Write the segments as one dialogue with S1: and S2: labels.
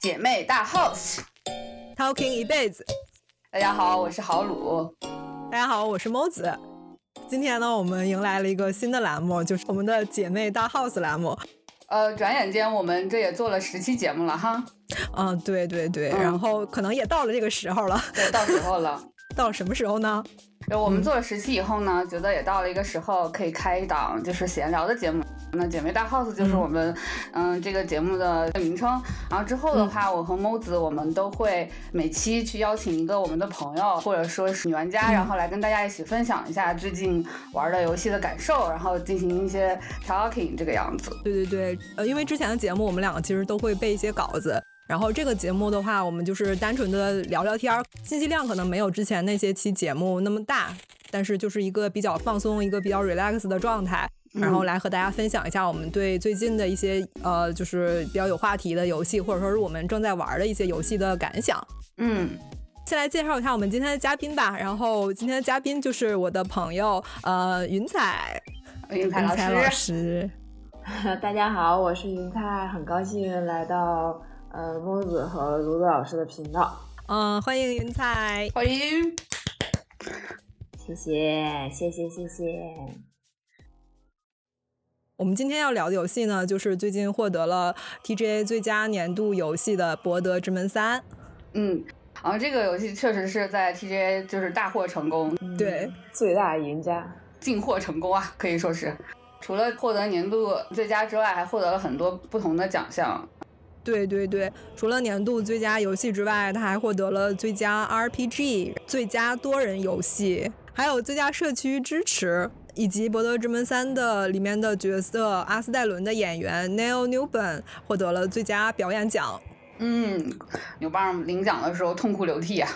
S1: 姐妹大 house，
S2: talking 一辈子。
S1: 大家好，我是郝鲁。
S2: 大家好，我是猫子。今天呢，我们迎来了一个新的栏目，就是我们的姐妹大 house 栏目。
S1: 呃，转眼间我们这也做了十期节目了哈，
S2: 嗯，对对对，
S1: 嗯
S2: 然后可能也到了这个时候了，
S1: 对，到时候了。
S2: 到什么时候呢？
S1: 呃
S2: 嗯
S1: 我们做了十期以后呢，觉得也到了一个时候可以开一档就是闲聊的节目。那姐妹大 house 就是
S2: 嗯
S1: 我们嗯这个节目的名称。然后之后
S2: 嗯
S1: 的话，我和猫子我们都会每期去邀请一个我们的朋友或者说是女玩家，
S2: 嗯
S1: 然后来跟大家一起分享一下最近玩的游戏的感受，然后进行一些 talking 这个样子。
S2: 对对对，呃，因为之前的节目我们两个其实都会背一些稿子，然后这个节目的话，我们就是单纯的聊聊天儿，信息量可能没有之前那些期节目那么大，但是就是一个比较放松、一个比较 relax 的状态。然后来和大家分享一下我们对最近的一些呃，就是比较有话题的游戏，或者说是我们正在玩的一些游戏的感想。
S1: 嗯，
S2: 先来介绍一下我们今天的嘉宾吧。然后今天的嘉宾就是我的朋友呃云彩，
S1: 云彩
S2: 云
S1: 老
S2: 彩
S1: 师，
S2: 老师。
S3: 呃大家好，我是云菜，很高兴来到呃木子和卢卢老师的频道，
S2: 嗯，欢迎云彩。
S1: 欢迎。
S3: 谢谢谢谢谢谢。
S2: 我们今天要聊的游戏呢，就是最近获得了 TGA 最佳年度游戏的《博德之门三》。
S1: 嗯，然后这个游戏确实是在 TGA 就是大获成功，
S3: 嗯
S2: 对，
S3: 最大赢家，
S1: 进货成功啊，可以说是。除了获得年度最佳之外，还获得了很多不同的奖项。
S2: 对对对，除了年度最佳游戏之外，它还获得了最佳 RPG、最佳多人游戏，还有最佳社区支持，以及《博德之门三》的里面的角色阿斯戴伦的演员 Neil Newbern 获得了最佳表演奖。
S1: 嗯，牛棒领奖的时候痛哭流涕啊。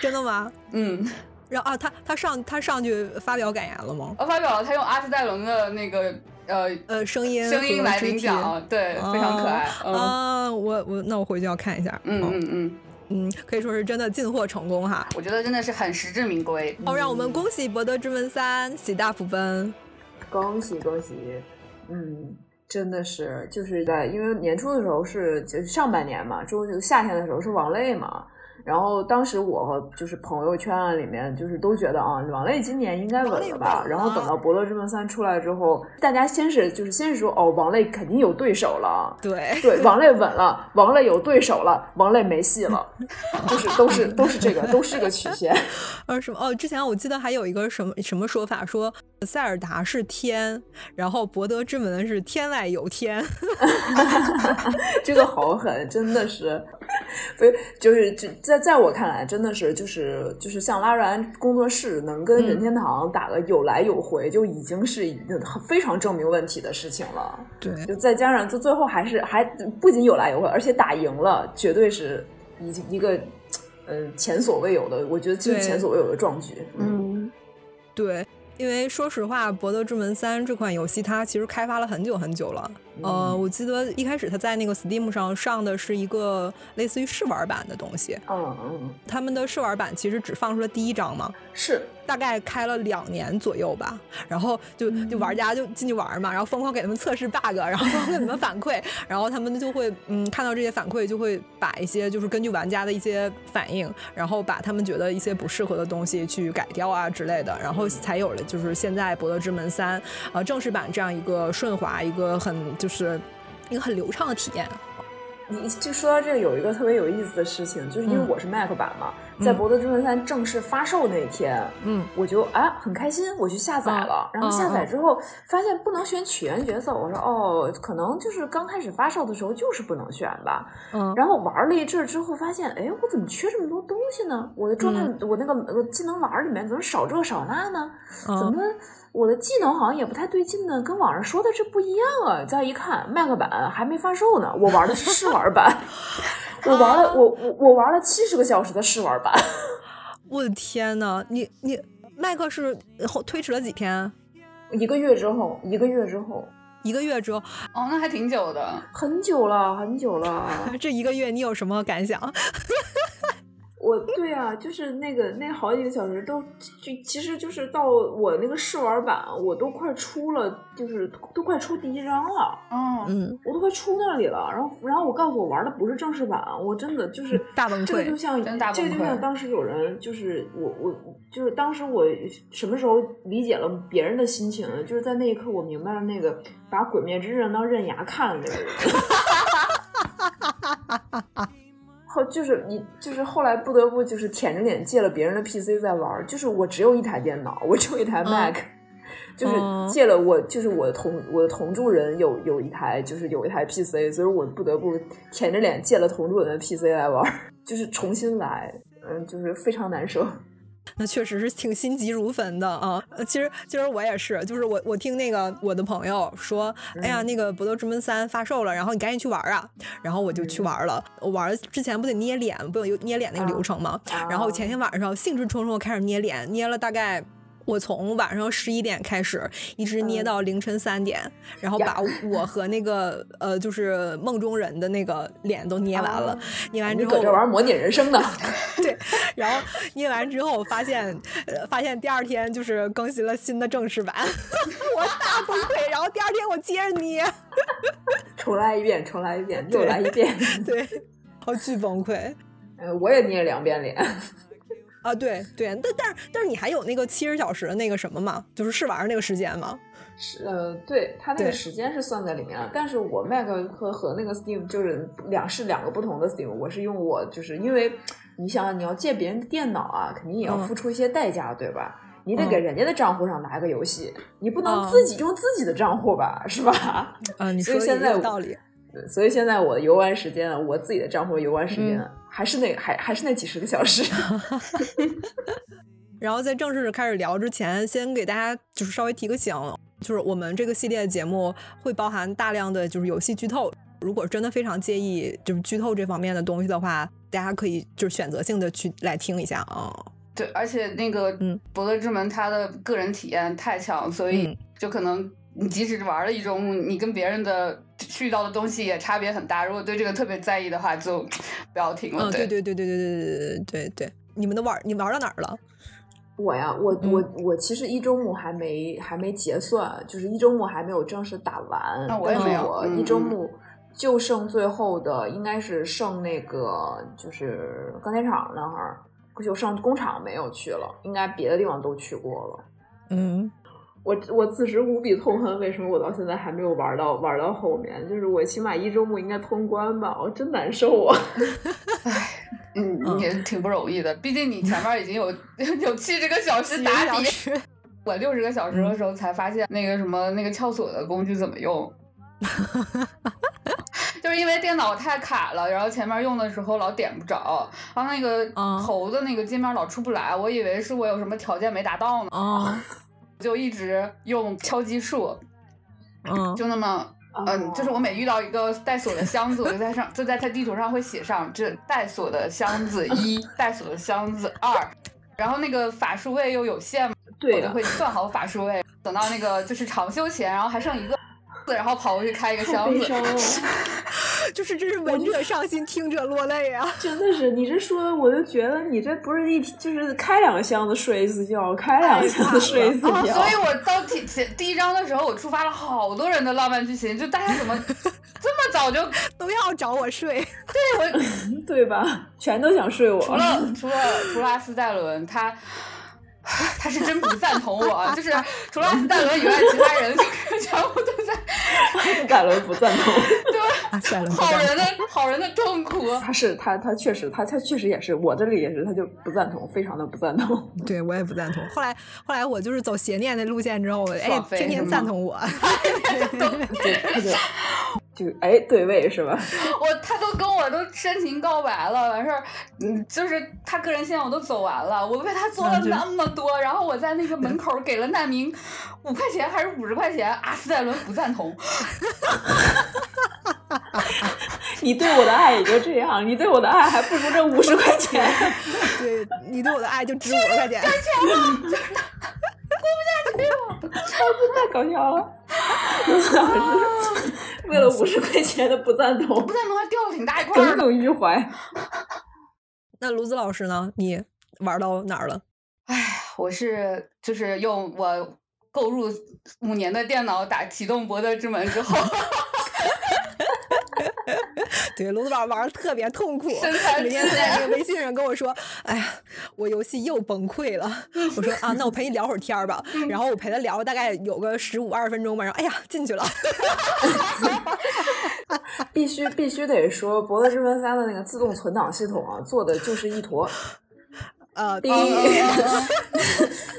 S2: 真的吗？
S1: 嗯，
S2: 然后啊，他他上他上去发表感言了吗？
S1: 我发表了他用阿斯戴伦的那个呃
S2: 呃，声音
S1: 声音
S2: 和
S1: 来
S2: 肢
S1: 领
S2: 体
S1: 奖，对，非常可爱。嗯
S2: 啊，我我那我回去要看一下。
S1: 嗯
S2: 嗯
S1: 嗯嗯，
S2: 嗯，可以说是真的进货成功哈。
S1: 我觉得真的是很实至名归。
S2: 好、让我们恭喜《博德之门三》喜大普奔。
S3: 恭喜恭喜，嗯。真的是，就是在因为年初的时候是就是上半年嘛，中就夏天的时候是王类嘛，然后当时我和就是朋友圈啊里面就是都觉得啊，王类今年应该
S2: 王
S3: 稳
S2: 类
S3: 了
S2: 稳。
S3: 吧
S2: 了
S3: 然后等到《伯乐之门三》出来之后，大家先是就是先是说哦，王类肯定有对手了，
S2: 对，
S3: 对，王磊稳了，王磊有对手了，王磊没 戏了，就是都是都是这个，都是这个曲线。
S2: 呃什么哦，之前我记得还有一个什么什么说法，说塞尔达是天，然后博德之门是天外有天。
S3: 这个好狠，真的是，所以就是这在在我看来，真的是就是就是像拉瑞安工作室能跟
S2: 嗯
S3: 任天堂打个有来有回，就已经是一个很非常证明问题的事情了。
S2: 对，
S3: 就再加上就最后还是还不仅有来有回，而且打赢了，绝对是一一个呃前所未有的，我觉得这是
S2: 对
S3: 前所未有的壮举。嗯
S1: 嗯
S2: 对，因为说实话，《博德之门三》这款游戏它其实开发了很久很久了。呃，我记得一开始它在那个 Steam 上上的是一个类似于试玩版的东西，
S3: 嗯嗯，
S2: 他们的试玩版其实只放出了第一章嘛，
S3: 是。
S2: 大概开了两年左右吧，然后就就玩家就进去玩嘛，然后疯狂给他们测试 bug，然 后疯狂给他们反馈， 然后他们就会嗯看到这些反馈，就会把一些就是根据玩家的一些反应，然后把他们觉得一些不适合的东西去改掉啊之类的，然后才有了就是现在《博德之门三》呃正式版这样一个顺滑，一个很就是一个很流畅的体验。
S3: 你就说到这个，有一个特别有意思的事情，就是因为
S2: 嗯
S3: 我是 Mac 版嘛，在
S2: 嗯
S3: 《博德之门三》正式发售那一天，
S2: 嗯，
S3: 我就啊很开心，我去下载了。
S2: 嗯
S3: 然后下载
S2: 嗯嗯
S3: 之后发现不能选起源角色，我说哦，可能就是刚开始发售的时候就是不能选吧。
S2: 嗯
S3: 然后玩了一阵儿之后，发现哎，我怎么缺这么多东西呢？我的状态，
S2: 嗯
S3: 我那个我技能栏儿里面怎么少这少那呢？怎
S2: 嗯
S3: 么我的技能好像也不太对劲呢？跟网上说的这不一样啊！再一看 Mac 版还没发售呢，我玩的是试玩版，我玩了我我我玩了七十个小时的试玩版，
S2: 我的天呐，你你麦克是后推迟了几天？啊
S3: 一个月之后，一个月之后，
S2: 一个月之后，
S1: 哦，那还挺久的。
S3: 很久了，很久了。
S2: 这一个月你有什么感想？
S3: 我我对啊，就是那个那好几个小时都就其实就是到我那个试玩版，我都快出了，就是都快出第一章了，
S1: 嗯，
S2: 嗯，
S3: 我都快出那里了。然后然后我告诉我玩的不是正式版，我真的就是
S2: 嗯大崩
S3: 这个
S2: 溃
S3: 就像
S1: 真大
S3: 这个
S1: 崩
S3: 就
S1: 溃
S3: 像当时有人就是我我就是当时我什么时候理解了别人的心情呢？就是在那一刻我明白了那个把《鬼灭之刃》当刃牙看的那个人。 后就是你，就是后来不得不就是舔着脸借了别人的 PC 在玩儿，就是我只有一台电脑，我只有一台
S2: 嗯
S3: Mac，、就是
S2: 哦
S3: 借了我就是我的同我的同住人有有一台就是有一台 PC，所以我不得不舔着脸借了同住人的 PC 来玩儿，就是重新来，嗯，就是非常难受。
S2: 那确实是挺心急如焚的啊。呃其实其实我也是，就是我我听那个我的朋友说，哎
S3: 嗯
S2: 呀，那个《搏斗之门三》发售了，然后你赶紧去玩啊。然后我就
S3: 嗯
S2: 去玩了。我玩之前不得捏脸，不有捏脸那个
S3: 啊
S2: 流程吗？ 然后前天晚上兴致冲冲地开始捏脸，捏了大概。我从晚上十一点开始，一直捏
S3: 嗯
S2: 到凌晨三点，然后
S3: 呀
S2: 把我和那个呃，就是梦中人的那个脸都捏完了。
S3: 哦
S2: 捏完
S3: 你
S2: 之后，
S3: 搁这玩儿模拟人生呢？
S2: 对，然后捏完之后发现，呃，发现第二天就是更新了新的正式版， 我大崩溃。然后第二天我接着捏，
S3: 重来一遍，重来一遍，又来一遍。
S2: 对，我巨崩溃
S3: 呃，我也捏了两遍脸。
S2: 啊！对对，但但是但是你还有那个七十小时的那个什么嘛，就是试玩那个时间嘛。
S3: 是呃，对，它那
S2: 对
S3: 个时间是算在里面了，但是我 Mac 和和那个 Steam 就是两是两个不同的 Steam，我是用我就是因为你想想你要借别人的电脑啊，肯定也要
S2: 嗯
S3: 付出一些代价，对吧？你得
S2: 嗯
S3: 给人家的账户上拿个游戏，你不能
S2: 嗯
S3: 自己用自己的账户吧，是吧？
S2: 啊，你
S3: 所
S2: 说的
S3: 以现
S2: 也
S3: 在
S2: 有
S3: 我
S2: 道理。
S3: 所以现在我的游玩时间啊，我自己的账户游玩时
S2: 嗯
S3: 间啊、还是那还还是那几十个小时。
S2: 然后在正式开始聊之前，先给大家就是稍微提个醒，就是我们这个系列节目会包含大量的就是游戏剧透。如果真的非常介意就是剧透这方面的东西的话，大家可以就是选择性的去来听一下啊、
S1: 对，而且那个
S2: 嗯
S1: 《伯乐之门》它的个人体验太强，所以
S2: 嗯
S1: 就可能你即使玩了一种，你跟别人的遇到的东西也差别很大。如果对这个特别在意的话，就不要听了。
S2: 嗯，对对对对对对对对对对，你们都玩你玩到哪儿了？
S3: 我呀，我、
S2: 嗯
S3: 我我其实一周目还没还没结算，就是一周目还没有正式打完。
S1: 那我
S3: 但
S1: 也
S3: 是
S1: 没有
S3: 我
S1: 嗯
S3: 一周目就剩最后的，应该是剩那个就是钢铁厂那儿，就剩工厂没有去了，应该别的地方都去过了。
S2: 嗯，
S3: 我我此时无比痛恨，为什么我到现在还没有玩到玩到后面？就是我起码一周目应该通关吧，我真难受啊！
S1: 嗯，
S2: 嗯
S1: 也挺不容易的。毕竟你前面已经有 有七十个小时打底，
S2: 底。
S1: 我六十个小时的时候才发现那个什么那个撬锁的工具怎么用，就是因为电脑太卡了，然后前面用的时候老点不着，然后那个
S2: 嗯
S1: 头的那个界面老出不来，我以为是我有什么条件没达到呢，
S2: 哦，
S1: 就一直用敲击术，
S2: 嗯，
S1: 就那么。嗯，
S3: 哦
S1: 就是我每遇到一个带锁的箱子，我就在上就在它地图上会写上这带锁的箱子一，带锁的箱子二，然后那个法术位又有限嘛，
S3: 对
S1: 我就
S3: 的，
S1: 会算好法术位，等到那个就是长休前，然后还剩一个，然后跑过去开一个
S3: 太
S1: 箱
S3: 悲
S1: 子，
S3: 伤哦 了。
S2: 就是真是闻者伤心，听者落泪啊！
S3: 真的是，你这说的，我就觉得你这不是一天，就是开两个箱子睡一次觉，开两个箱子睡一次
S1: 啊，
S3: 觉
S1: 所。以我到第前第一章的时候，我触发了好多人的浪漫剧情，就大家 怎么这么早就
S2: 都要找我睡。
S3: 对吧？全都想睡我
S1: 除 了除了除了阿斯戴伦，他他是真不赞同我，啊就是除了阿斯戴伦以外，其他人 就是全部都在
S3: 盖伦不赞同，
S2: 啊，算了，不
S1: 好
S2: 干了
S1: 人的好人的痛苦。啊
S3: 他是他他确实他他确实也是，我这里也是，他就不赞同，非常的不赞同。
S2: 对我也不赞同。后来后来我就是走邪念的路线之后，我哎
S1: 爽飞
S2: 天天
S1: 是吗
S2: 赞同我，
S3: 对，他就 就哎对位是吧？
S1: 我他都跟我都深情告白了，完事儿，嗯，就是他个人线我都走完了，我为他做了
S2: 嗯就是
S1: 那么多，然后我在那个门口给了难民五块钱还是五十块钱，阿斯戴伦不赞同，
S3: 你对我的爱也就这样，你对我的爱还不如这五十块钱。
S2: 对你对我的爱就值五十块 钱。
S3: 太搞笑了！
S1: 啊
S3: 为了五十块钱的不赞同
S1: 不，赞同还掉了挺大一块儿
S3: 耿
S1: 的。
S3: 耿于怀。
S2: 那卢子老师呢？你玩到哪儿了？
S1: 我是就是用我购入五年的电脑打启动《博德之门》之后，
S2: 对，卢子老师玩的特别痛苦，
S1: 身残
S2: 每天
S1: 志
S2: 在那
S1: 坚
S2: 个微信上跟我说：“哎呀，我游戏又崩溃 了。”我说：“啊，那我陪你聊会儿天儿吧。”
S3: 嗯
S2: 然后我陪他聊了大概有个十五二十分钟吧，然后哎呀进 去了。
S3: 必须必须得说，《博德之门三》的那个自动存档系统啊，做的就是一坨，
S2: 呃，
S3: 第一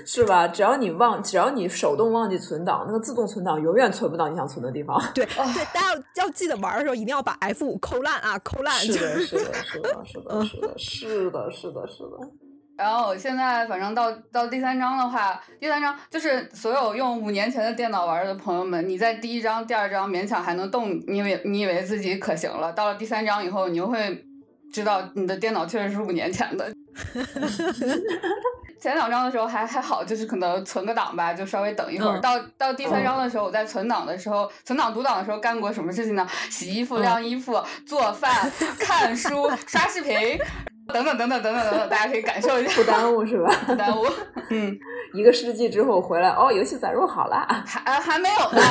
S3: 是吧？只要你忘，只要你手动忘记存档，那个自动存档永远存不到你想存的地方。
S2: 对哦 对，大家要要记得玩的时候一定要把 F 五扣烂啊，扣烂。
S3: 是的，是的，是的，是的，是的，是的，是的，是的。
S1: 然后我现在反正到到第三章的话，第三章就是所有用五年前的电脑玩的朋友们，你在第一章、第二章勉强还能动，你以为你以为自己可行了，到了第三章以后，你就会知道你的电脑确实是五年前的。 前两章的时候还还好，就是可能存个档吧，就稍微等一会儿。
S2: 嗯
S1: 到到第三章的时候，我在存档的时候，存档读档的时候干过什么事情呢？洗衣服、
S2: 嗯
S1: 晾衣服、做 饭、看书、刷视频。等等等等等等等等，大家可以感受一下
S3: 不。耽误是吧？
S1: 不耽误。嗯，一
S3: 一个世纪之后回来，哦，游戏载入好啦。
S1: 还啊还没有呢。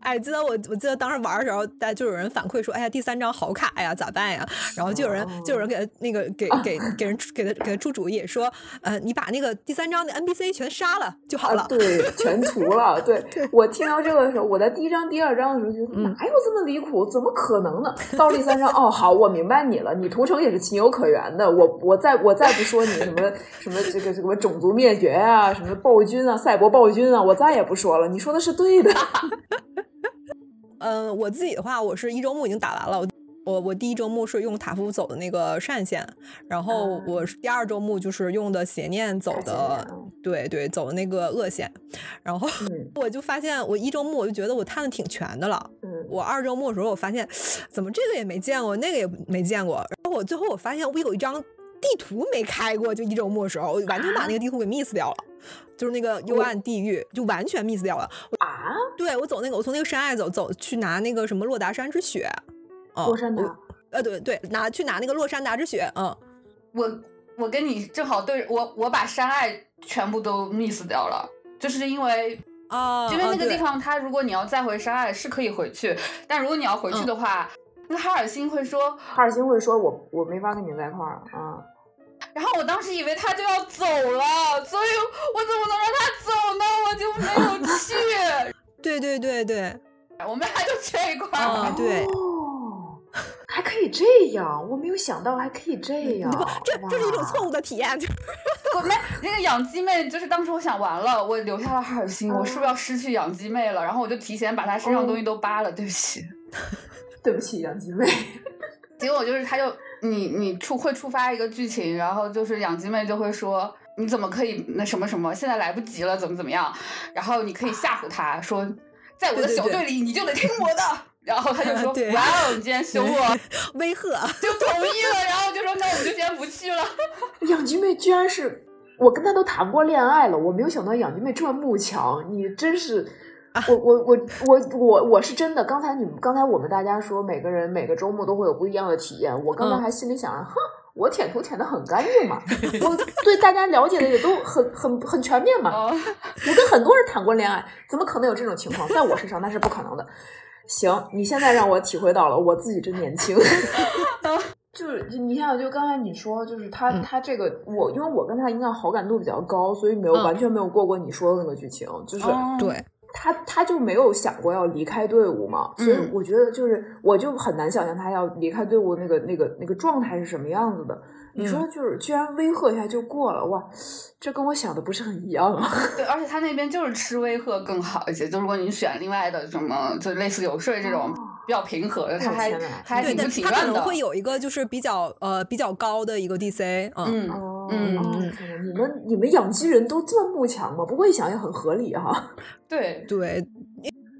S2: 哎，记得我我记得当时玩的时候，大家就有人反馈说，哎呀，第三张好卡呀，咋办呀？然后就有人、就有
S3: 哦
S2: 人给他那个给给给人出给他给他出主意说，呃，你把那个第三张的 NPC 全杀了就好了。
S3: 啊，对，全图了。对我听到这个的时候，我在第一章、第二章的时候觉
S2: 嗯
S3: 得哪有这么离谱？怎么可能呢？到第三章，哦，好，我明白你了，你屠城也是情有可原的。我我再我再不说你什么什么这个什么种族灭绝啊，什么暴君啊，赛博暴君啊，我再也不说了。你说的是对的。
S2: 嗯、我自己的话，我是一周目已经打完了。我我我第一周目是用塔夫走的那个单线，然后
S3: 啊
S2: 我是第二周目就是用的邪念走 的，对对，走的那个恶线，然后
S3: 嗯
S2: 我就发现我一周目我就觉得我探的挺全的了，
S3: 嗯，
S2: 我二周末的时候，我发现怎么这个也没见过，那个也没见过。然后我最后我发现我有一张地图没开过，就一周末的时候，我完全把那个地图给 miss 掉了，就是那个幽暗地狱，就完全 miss 掉了。
S3: 啊，
S2: 对我走那个，我从那个山隘走走去拿那个什么洛达山之雪，哦，
S3: 洛杉
S2: 我
S3: 矶，
S2: 呃，对对，拿去拿那个洛杉达之雪，嗯，
S1: 我我跟你正好对，我我把山爱全部都 miss 掉了。就是因为，
S2: 啊，
S1: 因为
S2: 啊
S1: 那个地
S2: 对
S1: 方，它如果你要再回山爱是可以回去，但如果你要回去的话，那哈尔辛会说。
S3: 哈尔滨会说我我没法跟你在一块儿啊。
S1: 然后我当时以为他就要走了，所以我怎么能让他走呢？我就没有去，
S2: 对对对对，
S1: 哎我们俩就缺一块儿
S2: 啊
S3: 嗯
S1: 了。
S2: 对
S3: 哦，还可以这样，我没有想到还可以这样。
S2: 嗯不，这这是一种错
S3: 误。
S2: 误的体验，就是
S1: 我没那个养鸡妹，就是当时我想完了，我留下了哈尔滨，我是不是要失去养鸡妹了？然后我就提前把她身上的东西都扒了，对不起。
S3: 对不起，杨继妹。
S1: 结果就是她就你你触会触发一个剧情，然后就是养鸡妹就会说你怎么可以那什么什么，现在来不及了，怎么怎么样？然后你可以吓唬她说，在我的
S2: 对对
S1: 小
S2: 对
S1: 队里你就得听我的。 然后她就说
S2: 对：“
S1: 哇哦，你竟然凶我
S2: 威吓。！”
S1: 就同意了。然后我就说：“那我们就先不去了。
S3: 养菊妹居然是，我跟她都谈过恋爱了，我没有想到养菊妹这么慕强，你真是。我我我我我我是真的，刚才你们刚才我们大家说每个人每个周末都会有不一样的体验，我刚才
S2: 嗯
S3: 还心里想着，哼，我舔图舔的很干净嘛， 我对大家了解的也都很很很全 面”嘛，
S1: 哦，
S3: 我跟很多人谈过恋爱，怎么可能有这种情况？在我身上那是不可能的。行，你现在让我体会到了，我自己真年轻。 就是你像就刚才你说，就是他、
S2: 嗯
S3: 他这个我，因为我跟他应该好感度比较高，所以没有、
S2: 嗯
S3: 完全没有过过你说的那个剧情，就是、
S1: 哦，
S2: 对，
S3: 他他就没有想过要离开队伍嘛，所以
S1: 嗯
S3: 我觉得就是我就很难想象他要离开队伍那个那个那个状态是什么样子的。你说就是居然威吓一下就过了，哇，这跟我想的不是很一样啊。
S1: 对，而且他那边就是吃威吓更好一些，就如果你选另外的什么，就类似游说这种
S2: 哦
S1: 比较平和的，他
S3: 我
S1: 还
S3: 天哪
S1: 他还
S2: 对，
S1: 挺
S2: 但
S1: 不情
S2: 他可
S1: 愿
S2: 能
S1: 的
S2: 会。有一个就是比较呃比较高的一个 DC，嗯
S1: 嗯，
S3: 哦，
S1: 嗯
S3: 哦
S2: 嗯
S3: 天哪你们你们养鸡人都这么慕强吗？不过一想也很合理哈、
S1: 对，
S2: 对，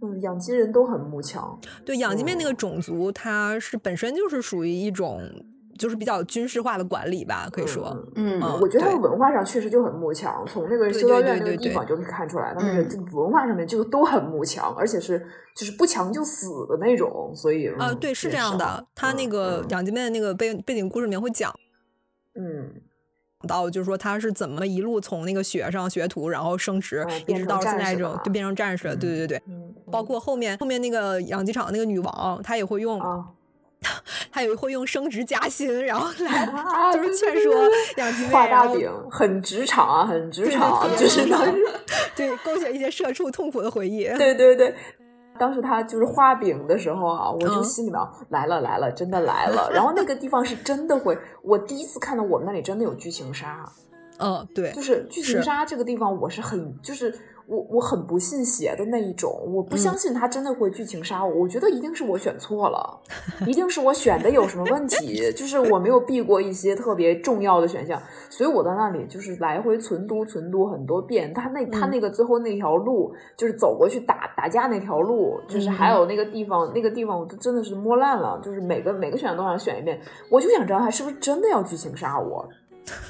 S3: 嗯，养鸡人都很慕强。
S2: 对，养鸡面
S3: 哦
S2: 那个种族，它是本身就是属于一种就是比较军事化的管理吧，可以说。
S3: 嗯
S1: 嗯
S2: 嗯
S3: 我觉得他
S2: 对
S3: 们文化上确实就很慕强，从那个
S2: 对
S3: 修道
S2: 对
S3: 院
S2: 对
S3: 那个
S2: 对
S3: 地
S2: 对嗯
S3: 方就可以看出来，他们这文化上面就都很慕强，而且是就是不强就死的那种，所以
S2: 啊，
S3: 嗯
S2: 对，是
S3: 也
S2: 这样的。他那
S3: 嗯
S2: 个
S3: 嗯
S2: 养鸡面那个背背景故事里面会讲，
S3: 嗯，
S2: 到就是说他是怎么一路从那个学生学徒，然后升职
S3: 哦，
S2: 一
S3: 变
S2: 直
S3: 成
S2: 到现
S3: 战
S2: 在
S3: 士
S2: 这种
S3: 了
S2: 对变成战士了，对对对，
S3: 嗯，
S2: 包括后面后面那个养鸡场那个女王，她也会用，
S3: 啊
S2: 她也会用升职加薪，然后来
S3: 啊
S2: 就是劝说养鸡妹，
S3: 画
S2: 然
S3: 大
S2: 后
S3: 饼，很职场啊，很职场啊，
S2: 对
S3: 就
S2: 对
S3: 是当时，
S2: 对勾起一些社畜痛苦的回忆。
S3: 对对对。当时他就是画饼的时候啊，我就
S2: 嗯
S3: 心里面、来了来了，真的来了。然后那个地方是真的会，我第一次看到我们那里真的有剧情杀，啊
S2: 嗯，对
S3: 就，是剧情
S2: 是
S3: 杀这个地方，我是很就是我我很不信邪的那一种，我不
S2: 嗯
S3: 相信他真的会剧情杀我，我觉得一定是我选错了，一定是我选的有什么问题，就是我没有避过一些特别重要的选项，所以我在那里就是来回存读存读很多遍，他那他
S2: 嗯
S3: 那个最后那条路就是走过去打打架那条路，就是
S2: 嗯
S3: 还有那个地方那个地方我都真的是摸烂了，就是每个每个选项都想选一遍，我就想知道他是不是真的要剧情杀我。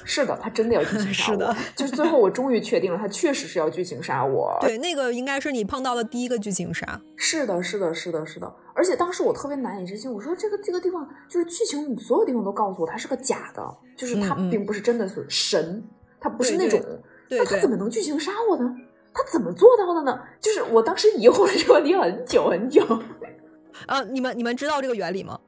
S3: 是的，他真的要剧情
S2: 嗯
S3: 杀
S2: 是的
S3: 我，就是最后我终于确定了，他确实是要剧情杀我。
S2: 对，那个应该是你碰到的第一个剧情杀。
S3: 是的，是的，是的，是的。而且当时我特别难以置信，我说这个这个地方就是剧情，你所有地方都告诉我它是个假的，就是它
S2: 嗯嗯
S3: 并不是真的是神，它不
S2: 对
S3: 是那
S2: 对
S3: 种，
S2: 对
S3: 那他
S2: 对
S3: 怎么能剧情杀我呢？他怎么做到的呢？就是我当时疑惑了这个问题很久 很久。
S2: 啊，你们你们知道这个原理吗？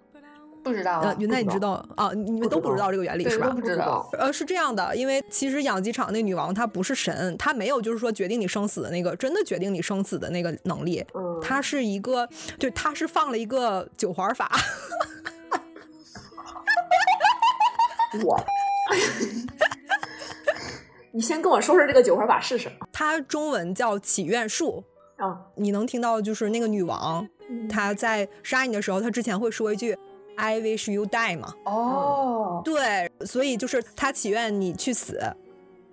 S1: 不知道啊
S2: 呃，云南你
S3: 不知
S2: 知道啊？你们
S3: 不
S2: 都
S3: 知
S2: 不知
S3: 道
S2: 道这个原理
S1: 对
S2: 是
S1: 都
S2: 吧
S1: 不？知道，
S2: 呃，是这样的，因为其实养鸡场那女王她不是神，她没有就是说决定你生死的那个，真的决定你生死的那个能力。
S3: 嗯，
S2: 她是一个，就她是放了一个九环法，
S3: 我，你先跟我说说这个九环法是什么
S2: 它中文叫祈愿树。
S3: 啊？嗯
S2: 你能听到就是那个女王她在杀你的时候，她之前会说一句 “I wish you die” 嘛，
S1: 哦，
S2: 对，所以就是她祈愿你去死，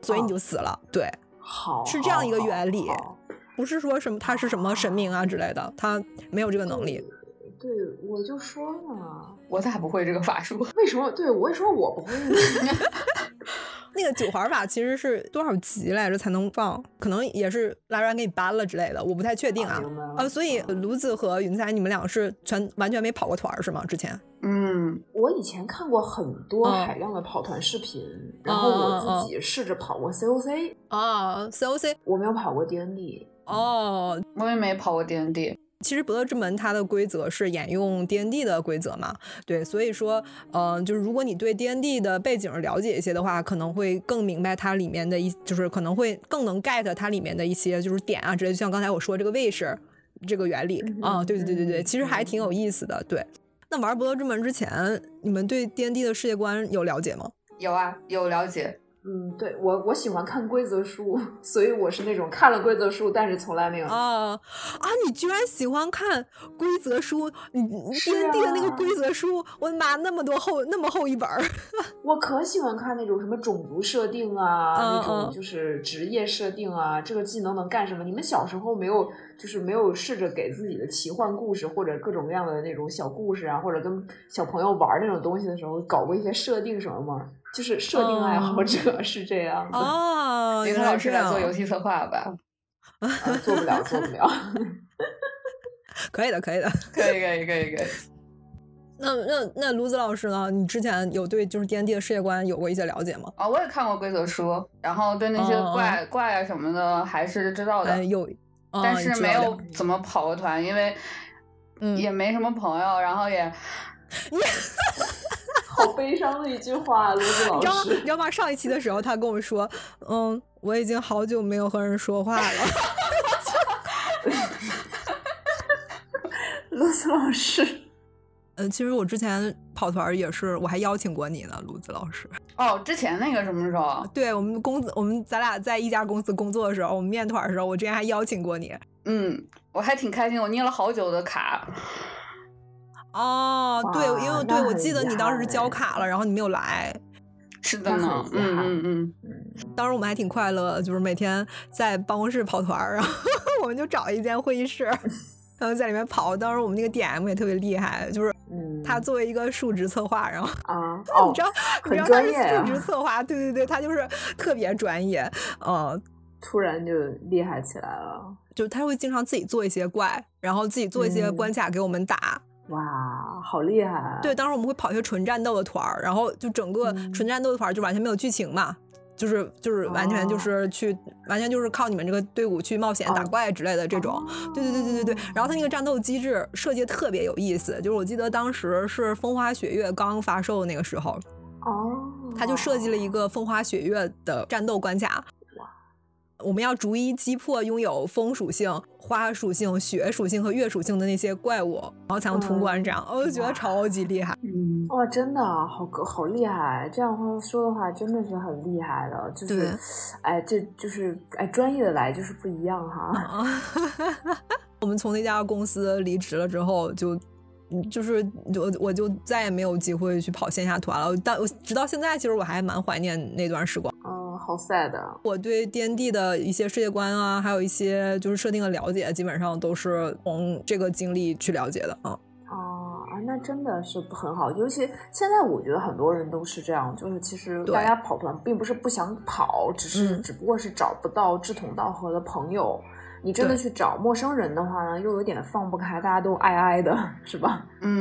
S2: 所以你就死了。对，
S3: 好，
S2: 是这样一个原理
S3: 好好好
S2: 不是说什么她是什么神明啊之类的，她没有这个能力。
S3: 对，我就说嘛，
S1: 我咋不会这个法术？
S3: 为什么？对我也说我不会呢。
S2: 那个九环法其实是多少集来着才能放？可能也是拉软给你搬了之类的，我不太确定啊。
S3: 明白了
S2: 呃，所以卢子和云彩，你们俩是全完全没跑过团儿是吗？之前？
S1: 嗯，
S3: 我以前看过很多
S2: 嗯
S3: 海量的跑团视频，然后我自己试着跑过 COC，、
S2: 啊，COC
S3: 我没有跑过 DND。
S2: 哦，
S1: 我也没跑过 D N D，
S2: 其实《不乐之门》它的规则是沿用 D N D 的规则嘛，对，所以说，呃，就是如果你对 D N D 的背景了解一些的话，可能会更明白它里面的一，就是可能会更能 get 它里面的一些就是点啊之类的，就像刚才我说这个卫士这个原理
S3: 嗯
S2: 啊，对对对对对，
S3: 嗯
S2: 其实还挺有意思的，对。那玩《不乐之门》之前，你们对 D N D 的世界观有了解吗？
S1: 有啊，有了解，
S3: 嗯，对我我喜欢看规则书， 所以我是那种看了规则书，但是从来没有。
S2: 啊啊！你居然喜欢看规则书，你你
S3: 是
S2: D N D 的那个
S3: 啊
S2: 规则书，我的妈，那么多厚那么厚一本儿。
S3: 我可喜欢看那种什么种族设定啊，
S2: 嗯
S3: 那种
S2: 嗯
S3: 就是职业设定啊，这个技能能干什么？你们小时候没有，就是没有试着给自己的奇幻故事或者各种各样的那种小故事啊，或者跟小朋友玩那种东西的时候，搞过一些设定什么吗？就是设定爱好者是这样的，
S2: 哦，
S1: 林
S2: 原
S1: 老
S2: 来
S1: 师
S2: 是
S1: 来做游
S2: 样哦
S1: 戏策划吧，
S3: 啊做不了，做不了。
S2: 可以的，可以的。
S1: 可以，可以，可以，可以。
S2: 那那那卢子老师呢？你之前有对就是 D N D 的世界观有过一些了解吗？
S1: 啊、我也看过规则书，然后对那些
S2: 哦哦
S1: 怪、怪啊什么的还是知道的，
S2: 哎，有，啊
S1: 但
S2: 你
S1: 是
S2: 知
S1: 没
S2: 道
S1: 有
S2: 的
S1: 怎么跑过团，因为
S2: 嗯
S1: 也没什么朋友，然后也
S3: 好悲伤的一句话，卢子老
S2: 你知道吗？你
S3: 师
S2: 知。道吗？上一期的时候，他跟我说，嗯，我已经好久没有和人说话了。
S3: 卢子老师，
S2: 嗯，其实我之前跑团儿也是，我还邀请过你呢，卢子老师。
S1: 哦，之前那个什么时候？
S2: 对我们公司，我们咱俩在一家公司工作的时候，我们面团儿的时候，我之前还邀请过你。
S1: 嗯，我还挺开心，我捏了好久的卡。
S2: 哦，对，
S3: 哇
S2: 因为
S3: 那
S2: 对我
S3: 很
S2: 记得
S3: 遗
S2: 你当时
S3: 憾
S2: 交
S3: 哎
S2: 卡了，然后你没有来。
S1: 是的
S3: 那
S1: 呢
S3: 很，遗
S1: 嗯
S3: 憾
S1: 嗯嗯，
S2: 当时我们还挺快乐的，就是每天在办公室跑团儿，然后 我们就找一间会议室，然后在里面跑。当时我们那个 DM 也特别厉害，就是
S3: 嗯，
S2: 他作为一个数值策划，然后
S3: 啊，哦
S2: 你知，道，你
S3: 很
S2: 知道他
S3: 专
S2: 是
S3: 业啊
S2: 数值策划，对对对，他就是特别专业，嗯。
S3: 突然就厉害起来了。
S2: 就他会经常自己做一些怪，然后自己做一些
S3: 嗯
S2: 关卡给我们打，
S3: 哇，好厉害、啊！
S2: 对，当时我们会跑一些纯战斗的团儿，然后就整个
S3: 嗯
S2: 纯战斗的团儿就完全没有剧情嘛，就是就是完全就是去、完全就是靠你们这个队伍去冒险打
S3: 哦
S2: 怪之类的这种。对对对对对对。然后它那个战斗机制设计得特别有意思，就是我记得当时是《风花雪月》刚发售那个时候，
S3: 哦，
S2: 他就设计了一个风花雪月的战斗关卡。我们要逐一击破拥有风属性、花属性、雪属性和月属性的那些怪物，然后才能通关。这样，哦我就觉得
S3: 哇
S2: 超级厉害。
S1: 嗯，
S3: 哇，真的啊好高好厉害！这样话说的话，真的是很厉害的，就
S2: 对
S3: 是，哎，这就是哎，专业的来就是不一样哈。
S2: 我们从那家公司离职了之后，就嗯就是我我就再也没有机会去跑线下团了。但我直到现在，其实我还蛮怀念那段时光。
S3: 嗯，好 sad 啊。
S2: 我对 D N D 的一些世界观啊，还有一些就是设定的了解，基本上都是从这个经历去了解的啊。
S3: 哦啊，那真的是不很好，尤其现在我觉得很多人都是这样，就是其实
S2: 对
S3: 大家跑团并不是不想跑，只是、
S2: 嗯
S3: 只不过是找不到志同道合的朋友。你真的
S2: 对
S3: 去找陌生人的话呢，又有点放不开，大家都挨挨的，是吧？
S1: 嗯，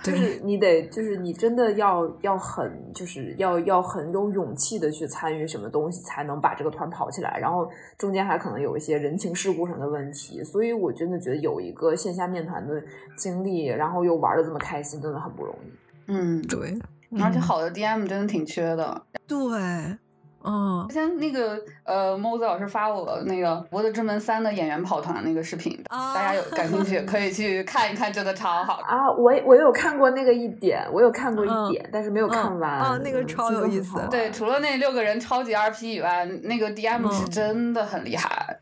S3: 就，是你得，就是你真的要要很，就是要要很有勇气的去参与什么东西，才能把这个团跑起来。然后中间还可能有一些人情世故上的问题，所以我真的觉得有一个线下面谈的经历，然后又玩的这么开心，真的很不容易。
S1: 嗯，
S2: 对，
S1: 而且
S2: 嗯
S1: 好的 DM 真的挺缺的。
S2: 对，嗯
S1: 之前那个呃，猫子老师发我那个《博德之门三》的演员跑团那个视频，
S2: 啊，
S1: 大家有感兴趣可以去看一看，真的超好。
S3: 啊，我也我有看过那个一点，我有看过
S2: 嗯
S3: 一点，但是没有看
S2: 嗯
S3: 完。
S2: 啊那个
S3: 嗯
S2: 超
S3: 听说
S2: 有意
S3: 很好
S2: 思
S3: 玩
S1: 对，除了那六个人超级 RP 以外，那个 DM 是
S2: 嗯
S1: 真的很厉害。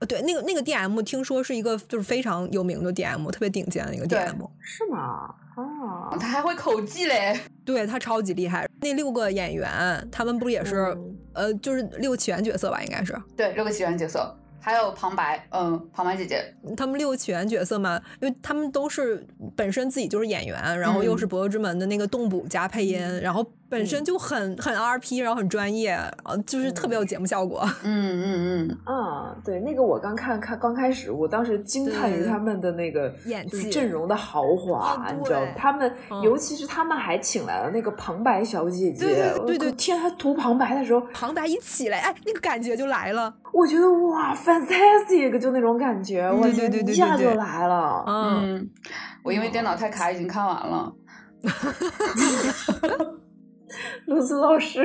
S2: 呃对那个那个 D M 听说是一个就是非常有名的 D M，特别顶尖的一个 D
S1: 对
S2: M，
S3: 是吗？啊，
S1: 他还会口技嘞，
S2: 对他超级厉害。那六个演员他们不也是、
S3: 嗯
S2: 呃就是六起源角色吧，应该是
S1: 对，六个起源角色，还有旁白，嗯，旁白姐姐，
S2: 他们六起源角色嘛，因为他们都是本身自己就是演员，然后又是《博德之门》的那个动捕加配音，然后本身就很很 R P，然后很专业，啊，就是特别有节目效果。
S1: 嗯嗯嗯，
S3: 啊，对，那个我刚看看刚开始，我当时惊叹
S2: 对
S3: 于他们的那个
S2: 演
S3: 就是
S2: 技
S3: 阵容的豪华，
S2: 啊
S3: 你知道
S2: 对，
S3: 他们、
S2: 嗯
S3: 尤其是他们还请来了那个旁白小姐姐，
S2: 对对对对对
S3: 我听她读旁白的时候，
S2: 旁白一起来，哎，那个感觉就来了。
S3: 我觉得哇，fantastic，就那种感觉，
S2: 嗯
S3: 我
S2: 对对
S3: 天，
S2: 对对
S3: 一下
S2: 对对
S3: 就来了。
S2: 嗯，
S1: 嗯，我因为电脑太卡，已经看完了。
S3: 卢子老师，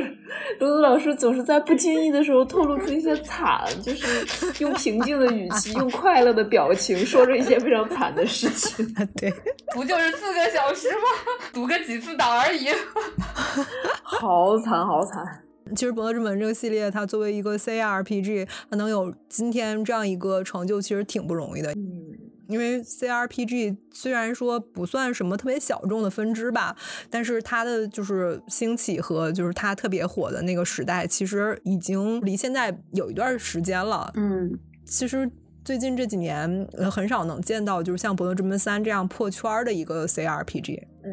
S3: 卢子老师总是在不经意的时候透露出一些惨，就是用平静的语气，用快乐的表情，说着一些非常惨的事情。
S2: 嗯 对，
S1: 不就是四个小时吗？ 读个几次档而已。
S3: 好惨，好惨！
S2: 其实《博德之门》这个系列，它作为一个 C R P G，它能有今天这样一个成就，其实挺不容易的。
S3: 嗯，
S2: 因为 C R P G 虽然说不算什么特别小众的分支吧，但是它的就是兴起和就是它特别火的那个时代，其实已经离现在有一段时间了。
S1: 嗯
S2: 其实最近这几年，呃，很少能见到就是像《博德之门三》这样破圈儿的一个 C R P G。
S3: 嗯，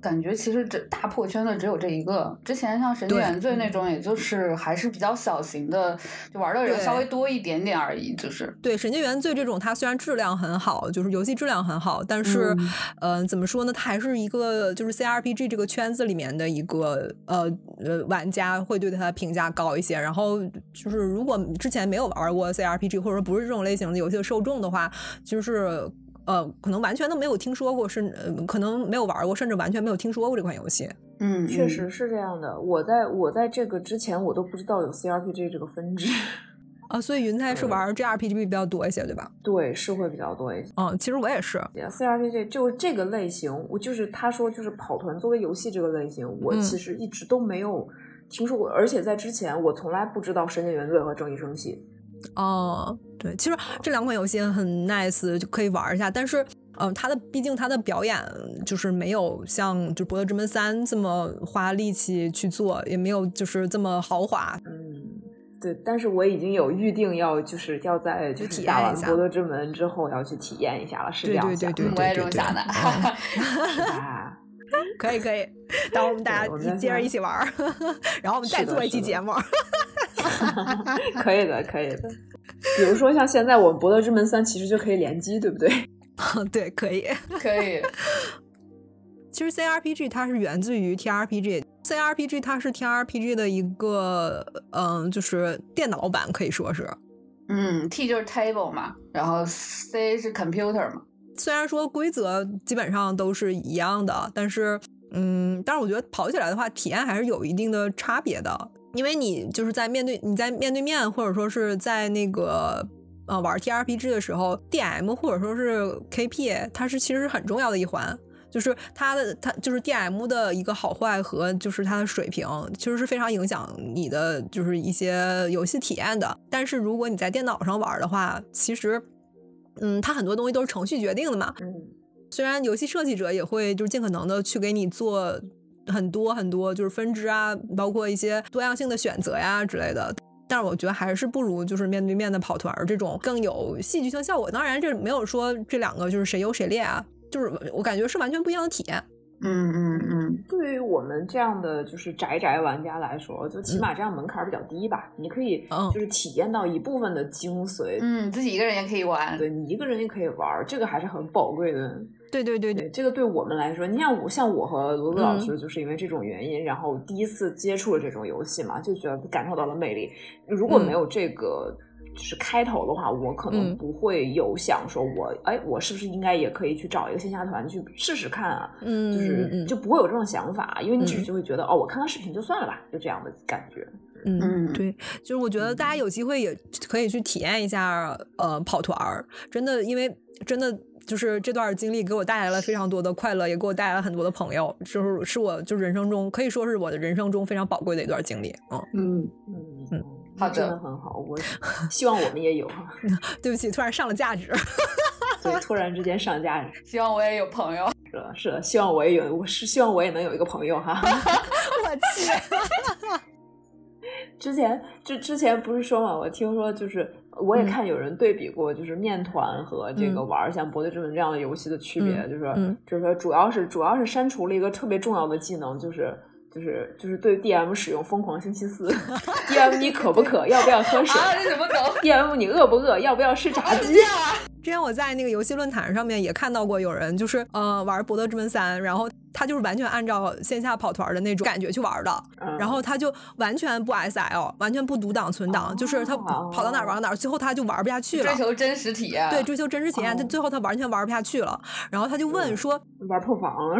S1: 感觉其实这大破圈的只有这一个。之前像《神经
S2: 对
S1: 原罪》那种，也就是还是比较小型的，就玩的人
S2: 对
S1: 稍微多一点点而已。就是，
S2: 对《神经元罪》这种，它虽然质量很好，就是游戏质量很好，但是，
S1: 嗯
S2: 呃，怎么说呢？它还是一个就是 CRPG 这个圈子里面的一个呃呃玩家会对它的评价高一些。然后就是如果之前没有玩过 CRPG 或者说不是这种类型的游戏的受众的话，就是。呃，可能完全都没有听说过，甚呃，可能没有玩过，甚至完全没有听说过这款游戏。
S1: 嗯，
S3: 确实是这样的。我在我在这个之前，我都不知道有 CRPG 这个分支。
S2: 啊，所以云彩是
S3: 嗯
S2: 玩 JRPG 比较多一些，对吧？
S3: 对，是会比较多一些。
S2: 嗯，其实我也是，
S3: CRPG 就这个类型，我就是他说就是跑团作为游戏这个类型，我
S2: 嗯
S3: 其实一直都没有听说过，而且在之前我从来不知道《神界原罪》和《正义升起》。
S2: 哦，对，其实这两款游戏很 nice，就可以玩一下。但是，嗯、它的毕竟它的表演就是没有像就《博德之门三》这么花力气去做，也没有就是这么豪华。
S3: 嗯，对，但是我已经有预定要就是要在就
S2: 体
S3: 是
S2: 验
S3: 打
S2: 一
S3: 完
S2: 下
S3: 《博德之门》之后要去体验一下了，是这
S2: 对
S3: 样
S2: 对对
S3: 想
S2: 对
S1: 嗯
S2: 对
S1: 我也
S2: 对
S1: 这么
S2: 对
S1: 想的。
S3: 啊，
S2: 可以可以，待会儿我们大
S3: 对我
S2: 家一
S3: 们再
S2: 接着
S3: 玩
S2: 一起玩儿，然后我们再
S3: 是的
S2: 做一期
S3: 是的
S2: 节目。
S3: 可以的，可以的。比如说像现在我们《博德之门三》其实就可以联机，对不对？
S2: 对，可以。
S1: 可 以，
S2: 其实 CRPG 它是源自于 TRPG，CRPG 它是 TRPG 的一个，嗯，就是电脑版，可以说是。
S1: 嗯，T 就是 table 嘛，然后 C 是 computer 嘛，
S2: 虽然说规则基本上都是一样的，但是，嗯，但是我觉得跑起来的话，体验还是有一定的差别的，因为你就是在面对你在面对面，或者说是在那个呃玩 TRPG 的时候，DM 或者说是 KP，它是其实是很重要的一环。就是它的，它就是 D M 的一个好坏和就是它的水平，其实是非常影响你的就是一些游戏体验的。但是如果你在电脑上玩的话，其实，嗯，它很多东西都是程序决定的嘛。
S3: 嗯，
S2: 虽然游戏设计者也会就是尽可能的去给你做很多很多就是分支啊，包括一些多样性的选择呀之类的，但是我觉得还是不如就是面对面的跑团儿这种更有戏剧性效果。当然，这没有说这两个就是谁优谁劣啊，就是我感觉是完全不一样的体验。
S1: 嗯嗯嗯，
S3: 对于我们这样的就是宅宅玩家来说，就起码这样门槛儿比较低吧，你可以
S2: 嗯
S3: 就是体验到一部分的精髓，
S1: 嗯，自己一个人也可以玩，
S3: 对你一个人也可以玩儿，这个还是很宝贵的。
S2: 对对对对，
S3: 对，这个对我们来说，你像我，像我和罗子老
S2: 嗯
S3: 师，就是因为这种原因，然后第一次接触了这种游戏嘛，就觉得感受到了魅力。如果
S2: 嗯
S3: 没有这个。就是开头的话，我可能
S2: 嗯
S3: 不会有想说我，哎，我是不是应该也可以去找一个线下团去试试看啊？
S2: 嗯，
S3: 就是
S2: 嗯
S3: 就不会有这种想法，因为你
S2: 嗯
S3: 只是就会觉得、哦，我看看视频就算了吧，就这样的感觉。
S2: 嗯嗯，
S1: 嗯，
S2: 对，就是我觉得大家有机会也可以去体验一下，呃，跑团儿，真的，因为真的就是这段经历给我带来了非常多的快乐，也给我带来了很多的朋友，就是是我就人生中可以说是我的人生中非常宝贵的一段经历。嗯，
S1: 嗯，
S3: 嗯，
S2: 嗯
S1: 好的
S3: 真的很好，我希望我们也有哈。
S2: 对不起，突然上了价值。
S3: 所以突然之间上架
S1: 希望我也有朋友，
S3: 是的，是的，希望我也有，我是希望我也能有一个朋友 哈。
S2: 我去，
S3: 之前之之前不是说嘛，我听说就是我也
S2: 嗯
S3: 看有人对比过，就是面团和这个
S2: 嗯
S3: 玩儿像《博德之门》这样的游戏的区别，
S2: 嗯
S3: 就是说、
S2: 嗯
S3: 就是说主要是主要是删除了一个特别重要的技能，就是。就是就是对 DM 使用疯狂星期四 ，DM 你渴不渴？要不要喝水
S1: 啊，这什么梗？
S3: ？DM 你饿不饿？要不要吃炸鸡？
S2: 之前我在那个游戏论坛上面也看到过有人就是呃玩《博德之门三》，然后他就是完全按照线下跑团儿的那种感觉去玩儿的，
S3: 嗯
S2: 然后他就完全不 SL，完全不读档存档，就是他
S3: 哦
S2: 跑到哪儿玩到哪儿，最后他就玩不下去了
S1: 追。求真实体验，
S2: 对，追求真实体验，他
S3: 哦
S2: 最后他完全玩不下去了。然后他就
S1: 嗯
S2: 问说，
S3: 嗯玩破防了，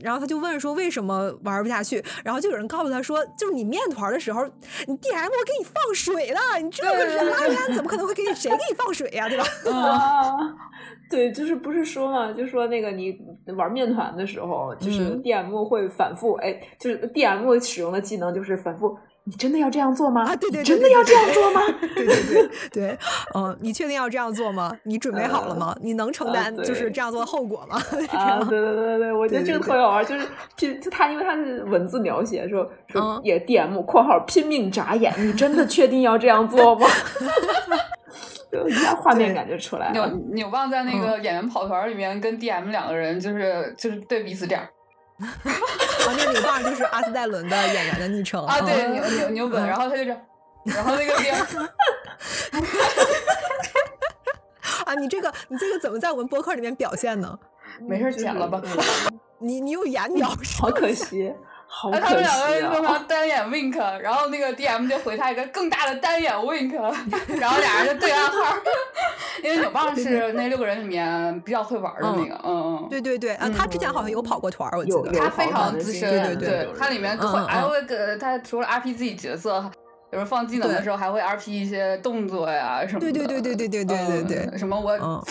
S2: 然后他就问说为什么玩不下去？然后就有人告诉他说，就是你面团的时候，你 DM 我给你放水了，你这个
S1: 对对
S2: 人拉人怎么可能会给你谁给你放水呀、 对吧？
S3: 啊， 对，就是不是说嘛，就说那个你玩面团的时候，就是
S2: 嗯
S3: DM 会反复，哎，就是 DM 使用的技能就是反复，你真的要这样做吗？
S2: 啊，对对对，
S3: 你真的
S2: 对
S3: 要
S2: 对
S3: 这样做吗？
S2: 对对对对，嗯，你确定要这样做吗？你准备好了
S1: 嗯
S2: 吗？你能
S1: 啊
S2: 承
S3: 呃
S2: 担就是
S3: 对
S2: 这样做的后果吗？ 这
S3: 啊，
S2: 样
S3: 对对对对对，我觉得
S2: 对
S3: 这个
S2: 对
S3: 特别好玩，就是就就他，因为他是文字描写说说
S2: 嗯
S3: 也 DM 括号拼命眨眼，你真的确定要这样做吗？ 就一下画面
S2: 对
S3: 感就出来
S1: 纽
S2: 啊
S3: 了。
S1: 纽棒在那
S2: 嗯
S1: 个演员跑团里面跟 DM 两个人就是就是对彼此点儿
S2: 啊，那牛棒就是阿斯戴伦的演员的昵称
S1: 啊，对
S2: 嗯
S1: 牛牛牛本，然后他就这样，然后 那个 DM
S2: 啊，你这个你这个怎么在我们播客里面表现呢？
S1: 没事儿剪了吧
S3: 就是嗯
S2: 你你用眼描述
S3: 好可惜， 好
S1: 哎他们
S3: 可
S1: 两个
S3: 惜
S1: 人
S3: 啊
S1: 就！说单眼 wink，然后那个 DM 就回他一个更大的单眼 wink，然后俩人就对暗号， 因为纽棒是那六个人里面比较会玩的那个，嗯嗯。
S2: 对对对啊，他之前好像有跑过团儿，我记
S3: 有
S2: 得
S3: 有
S1: 他非常资深，
S2: 对对对
S1: 对，他里面
S2: 嗯
S1: 会
S2: 嗯
S1: 还会给他除了 RP 自己角色，有时候放技能的时候还会 RP 一些动作呀什么的。
S2: 对对对对对对对对对
S1: 嗯。什么我
S2: 嗯，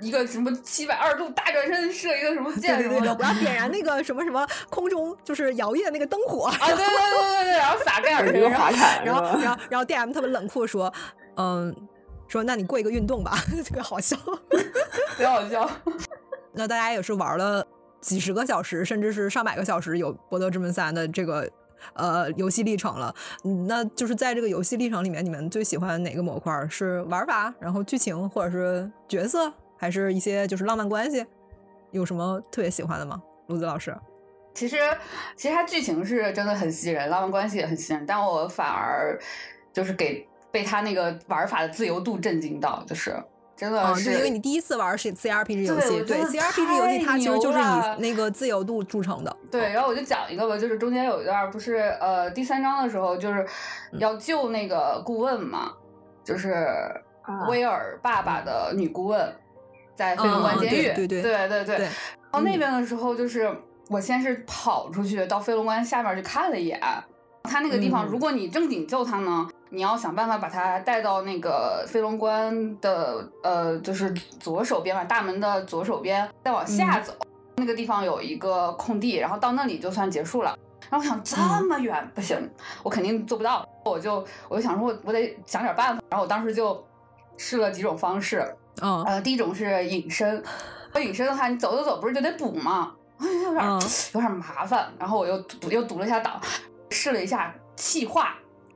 S1: 一个什么七百二十度大转身射一个什 么
S2: 对
S1: 箭
S2: 对
S1: 什
S2: 对
S1: 么的。
S2: 我要点燃那个什么什么空中就是摇曳那个灯 火，
S1: 啊，对对对对对，然后撒盖尔
S3: 有
S1: 身
S3: 一个
S1: 上，
S3: 滑铲，
S2: 然后
S3: 是吧
S2: 然后然后 DM 特别冷酷说，嗯，说那你过一个运动吧， 特别好笑。
S1: 贼好笑。
S2: 那大家也是玩了几十个小时，甚至是上百个小时，有《博德之门三》的这个呃游戏历程了。嗯那就是在这个游戏历程里面，你们最喜欢哪个模块儿？是玩法，然后剧情，或者是角色，还是一些就是浪漫关系？有什么特别喜欢的吗？卢子老师，
S1: 其实，其实它剧情是真的很吸引人，浪漫关系也很吸引人，但我反而就是给被他那个玩法的自由度震惊到，就是。真的
S2: 嗯，
S1: 是
S2: 对，因为你第一次玩是 CRPG 游
S1: 对我
S2: 戏，
S1: 觉
S2: 对
S1: 得
S2: CRPG 游戏它
S1: 太
S2: 其实就
S1: 牛
S2: 是
S1: 了
S2: 以那个自由度著称的。
S1: 对，然后我就讲一个吧，就是中间有一段儿不是呃第三章的时候，就是
S2: 嗯
S1: 要救那个顾问嘛，就是
S3: 啊
S1: 威尔爸爸的女顾问，在飞龙
S2: 嗯
S1: 关
S2: 嗯
S1: 监
S2: 对
S1: 狱，
S2: 对对
S1: 对对对
S2: 对
S1: 然后那边的时候，就是我先是跑出去到飞龙关下面去看了一眼，他那个地方，
S3: 嗯
S1: 如果你正经救他呢，你要想办法把他带到那个飞龙关的呃，就是左手边吧，大门的左手边，再往下
S2: 嗯
S1: 走，那个地方有一个空地，然后到那里就算结束了。然后我想这么远、不行，我肯定做不到。我就我就想说我，我得想点办法。然后我当时就试了几种方式，
S2: 嗯
S1: 呃，第一种是隐身，隐身的话，你走走走，不是就得补吗？有点儿、
S2: 嗯
S1: 有点儿麻烦，然后我又读又读了一下档，试了一下气化，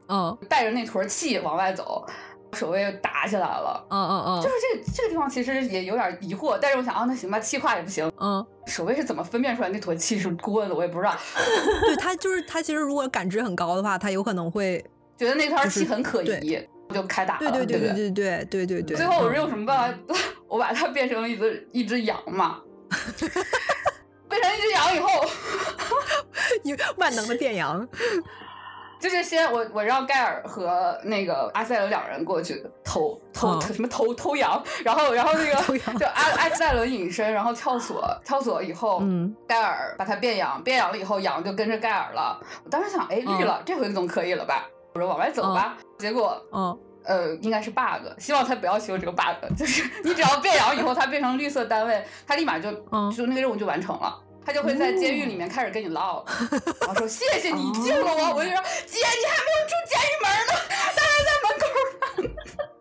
S2: 嗯
S1: 带着那坨气往外走，守卫打起来了。
S2: 嗯嗯
S1: 就是这这个地方其实也有点疑惑，但是我想啊，那行吧，气化也不行。
S2: 嗯
S1: 守卫是怎么分辨出来那坨气是顾问的？我也不知道，
S2: 嗯，对，它就是它其实如果感知很高的话，它有可能会，
S1: 觉得那团
S2: 就是
S1: 气很可疑，就开打
S2: 对
S1: 了，
S2: 对
S1: 对
S2: 对
S1: 不
S2: 对对对对对对。
S1: 最后我是
S2: 嗯
S1: 用什么办法？ 我把它变成一只一只羊 嘛，变成一只羊以后，
S2: 有万能的电羊，
S1: 就是先我我让盖尔和那个阿塞伦两人过去偷偷、
S2: 嗯
S1: 什么偷偷羊，然后然后那
S2: 偷
S1: 个
S2: 羊
S1: 就阿阿塞伦隐身，然后撬锁，撬锁以后，
S2: 嗯
S1: 盖尔把它变羊，变羊了以后羊就跟着盖尔了。我当时想，哎，绿
S2: 嗯
S1: 了，这回总可以了吧？我说往外走吧。结果
S2: 嗯
S1: 呃，应该是 bug，希望他不要修这个 bug。就是 你只要变羊以后，它变成绿色单位，它立马就、
S2: 嗯哦
S1: 就那个任务就完成了。他就会在监狱里面开始跟你 唠，然后说谢谢你救了我，我就说姐你还没有出监狱门呢，当然在门口 呢。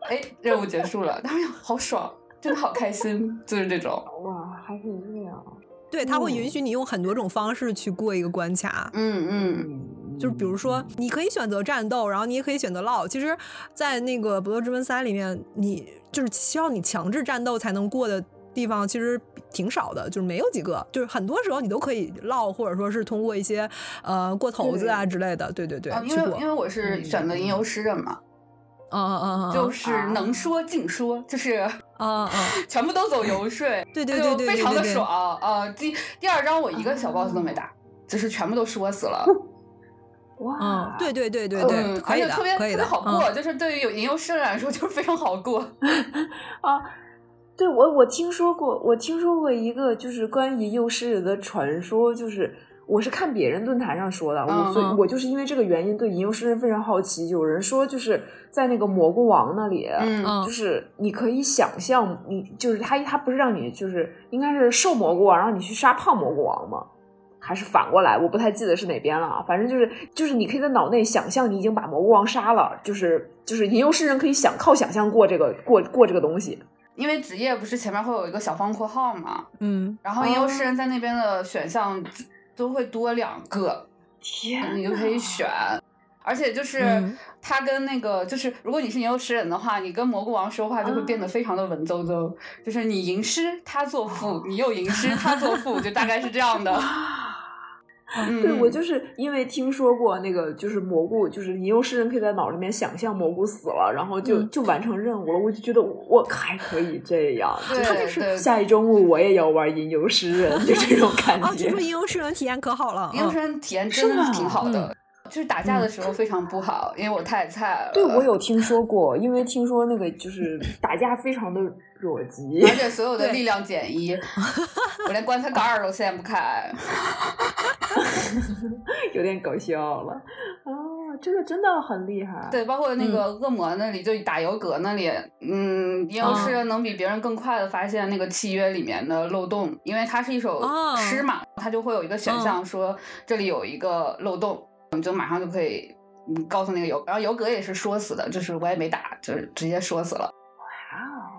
S1: 哎，任务结束了，当时想好爽，真的好开心，就是这种，
S3: 哇，还可以这样，
S2: 对，它会允许你用很多种方式去过一个关卡。
S1: 嗯嗯，
S3: 嗯
S2: 就是比如说，你可以选择战斗，然后你也可以选择唠。其实，在那个《搏斗之门三》里面，你就是需要你强制战斗才能过的地方，其实挺少的，就是没有几个。就是很多时候你都可以唠，或者说是通过一些呃过头子啊之类的，对对对，
S1: 啊，因
S2: 去过
S1: 为因。为我是选的吟游诗人嘛，
S2: 嗯嗯嗯嗯，
S1: 就是能说尽说，就是
S2: 嗯嗯嗯，
S1: 全部都走游说，
S2: 对对对
S1: 就
S2: 对，
S1: 非常的
S2: 对对
S1: 爽。呃，第第二章我一个小 boss 都没打，就是全部都说死了。
S2: 嗯
S3: 哇，，
S2: 对对对对
S1: 嗯
S2: 对，可
S1: 而
S2: 以
S1: 且
S2: 的，
S1: 特别
S2: 可
S1: 特
S2: 以
S1: 别
S2: 的，嗯
S1: 好过，就是对于有吟游诗人来说就是非常好过。
S3: 对我我听说过，我听说过一个就是关于幼师人的传说，就是我是看别人论坛上说的，
S1: 嗯
S3: 我所以
S2: 嗯
S3: 我就是因为这个原因对吟游诗人非常好奇。有人说就是在那个蘑菇王那里，
S1: 嗯
S2: 嗯
S3: 就是你可以想象，你就是他他不是让你就是应该是瘦蘑菇王让你去杀胖蘑菇王吗？还是反过来，我不太记得是哪边了啊。反正就是就是你可以在脑内想象你已经把蘑菇王杀了，就是就是吟游诗人可以想靠想象过这个过过这个东西。
S1: 因为职业不是前面会有一个小方括号嘛，
S2: 嗯
S1: 然后吟游诗
S3: 哦
S1: 人在那边的选项都会多两个，
S3: 天
S1: 你就
S3: 啊
S1: 可以选。而且就是
S2: 嗯
S1: 他跟那个，就是如果你是吟游诗人的话，你跟蘑菇王说话就会
S3: 啊
S1: 变得非常的文绉绉，就是你吟诗，他作赋；你又吟诗，他作赋，就大概是这样的。嗯，
S3: 对，我就是因为听说过那个，就是蘑菇，就是吟游诗人可以在脑里面想象蘑菇死了，然后就、
S2: 嗯
S3: 就完成任务了。我就觉得我还可以这样，
S1: 对
S3: 就是
S1: 对
S3: 下一周末我也要玩吟游诗人，就这 种感
S1: 哦
S2: 啊，
S3: 觉
S2: 听说。吟游诗人体验可好 了，
S1: 吟游
S2: 嗯
S1: 诗人体验真的
S3: 是
S1: 是
S3: 吗嗯
S1: 挺好的，就是打架的时候非常不好，因为我太菜了。
S3: 对，我。有听说过，因为听说那个就是打架非常的裸急
S1: 而且所有的
S2: 对
S1: 力量减一，我连棺材盖儿都掀不开。
S3: 有点搞笑了。哦，这个真的很厉害。
S1: 对，包括那个
S2: 嗯
S1: 恶魔那里，就打油格那里，嗯，吟游诗
S2: 哦
S1: 人能比别人更快的发现那个契约里面的漏洞，因为它是一首
S2: 哦嗯
S1: 诗嘛，它就会有一个选项说这里有一个漏洞，你就马上就可以嗯告诉那个油，然后油格也是说死的，就是我也没打，就是直接说死了。
S3: 哇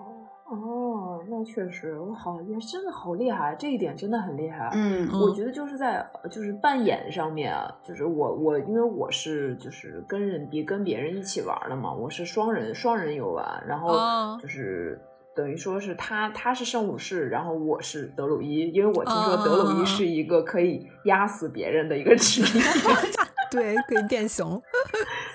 S3: 哦，哦，那确实，我好也真的好厉害，这一点真的很厉害。
S1: 嗯
S3: 我
S2: 嗯
S3: 觉得就是在呃就是扮演上面啊，就是我我因为我是就是跟人别跟别人一起玩儿的嘛，我是双人双人游玩，然后
S2: 哦
S3: 就是。等于说是他，他是圣武士，然后我是德鲁伊，因为我听说德
S2: 哦
S3: 鲁伊是一个可以压死别人的一个职业，
S2: 对，可以变形。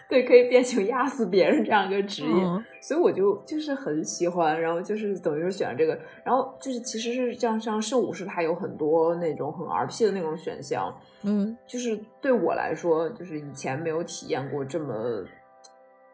S3: 对，可以变成压死别人这样一个职业，
S2: 嗯
S3: 所以我就就是很喜欢，然后就是等于是选了这个，然后就是其实是像像圣武士，它有很多那种很 RP 的那种选项，
S2: 嗯
S3: 就是对我来说，就是以前没有体验过这么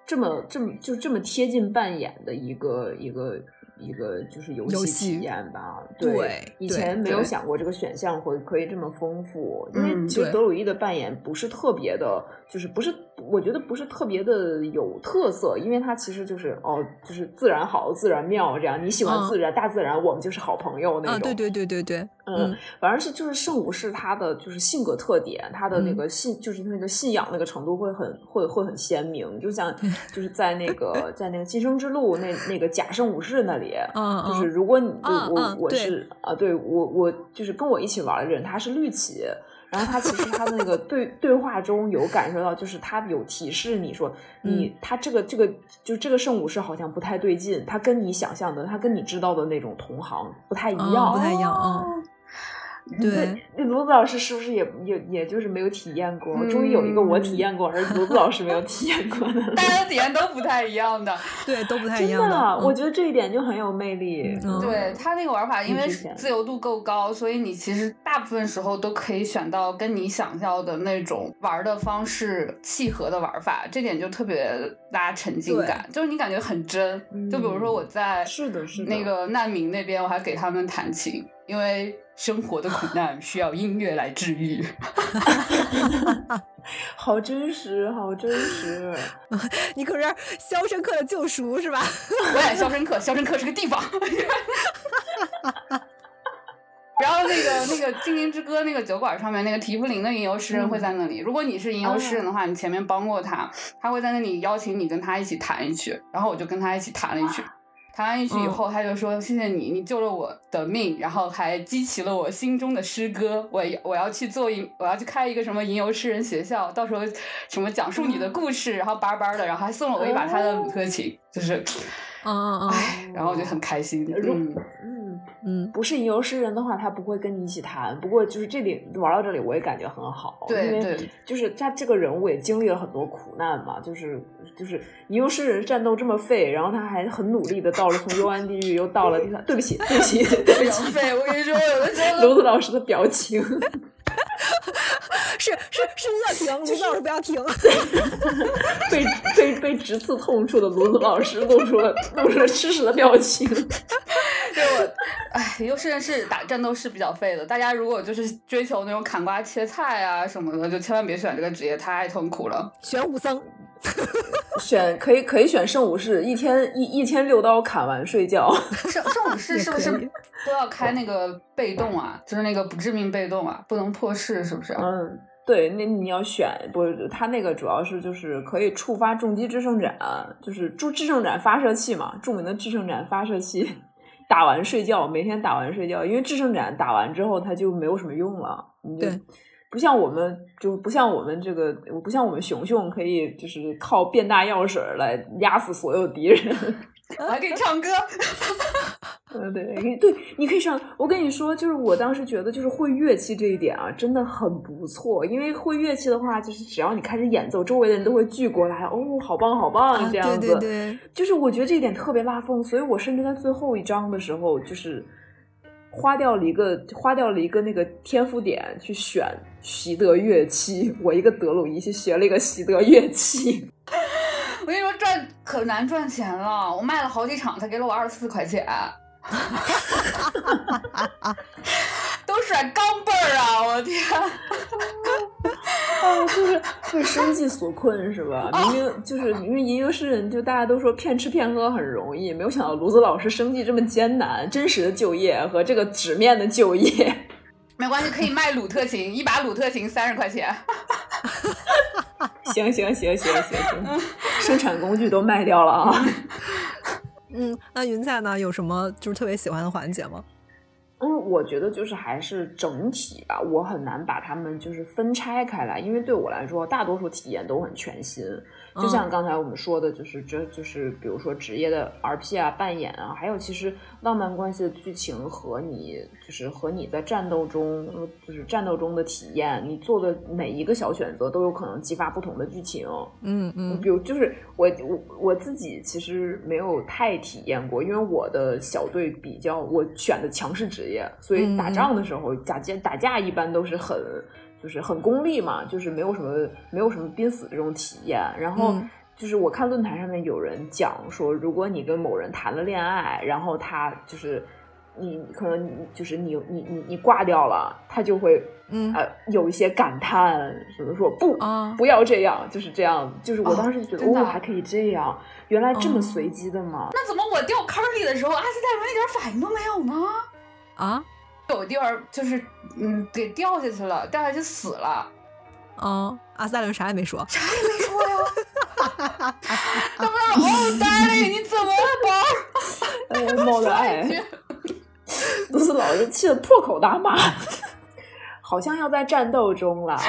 S3: 这么这么就这么贴近扮演的一个一个一个就是游
S2: 游戏
S3: 戏体验吧。
S2: 对
S3: 以
S2: 对
S3: 前没有
S1: 对
S3: 想过这个选项会可以这么丰富，因为
S1: 嗯
S3: 其实
S2: 对
S3: 德鲁伊的扮演不是特别的，就是不是我觉得不是特别的有特色，因为它其实就是哦，就是自然好，自然妙这样，你喜欢
S2: 嗯
S3: 自然、大自然，我们就是好朋友那种。
S2: 啊，对对对对对，
S3: 嗯
S2: 嗯，
S3: 反而是就是圣武士他的就是性格特点，他的那
S2: 嗯
S3: 个信、就是那个信仰那个程度会很会会很鲜明，就 像就是在那个在那个今生之路那那个假圣武士那里。
S2: 嗯
S3: 就是
S2: 嗯
S3: 如果你对
S2: 嗯
S3: 我、
S2: 嗯
S3: 我
S2: 对
S3: 是啊，对我我就是跟我一起玩的人，他是绿旗，然后他其实他的那个对对话中有感受到，就是他有提示你说
S2: 嗯
S3: 你、他这个这个就这个圣武士好像不太对劲，他跟你想象的，他跟你知道的那种同行不太一
S2: 嗯
S3: 样，
S2: 不太一样
S1: 哦
S2: 啊对，
S3: 那卢子老师是不是也也也就是没有体验过？
S1: 嗯，
S3: 终于有一个我体验过，而卢子老师没有体验 过的
S1: 大家的体验都不太一样的。
S2: 对都不太一
S3: 真的，
S2: 样的，
S3: 我觉得这一点就很有魅力。
S2: 嗯
S1: 对它那个玩法，因为
S3: 挺值钱
S1: 自由度够高，所以你其实大部分时候都可以选到跟你想要的那种玩的方式契合的玩法，这点就特别拉沉浸感，就是你感觉很真。
S3: 嗯
S1: 就比如说我在
S3: 是的，是的，
S1: 那个难民那边，我还给他们弹琴，因为生活的苦难需要音乐来治愈。
S3: 好真实，好真实。
S2: 你可是《肖申克的救赎》是吧？
S1: 我演肖申克，肖申克是个地方。 然后那个那个《精灵之歌》那个酒馆上面那个提夫林的吟游诗人会在那里。如果你是吟游诗人的话，你前面帮过他，他会在那里邀请你跟他一起弹一曲。然后我就跟他一起弹了一曲，弹完一曲以后，他就说：“谢谢你，你救了我的命，然后还激起了我心中的诗歌。我我要去做一，我要去开一个什么吟游诗人学校，到时候什么讲述你的故事，然后叭叭的，然后还送了我一把他的鲁特琴，就是。”
S2: 嗯嗯嗯
S1: 然后我就很开心。
S3: 如
S1: 嗯，
S3: 嗯，
S2: 嗯，
S3: 不是吟游诗人的话，他不会跟你一起谈。不过就是这里玩到这里，我也感觉很好，因
S1: 对
S3: 为
S1: 对，
S3: 就是他这个人物也经历了很多苦难嘛，就是就是吟游诗人战斗这么废，然后他还很努力的到了从幽暗地狱又到了第三，对不起，对不起， 对不
S1: 养
S3: 起，
S1: 肺。我跟你说，有的时候
S3: 卢子老师的表情，
S2: 是是是不要 停，卢子老师不要停，
S3: 被被被直刺痛处的卢子老师露出了露出了吃屎的表情。
S1: 对我，哎，优势是打战斗是比较废的。大家如果就是追求那种砍瓜切菜啊什么的，就千万别选这个职业，太痛苦 了。
S2: 选武僧，
S3: 选可以可以选圣武士，一天一一天六刀砍完睡觉。
S1: 圣圣武士
S2: 也
S1: 是不
S2: 可
S1: 是
S2: 以
S1: 都要开那个被动啊？就是那个不致命被动啊，不能破事，是不是？
S3: 嗯，对，那你要选不是他那个主要是就是可以触发重击制胜斩，就是助制胜斩发射器嘛，著名的制胜斩发射器。打完睡觉，每天打完睡觉，因为制胜斩打完之后它就没有什么用了。你就
S2: 对，
S3: 不像我们就不像我们这个，不像我们熊熊可以就是靠变大药水儿来压死所有敌人。
S1: 我还可以唱歌，
S3: 嗯，对，你对，你可以上。我跟你说，就是我当时觉得，就是会乐器这一点啊，真的很不错。因为会乐器的话，就是只要你开始演奏，周围的人都会聚过来，哦，好棒，好棒，
S2: 啊
S3: 这
S2: 对
S3: 样子。
S2: 对对，
S3: 就是我觉得这一点特别拉风，所以我甚至在最后一章的时候，就是花掉了一个花掉了一个那个天赋点去选习得乐器，我一个德鲁伊去学了一个习得乐器。
S1: 我跟你说赚可难赚钱了。我卖了好几场，他给了我二十四块 钱。 都甩钢镚儿啊！我的天。
S3: 啊，就是被生计所困是吧？明明就是因为吟游诗人，就大家都说骗吃骗喝很容易，没有想到卢子老师生计这么艰难，真实的就业和这个纸面的就业。
S1: 没关系，可以卖鲁特 琴，一把鲁特琴三十块钱。
S3: 行行行行行行，生产工具都卖掉了啊。
S2: 嗯，那云彩呢？有什么就是特别喜欢的环节吗？
S3: 嗯，我觉得就是还是整体吧，我很难把它们就是分拆开来，因为对我来说，大多数体验都很全新。就像刚才我们说的，就是这就是比如说职业的 RP 啊、扮演啊，还有其实浪漫关系的剧情和你就是和你在战斗中，呃就是战斗中的体验，你做的每一个小选择都有可能激发不同的剧情。
S2: 嗯嗯
S3: 比如就是我我我自己其实没有太体验过，因为我的小队比较我选的强势职业，所
S2: 嗯
S3: 以打仗的时候打架打架一般都是很就是很功利嘛，就是没有什么没有什么濒死的这种体验。然后
S2: 嗯
S3: 就是我看论坛上面有人讲说，如果你跟某人谈了恋爱，然后他就是你可能你就是你你你你挂掉了，他就会
S2: 嗯
S3: 呃有一些感叹，什么说不
S2: 啊
S3: 不要这样，就是这样，就是我
S2: 哦
S3: 当时就觉得
S1: 真的
S3: 哦，
S1: 啊
S3: 还可以这样，原来这
S2: 哦
S3: 么随机的吗？
S1: 那怎么我掉坑里的时候，阿斯泰伦一点反应都没有呢？
S2: 啊
S1: 有地儿就是嗯给掉下去了，掉下去死了。
S2: 啊！阿斯大伦啥也没 说，
S1: 没说呀， 他们说哦，darling，你怎么了，宝
S3: 哎呀，冒的
S1: 儿？
S3: 爱，都是老人气得破口大骂， 好像要在战斗中啊啦，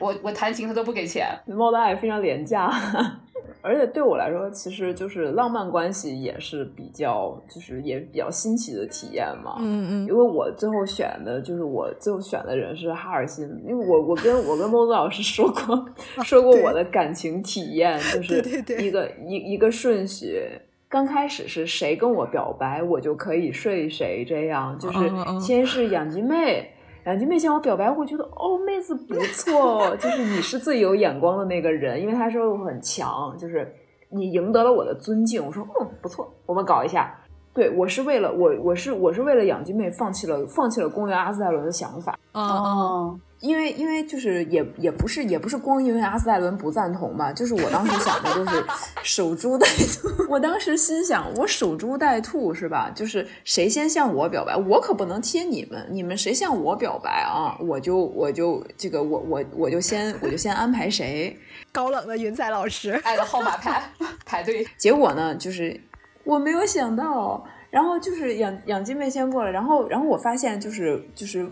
S1: 我我弹琴他都不给钱，
S3: 冒的爱非常廉价。 而且对我来说，其实就是浪漫关系也是比较，就是也比较新奇的体验嘛。
S2: 嗯
S3: 因为我最后选的就是我最后选的人是哈尔滨，因为我我跟我跟孟子老师 说过说过
S2: 啊对
S3: 我的感情体 验，就
S2: 对
S3: 是
S2: 对对
S3: 一个一一个顺序。刚开始是谁跟我表白，我就可以睡谁，这样就是
S2: 嗯嗯
S3: 先是养鸡妹，养鸡妹向我表白，我觉得哦，妹子不错 哦，就是你是最有眼光的那个人，因为她说我很强，就是你赢得了我的尊敬。我说嗯，不错，我们搞一下。对我是为了我我是我是为了养鸡妹放弃了放弃了攻略阿斯泰伦的想法，
S2: 嗯啊
S1: 哦，
S3: 因为因为就是也也不是也不是光因为阿斯泰伦不赞同吧，就是我当时想的就是守株待兔， 我当时心想我守株待兔是吧？就是谁先向我表白，我可不能贴你们，你们谁向我表白啊，我就我就这个我我我就先我就先安排谁，
S2: 高冷的云彩老师，
S1: 爱的号码牌 排队，
S3: 结果呢，就是我没有想到，然后就是养养鸡妹先过来，然后然后我发现就是就是，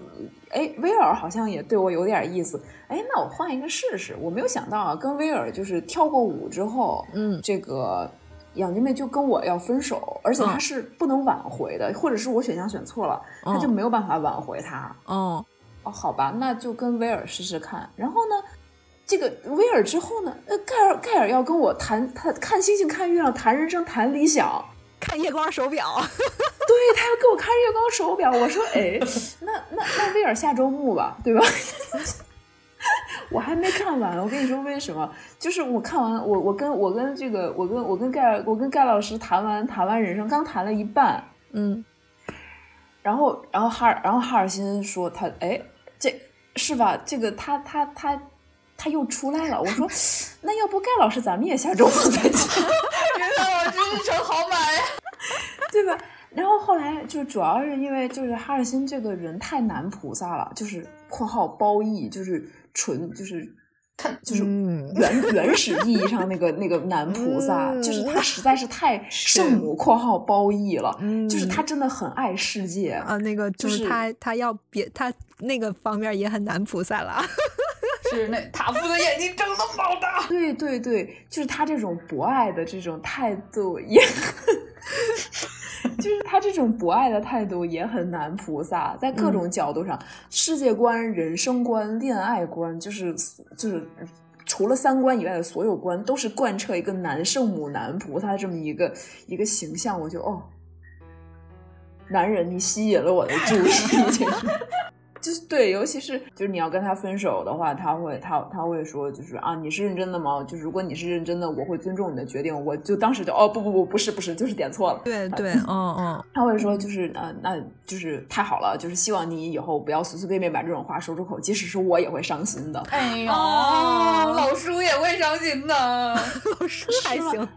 S3: 哎，威尔好像也对我有点意思，哎，那我换一个试试。我没有想到啊，跟威尔就是跳过舞之后，
S2: 嗯
S3: 这个养鸡妹就跟我要分手，而且
S2: 嗯
S3: 她是不能挽回的，或者是我选项选错了，她就
S2: 嗯
S3: 没有办法挽回他。
S2: 哦
S3: 哦，好吧，那就跟威尔试试看。然后呢，这个威尔之后呢，呃，盖尔盖尔要跟我谈他看星星、看月亮、谈人生、谈理想。
S2: 看夜光手表，
S3: 对他要给我看月光手表，我说哎，那那那威尔下周末吧，对吧？ 我还没看完，我跟你说为什么？就是我看完，我我跟我跟这个我跟我跟盖尔我跟盖老师谈完谈完人生，刚谈了一半，
S2: 嗯
S3: 然后，然后哈尔，然后哈尔辛说他，哎，这是吧？这个他他他他又出来了。我说，那要不盖老师咱们也下周末再见，
S1: 云彩老师日程好满呀。
S3: 对吧？然后后来就主要是因为就是哈尔辛这个人太男菩萨了，就是（括号褒义），就是纯就是
S1: 他
S3: 就是
S2: 嗯
S3: 原原始意义上那个那个男菩萨，
S2: 嗯
S3: 就是他实在是太圣母（括号褒义）了，
S2: 嗯
S3: 就是他真的很爱世界
S2: 啊，那个就
S3: 就是是
S2: 他他要别他那个方面也很难菩萨了，
S1: 是那塔夫的眼睛睁得老大，
S3: 对对对，就是他这种博爱的这种态度也很， 就是他这种博爱的态度也很难菩萨，在各种角度上，世界观、人生观、恋爱观，就是就是除了三观以外的所有观，都是贯彻一个男圣母、男菩萨这么一个一个形象。我就哦，男人，你吸引了我的注意。这个就是对，尤其是就是你要跟他分手的话，他会他他会说就是啊，你是认真的吗？就是如果你是认真的，我会尊重你的决定。我就当时就哦不不不不是不是，就是点错了。
S2: 对 对，嗯嗯
S3: 他会说就是呃那就是太好了，就是希望你以后不要随随便便把这种话说出口，即使是我也会伤心的。
S1: 哎呦，
S2: 哦
S1: 老叔也会伤心的。
S2: 老师还
S3: 吗
S2: 行，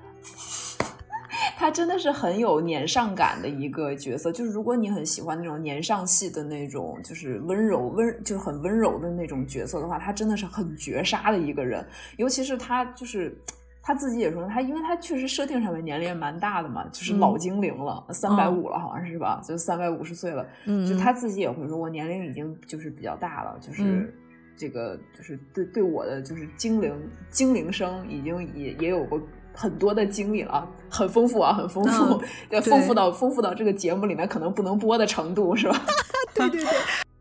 S3: 他真的是很有年上感的一个角色，就是如果你很喜欢那种年上系的那种，就是温柔温，就是很温柔的那种角色的话，他真的是很绝杀的一个人。尤其是他就是他自己也说他，因为他确实设定上面年龄也蛮大的嘛，就是老精灵了，三百五了，好像是吧？就三百五十岁了，
S2: 嗯
S3: 就他自己也会说，我年龄已经就是比较大了，就是。
S2: 嗯
S3: 这个就是对对我的就是精灵精灵声已经也也有过很多的经历了啊，很丰富啊，很丰富，
S2: 嗯
S3: 对，丰富到丰富到这个节目里面可能不能播的程度是吧？
S2: 对对对，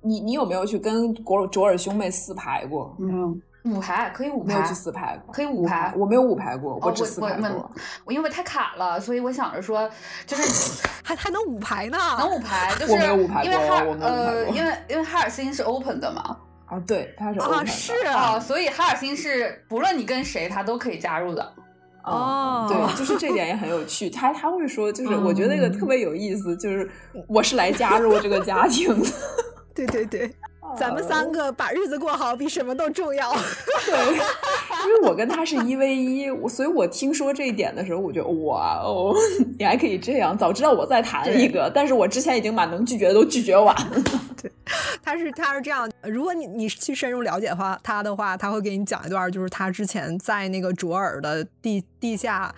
S3: 你你有没有去跟果卓尔兄妹撕牌过？
S1: 没有嗯五排可以五
S3: 没有去
S1: 排，
S3: 撕牌过，
S1: 可以五排。
S3: 我没有五排过，
S1: 我
S3: 只撕牌
S1: 我
S3: 过。
S1: 我因为太卡了，所以我想着说，就是
S2: 还还能五排呢，
S1: 能五排，就是
S3: 我没有五排
S1: 因为
S3: 过
S1: 哈尔
S3: 我没有五排
S1: 呃，
S3: 过
S1: 因为因为哈尔滨是 open 的嘛，
S3: 啊，对，他是 open
S2: 啊
S3: 的哦
S2: 是
S1: 啊，
S2: 啊，
S1: 所以哈尔滨是不论你跟谁，他都可以加入的。
S2: 哦
S3: 对，就是这点也很有趣。他他会说，就是
S2: 嗯
S3: 我觉得这个特别有意思，就是我是来加入这个家庭的。
S2: 对对对， 咱们三个把日子过好比什么都重要。
S3: 对，因为我跟他是一 v 一，我所以我听说这一点的时候，我觉得哇哦，你还可以这样，早知道我再谈一个，但是我之前已经把能拒绝的都拒绝完了。
S2: 他是他是这样，如果你你去深入了解的话，他的话，他会给你讲一段，就是他之前在那个卓尔的地地下，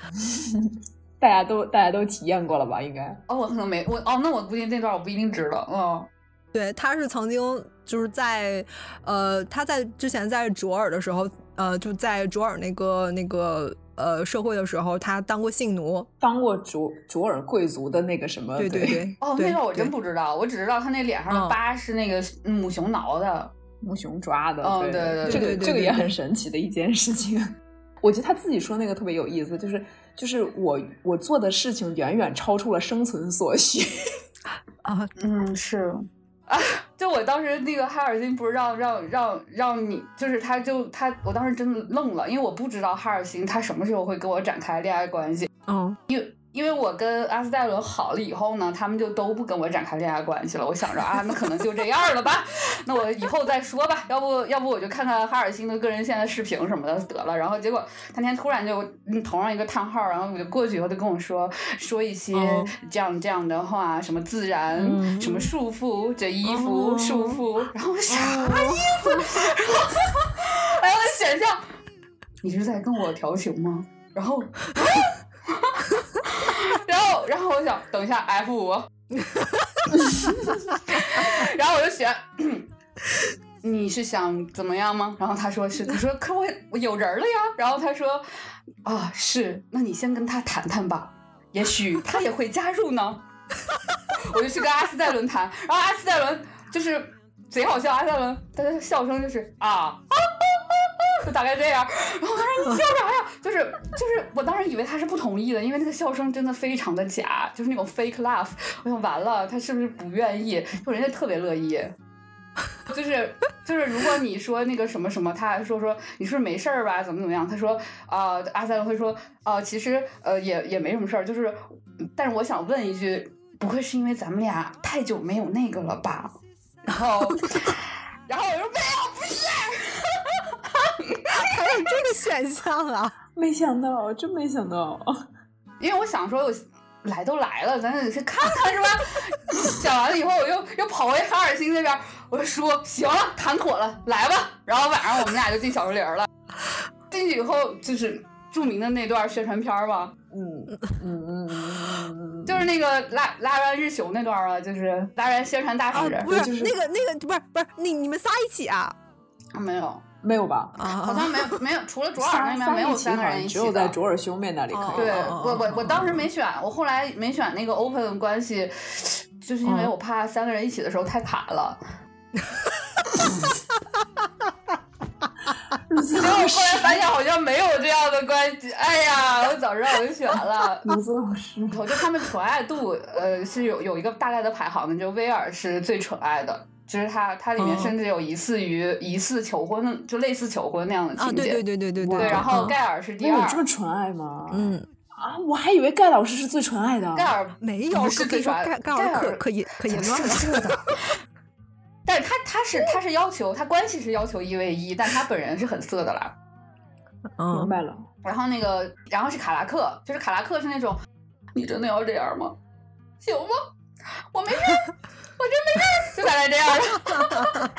S3: 大家都大家都体验过了吧？应该
S1: 哦，我可能没我哦，那我估计那段我不一定知道。嗯，
S2: 对，他是曾经就是在呃，他在之前在卓尔的时候，呃，就在卓尔那个那个呃社会的时候，他当过性奴，
S3: 当过卓卓尔贵族的那个什么？
S2: 对啊对对，
S1: 哦，
S2: 对
S1: 那段我真
S2: 对
S1: 不知道，我只知道他那脸上
S2: 嗯
S1: 的疤是那个母熊挠的。
S3: 母熊抓的。
S1: 嗯对对
S3: 这
S2: 对
S3: 个
S2: 对
S3: 这个
S2: 对
S3: 也
S2: 对
S3: 很神奇的一件事情。 我觉得他自己说那个特别有意思，就是就是我我做的事情远远超出了生存所需。
S2: 啊，
S1: 嗯，是。啊，就我当时那个哈尔滨不是让让让让你，就是他就他，我当时真的愣了，因为我不知道哈尔滨他什么时候会跟我展开恋爱关系，
S2: 嗯，
S1: 因为我跟阿斯戴伦好了以后呢，他们就都不跟我展开恋爱关系了。我想着啊，那可能就这样了吧， 那我以后再说吧。要不，要不我就看看哈尔滨的个人现在视频什么的得了。然后结果那天突然就嗯头上一个叹号，然后我就过去以后就跟我说说一些
S2: 哦
S1: 这样这样的话，什么自然，
S2: 嗯
S1: 什么束缚，这衣服、
S2: 哦
S1: 束缚，然后我啊啥意思？然后然后 我选项，你是在跟我调情吗？然后。然后，然后我想等一下 F 五， 然后我就选。你是想怎么样吗？然后他说是，他说可我我有人了呀。然后他说啊是，那你先跟他谈谈吧，也许他也会加入呢。我就去跟阿斯戴伦谈，然后阿斯戴伦就是贼好笑，阿斯戴伦他的笑声就是啊就大概这样。然后我当时你笑啥呀？就是就是，我当时以为他是不同意的，因为那个笑声真的非常的假，就是那种 fake laugh。我想完了，他是不是不愿意？就人家特别乐意。就是就是，如果你说那个什么什么，他还说说你是不是没事儿吧，怎么怎么样？他说啊、阿三会说啊、其实呃也也没什么事儿，就是，但是我想问一句，不会是因为咱们俩太久没有那个了吧？ 然后 然后我说没有，不是。
S2: 还有这个选项 啊，
S3: 没想到，真没想到，
S1: 因为我想说，我来都来了，咱得去看看是吧？ 讲完了以后，我又又跑回哈尔滨那边，我就说行了，谈妥了，来吧。然后晚上我们俩就进小树林了。进去以后就是著名的那段宣传片儿吧，
S3: 嗯嗯嗯嗯嗯嗯，
S1: 就是那个拉拉然日雄那段儿啊，就是拉然宣传大
S2: 啊
S1: 使。
S2: 不是、
S3: 就是
S2: 那个那个不是不是你你们仨一起啊
S1: 没有，
S3: 没 有吧？
S2: 啊
S1: 好
S2: 啊
S1: 像没有没有，除了卓尔
S3: 仨
S1: 那边没有
S3: 一起
S1: 三个
S3: 好像
S1: 人一起
S3: 只
S1: 的。
S3: 有在卓尔兄妹那里可以。。
S1: 对
S2: 哦
S1: 我我我当时
S2: 哦
S1: 没选，我后来没选那个 open 关系，就是因为
S2: 嗯
S1: 我怕三个人一起的时候太卡了。
S2: 哦
S1: 结果我后来发现好像没有这样的关系，哎呀，我早知道我就选了
S3: 卢子老师，
S1: 我觉得他们纯爱度，呃，是有有一个大概的排行的，就威尔是最纯爱的，就是他他里面
S2: 哦
S1: 甚至有疑似于疑似求婚，就类似求婚那样的情
S2: 啊
S1: 节。
S2: 对对对对对
S1: 对然后
S2: 嗯
S1: 盖尔是
S3: 你
S1: 第
S3: 有
S1: 二，
S3: 这么纯爱吗？
S2: 嗯。
S3: 啊，我还以为盖老师是最纯爱的。
S1: 盖尔
S2: 没有，
S1: 是
S2: 可以
S1: 最
S2: 说
S1: 纯爱
S2: 盖
S1: 的
S2: 盖
S1: 盖
S2: 尔可
S1: 尔
S2: 可以 可以乱
S1: 是
S2: 了，
S1: 是的。但是他他是他是要求他关系是要求一 v 一，但他本人是很色的啦。
S3: 明
S2: 嗯，
S3: 白了，
S1: 然后那个然后是卡拉克，就是卡拉克是那种，你真的要这样吗？行吗？ 我没事儿，我真没事儿，就大概这样。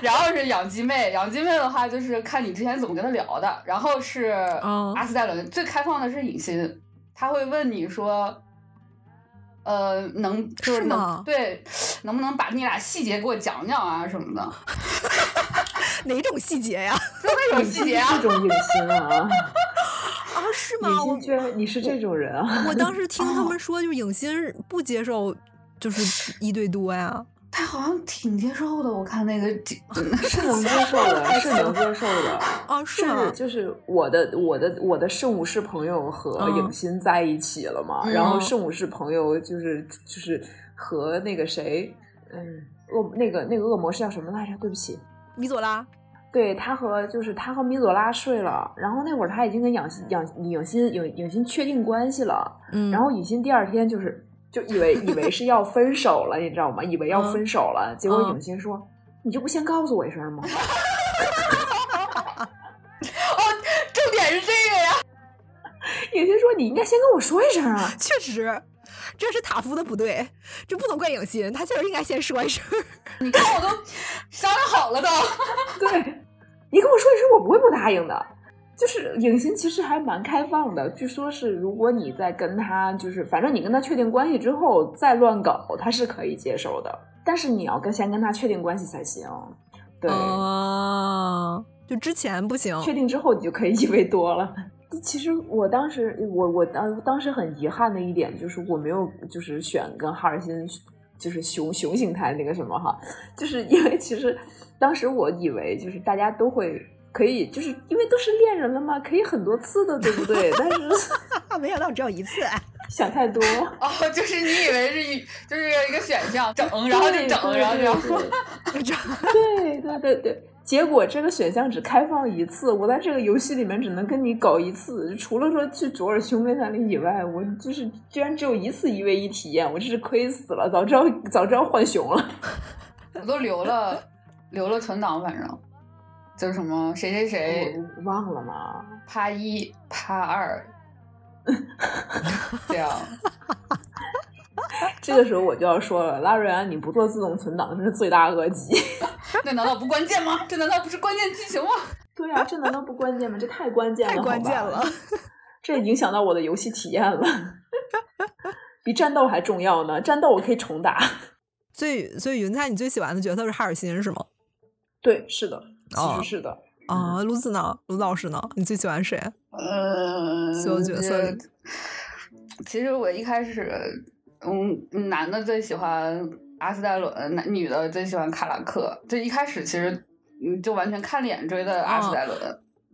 S1: 然后是养鸡妹，养鸡妹的话就是看你之前怎么跟她聊的。然后是
S2: 嗯
S1: 阿斯戴伦，最开放的是影心，他会问你说，呃，能就是
S2: 是
S1: 能
S2: 吗
S1: 对，能不能把你俩细节给我讲讲啊什么的，
S2: 哪种细节呀？
S1: 真的有细节啊
S3: 这。种隐 心啊，
S2: 啊，是吗？
S3: 隐
S2: 我
S3: 心居然你是这种人啊？
S2: 我当时听他们说，就是影星不接受， 就是一对多呀。
S1: 他好像挺接受的，我看那个 几
S3: 是能接受的，是能接受的。
S2: 啊，是
S3: 甚
S2: 吗
S3: 至？就是我的我的我的圣武士朋友和
S2: 嗯
S3: 影心在一起了嘛，
S1: 嗯
S3: 然后圣武士朋友就是就是和那个谁，嗯，恶那个那个恶魔是叫什么来着？对不起，
S2: 米佐拉
S3: 对他和就是他和米佐拉睡了，然后那会儿他已经跟养养影心影影心确定关系了，
S2: 嗯，
S3: 然后影心第二天就是就以为以为是要分手了，你知道吗？以为要
S2: 嗯
S3: 分手了，结果
S2: 嗯
S3: 影心说：“你就不先告诉我一声吗？”
S1: 重点是这个呀，
S3: 影心说：“你应该先跟我说一声啊。”
S2: 确实，这是塔夫的不对，这不能怪影星，他确实应该先说一声。
S1: 你看我都商量好了都。
S3: 对，你跟我说一声，我不会不答应的。就是影星其实还蛮开放的，据说是如果你在跟他就是，反正你跟他确定关系之后再乱搞，他是可以接受的。但是你要跟先跟他确定关系才行，对，
S2: 哦，就之前不
S1: 嗯
S2: 行。
S3: 确定之后你就可以一 为多了。其实我当时，我我当当时很遗憾的一点就是我没有就是选跟哈尔滨就是熊熊形态那个什么哈，就是因为其实当时我以为就是大家都会可以，就是因为都是恋人了嘛，可以很多次的，对 不对？但是
S2: 没想到只有一次，啊
S3: 想太多，
S1: 哦，就是你以为是一就是一个选项，整，然后就
S3: 对
S1: 整，然后就
S3: 对对
S2: 这
S3: 对对对对，结果这个选项只开放一次，我在这个游戏里面只能跟你搞一次，除了说去卓尔兄妹那里以外，我就是居然只有一次一 v 一体验，我真是亏死了，早知道早知道换熊了。
S1: 我都留了留了存档，反正就是什么谁谁
S2: 哎
S1: 谁
S3: 我忘了嘛，
S1: 趴一趴 二，这样
S3: 这个时候我就要说了，拉瑞安，你不做自动存档真是罪大恶极。
S1: 那难道不关键吗？这难道不是关键剧情吗？
S3: 对啊，这难道不关键吗？这太关键了，
S2: 太关键
S3: 好吧
S2: 了。
S3: 这影响到我的游戏体验了， 比战斗还重要呢。战斗我可以重打，
S2: 所以，所以云彩，你最喜欢的角色是哈尔辛是吗？
S3: 对，是的，其
S2: 哦
S3: 实是的。
S2: 啊，卢子呢？卢老师呢？你最喜欢谁？
S1: 呃，
S2: 所有角色
S1: 这
S2: 里
S1: 其实我一开始，嗯，男的最喜欢阿斯戴伦，男女的最喜欢卡拉克。就一开始其实，嗯，就完全看脸追的阿
S2: 嗯
S1: 斯戴伦，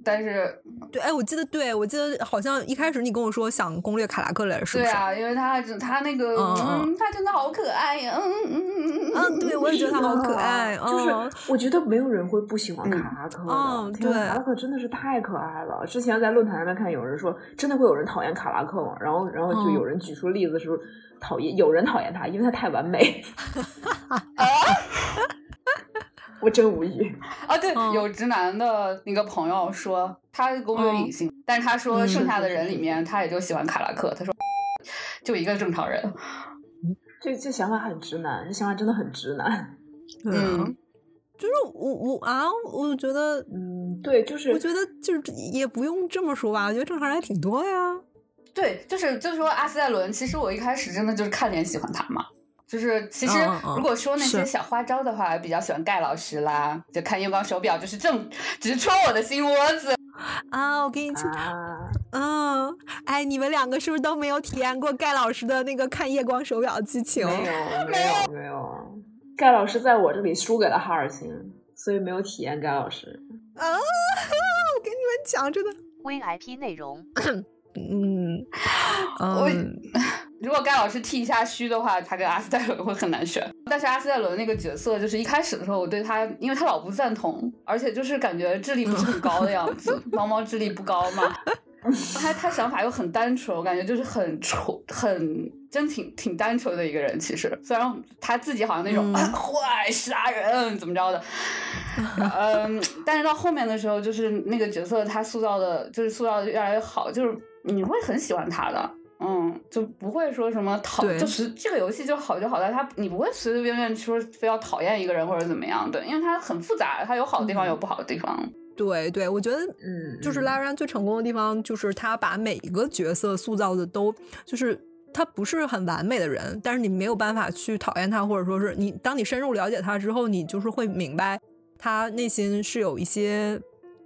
S1: 但是
S2: 对，哎，我记得，对我记得，好像一开始你跟我说想攻略卡拉克来着，是不
S1: 对
S2: 是？
S1: 啊，因为他就他那个，
S2: 嗯嗯
S1: 嗯，他真的好可爱呀，嗯嗯嗯嗯
S2: 嗯，对，我也觉得他好可 爱，嗯
S3: 就是我觉得没有人会不喜欢卡拉克的，
S2: 嗯嗯
S3: 天啊
S2: 对
S3: 卡拉克真的是太可爱了。之前在论坛上面看有人说，真的会有人讨厌卡拉克吗？然后，然后就
S2: 嗯
S3: 有人举出例子说，讨厌有人讨厌他，因为他太 完美。我真无语。
S1: 啊，对，
S2: 嗯
S1: 有直男的那个朋友说他攻略隐性，但是他说
S2: 嗯
S1: 剩下的人里面，他也就喜欢卡拉克，他说 就一个正常人，
S3: 这这想法很直男，这想法真的很直男。
S2: 对啊，就是我我啊，我觉得，
S3: 嗯，对，就是
S2: 我觉得就是也不用这么说吧，我觉得正常人还挺多呀。
S1: 对，就是就是说阿斯戴伦，其实我一开始真的就是看脸喜欢他嘛。就是其实
S2: 嗯嗯嗯
S1: 如果说那些
S2: 是
S1: 小花招的话，比较喜欢盖老师啦，就看月光手表，就是正直戳我的心窝子。
S2: 啊，我给你讲，
S3: 啊，
S2: 嗯，哎，你们两个是不是都没有体验过盖老师的那个看夜光手表的剧情？
S3: 没有，没有，没有。盖老师在我这里输给了哈尔辛，所以没有体验盖老师。
S2: 啊，我跟你们讲，真的，
S4: VIP 内容。
S2: 嗯，
S1: 我
S2: 嗯
S1: 如果盖老师剃一下须的话，他跟阿斯戴伦会很难选。但是阿斯戴伦那个角色，就是一开始的时候，我对他，因为他老不赞同，而且就是感觉智力不是很高的样子，猫猫智力不高嘛。他他想法又很单纯，我感觉就是很纯，很真挺挺单纯的一个人。其实虽然他自己好像那种、啊
S2: 嗯
S1: 坏杀人怎么着的，嗯，但是到后面的时候，就是那个角色他塑造的，就是塑造的越来越好，就是你会很喜欢他的。嗯，就不会说什么讨，
S2: 对
S1: 就是这个游戏就好就好在它，你不会随随便便说非要讨厌一个人或者怎么样，对，因为它很复杂，它有好的地方，
S2: 嗯
S1: 有不好的地方，
S2: 对对，我觉得
S3: 嗯，
S2: 就是
S3: 嗯
S2: 拉瑞安最成功的地方，就是他把每一个角色塑造的都就是。他不是很完美的人，但是你没有办法去讨厌他，或者说是你当你深入了解他之后，你就是会明白他内心是有一些，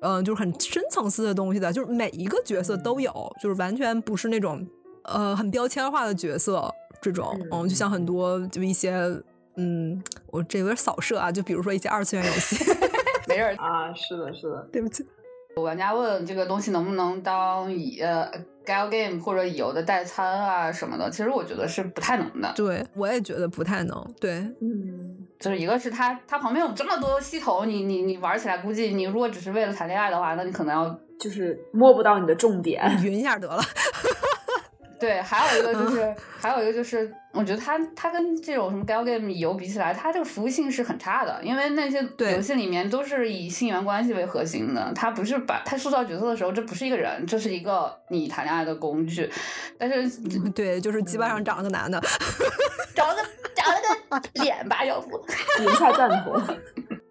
S2: 嗯、就是很深层次的东西的。就是每一个角色都有，就是完全不是那种，呃，很标签化的角色这种。
S3: 嗯
S2: 嗯，就像很多就一些，嗯，我这有点扫射啊，就比如说一些二次元游戏，
S1: 没人
S3: 啊，是的，是的，
S2: 对不起，
S1: 玩家问这个东西能不能当乙呃 gal game 或者乙游的代餐啊什么的，其实我觉得是不太能的。
S2: 对我也觉得不太能，对，
S3: 嗯，
S1: 就是一个是它它旁边有这么多系统，你你你玩起来，估计你如果只是为了谈恋爱的话，那你可能要
S3: 就是摸不到你的重点。
S2: 匀一下得了。
S1: 对，还有一个
S2: 嗯
S1: 就是，还有一个就是，我觉得它它跟这种什么 gal game 游比起来，它这个服务性是很差的，因为那些
S2: 对
S1: 游戏里面都是以性缘关系为核心的，它不是把它塑造角色的时候，这不是一个人，这是一个你谈恋爱的工具，但是
S2: 对，就是鸡巴上长了个男的，
S1: 找个找了 个脸吧，要不。
S3: 一下赞同，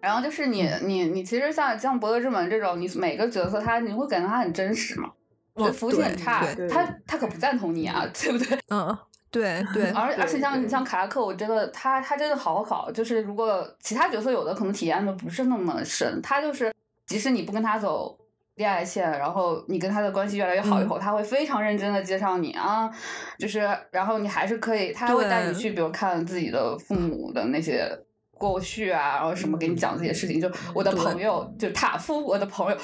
S1: 然后就是你
S2: 嗯
S1: 你你其实像像《博德之门》这种，你每个角色他你会感觉他很真实嘛，就
S2: 嗯
S1: 服务性很
S2: 对
S1: 差
S2: 对，
S3: 对
S1: 他他可不赞同你啊，对不对？
S2: 嗯，对对
S1: 而而且像
S3: 对
S1: 你像卡拉克，我真的他他真的好好，就是如果其他角色有的可能体验的不是那么深，他就是即使你不跟他走恋爱线，然后你跟他的关系越来越好以后，他会非常认真的介绍你啊，就是然后你还是可以，他会带你
S2: 对
S1: 去，比如看自己的父母的那些。过去啊，然后什么给你讲这些事情，就我的
S2: 对
S1: 朋友，就塔夫，我的朋友，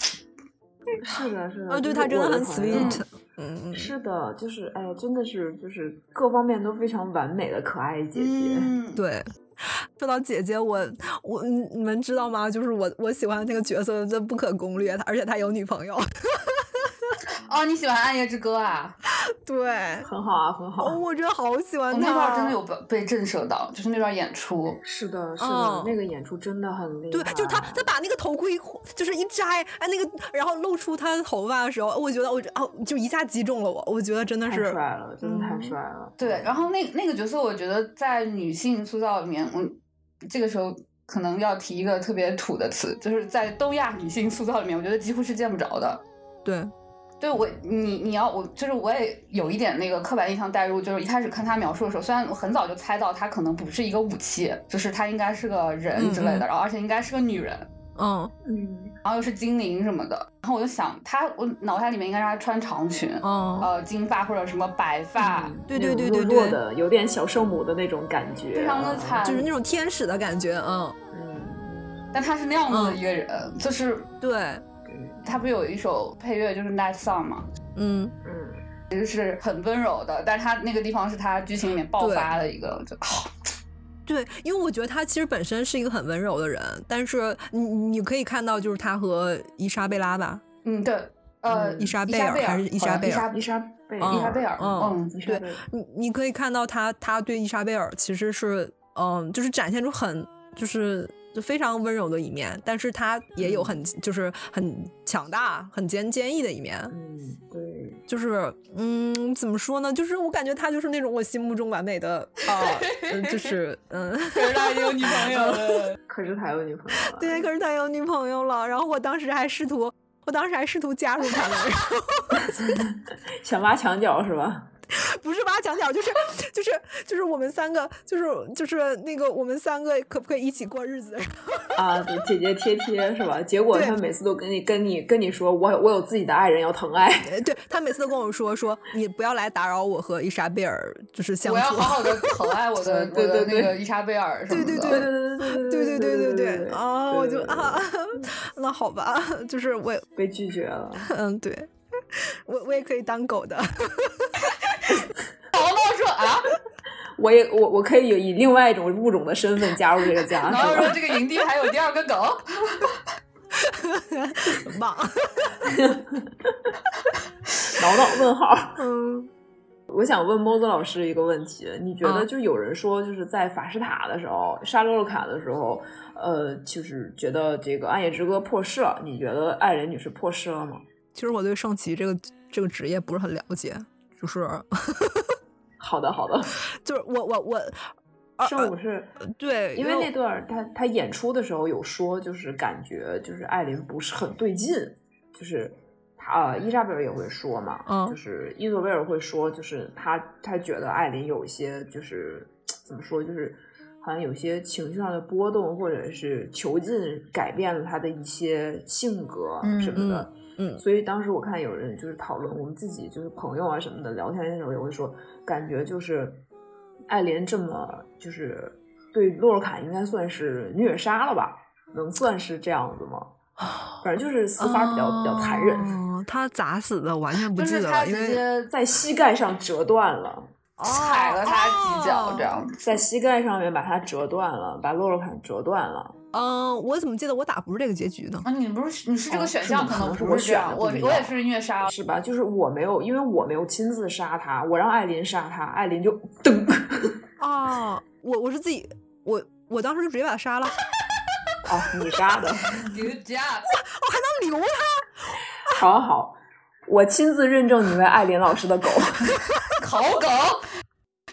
S3: 是的，是的，
S2: 啊，对
S3: 就是
S2: 他真
S3: 嗯我
S2: 的很
S3: 朋友
S2: sweet，嗯嗯
S3: 是的，就是哎呀，真的是就是各方面都非常完美的可爱姐姐。
S1: 嗯，
S2: 对。说到姐姐，我我你你们知道吗？就是我我喜欢那个角色，这不可攻略，而且他有女朋友。
S1: 哦，你喜欢《暗夜之歌》啊？
S2: 对，
S3: 很好啊，很好
S2: 哦，。我真的好喜
S1: 我
S2: 欢
S1: 那
S2: 他，
S1: 段真的有被被震慑到，就是那段演出，
S3: 是的，是的，
S2: 嗯
S3: 那个演出真的很厉害。
S2: 对，就是他，他把那个头盔就是一摘，哎，那个然后露出他的头发的时候，我觉得我这哦，就一下击中了我，我觉得真的
S3: 太
S2: 是，
S3: 帅了，真的太
S2: 嗯
S3: 帅了。
S1: 对，然后那那个角色，我觉得在女性塑造里面，嗯，这个时候可能要提一个特别土的词，就是在东亚女性塑造里面，我觉得几乎是见不着的。
S2: 对，
S1: 对我，你你要我就是我也有一点那个刻板印象代入，就是一开始看他描述的时候，虽然我很早就猜到她可能不是一个武器，就是她应该是个人之类的，
S2: 嗯嗯
S1: 然后而且应该是个女人，
S2: 嗯
S3: 嗯，
S1: 然后又是精灵什么的，然后我就想她，我脑海里面应该让她穿长裙，
S2: 嗯，
S1: 呃，金发或者什么白发，
S3: 嗯
S2: 对
S3: 那
S2: 对
S3: 种
S2: 对对
S3: 弱弱
S2: 对
S3: 的，有点小圣母的那种感觉，
S1: 非常的惨，
S2: 就是那种天使的感觉，嗯，
S3: 嗯，
S1: 但他是那样子的
S2: 嗯
S1: 一个人，就是
S2: 对，
S3: 嗯
S1: 他不是有一首配乐就是《Night Song》嘛，
S2: 嗯。
S3: 嗯，
S1: 就是很温柔的，但是他那个地方是他剧情里面爆发的一个，就、啊
S2: 对，因为我觉得他其实本身是一个很温柔的人，但是你你可以看到，就是他和伊莎贝拉吧，
S1: 嗯，对，呃，
S3: 嗯
S2: 伊莎贝
S1: 尔
S2: 尔还是伊莎贝
S1: 好
S2: 尔
S1: 像
S3: 伊莎贝尔，
S1: 伊莎贝尔，
S2: 嗯
S1: 嗯，
S3: 伊莎
S2: 对
S3: 贝尔，
S2: 你你可以看到他他对伊莎贝尔其实是嗯，就是展现出很就是就非常温柔的一面，但是他也有很、就是很强大、很坚坚毅的一面，
S3: 嗯，对，
S2: 就是嗯，怎么说呢？就是我感觉他就是那种我心目中完美的啊、呃就是嗯。
S1: 可是他已经有女朋友了，
S3: 可是他有女朋友了，啊
S2: 对，可是他有女朋友了。然后我当时还试图，我当时还试图加入他们，然后
S3: 想挖墙角是吧？
S2: 不是挖墙脚，就是就是就是我们三个，就是就是那个我们三个可不可以一起过日子？
S3: 啊，对，姐姐贴贴是吧？结果
S2: 对
S3: 他每次都跟你跟你跟你说，我我有自己的爱人要疼爱，
S2: 对他每次都跟我说说你不要来打扰我和伊莎贝尔就是相
S1: 我要
S2: 处
S1: 好。好的疼爱我的
S3: 对
S1: 我
S3: 对
S1: 的那
S3: 对
S1: 个伊莎贝尔什么的，
S2: 对对
S3: 对对对
S2: 对对
S3: 对
S2: 对
S3: 对
S2: 对对
S3: 对
S2: 啊！我就
S3: 对对对
S2: 啊，那好吧，就是我也
S3: 被拒绝了，
S2: 嗯，对我我也可以当狗的，
S1: 然后他说啊，
S3: 我也我我可以以另外一种物种的身份加入这个家
S1: 然后
S3: 是吧
S1: 说？这个营地还有第二个狗，
S2: 很棒。
S3: 挠挠问号。
S2: 嗯
S3: 我想问猫子老师一个问题，你觉
S2: 啊
S3: 得就有人说就是在法师塔的时候，沙洛洛卡的时候，呃，就是觉得这个《暗夜之歌》破事了，你觉得爱人女是破事了吗？
S2: 其实我对圣骑这个这个职业不是很了解，就是
S3: 好的，好的。
S2: 就是我我我， 啊
S3: 圣母是
S2: 对，
S3: 因为那段儿他他演出的时候有说，就是感觉就是艾琳不是很对劲，就是他啊伊莎贝尔也会说嘛，
S2: 嗯
S3: 就是伊索贝尔会说，就是他他觉得艾琳有一些就是怎么说，就是好像有些情绪上的波动，或者是囚禁改变了他的一些性格
S1: 嗯
S3: 什么的。
S2: 嗯嗯
S3: 所以当时我看有人就是讨论，我们自己就是朋友啊什么的聊天的时候也会说，感觉就是艾琳这么就是对洛尔卡应该算是虐杀了吧？能算是这样子吗？反正就是死法比较、比较残忍，
S2: 哦他咋死的完全不
S1: 就
S2: 记
S1: 是
S2: 得
S1: 他
S2: 了，因
S1: 直
S2: 为
S1: 接
S3: 在膝盖上折断了，
S1: 踩了他几脚
S2: 哦
S1: 这样子。
S3: 在膝盖上面把它折断了，把洛洛坎折断了。
S2: 嗯、我怎么记得我打不是这个结局呢？
S1: 啊，你不是你是这
S3: 哦
S1: 个选
S3: 是
S1: 项
S3: 吗
S1: 可能
S3: 可能是
S1: 不
S3: 我
S1: 是这
S3: 选
S1: 样，
S3: 的
S1: 我
S3: 不一
S1: 我也
S3: 样
S1: 是虐杀了，
S3: 是吧？就是我没有，因为我没有亲自杀他，我让艾琳杀他，艾琳就噔，
S2: 哦，我我是自己，我我当时就直接把他杀了，
S3: 啊，你杀的，
S1: You j
S2: 那留他
S3: 好好，我亲自认证你为艾琳老师的狗。
S1: 烤狗。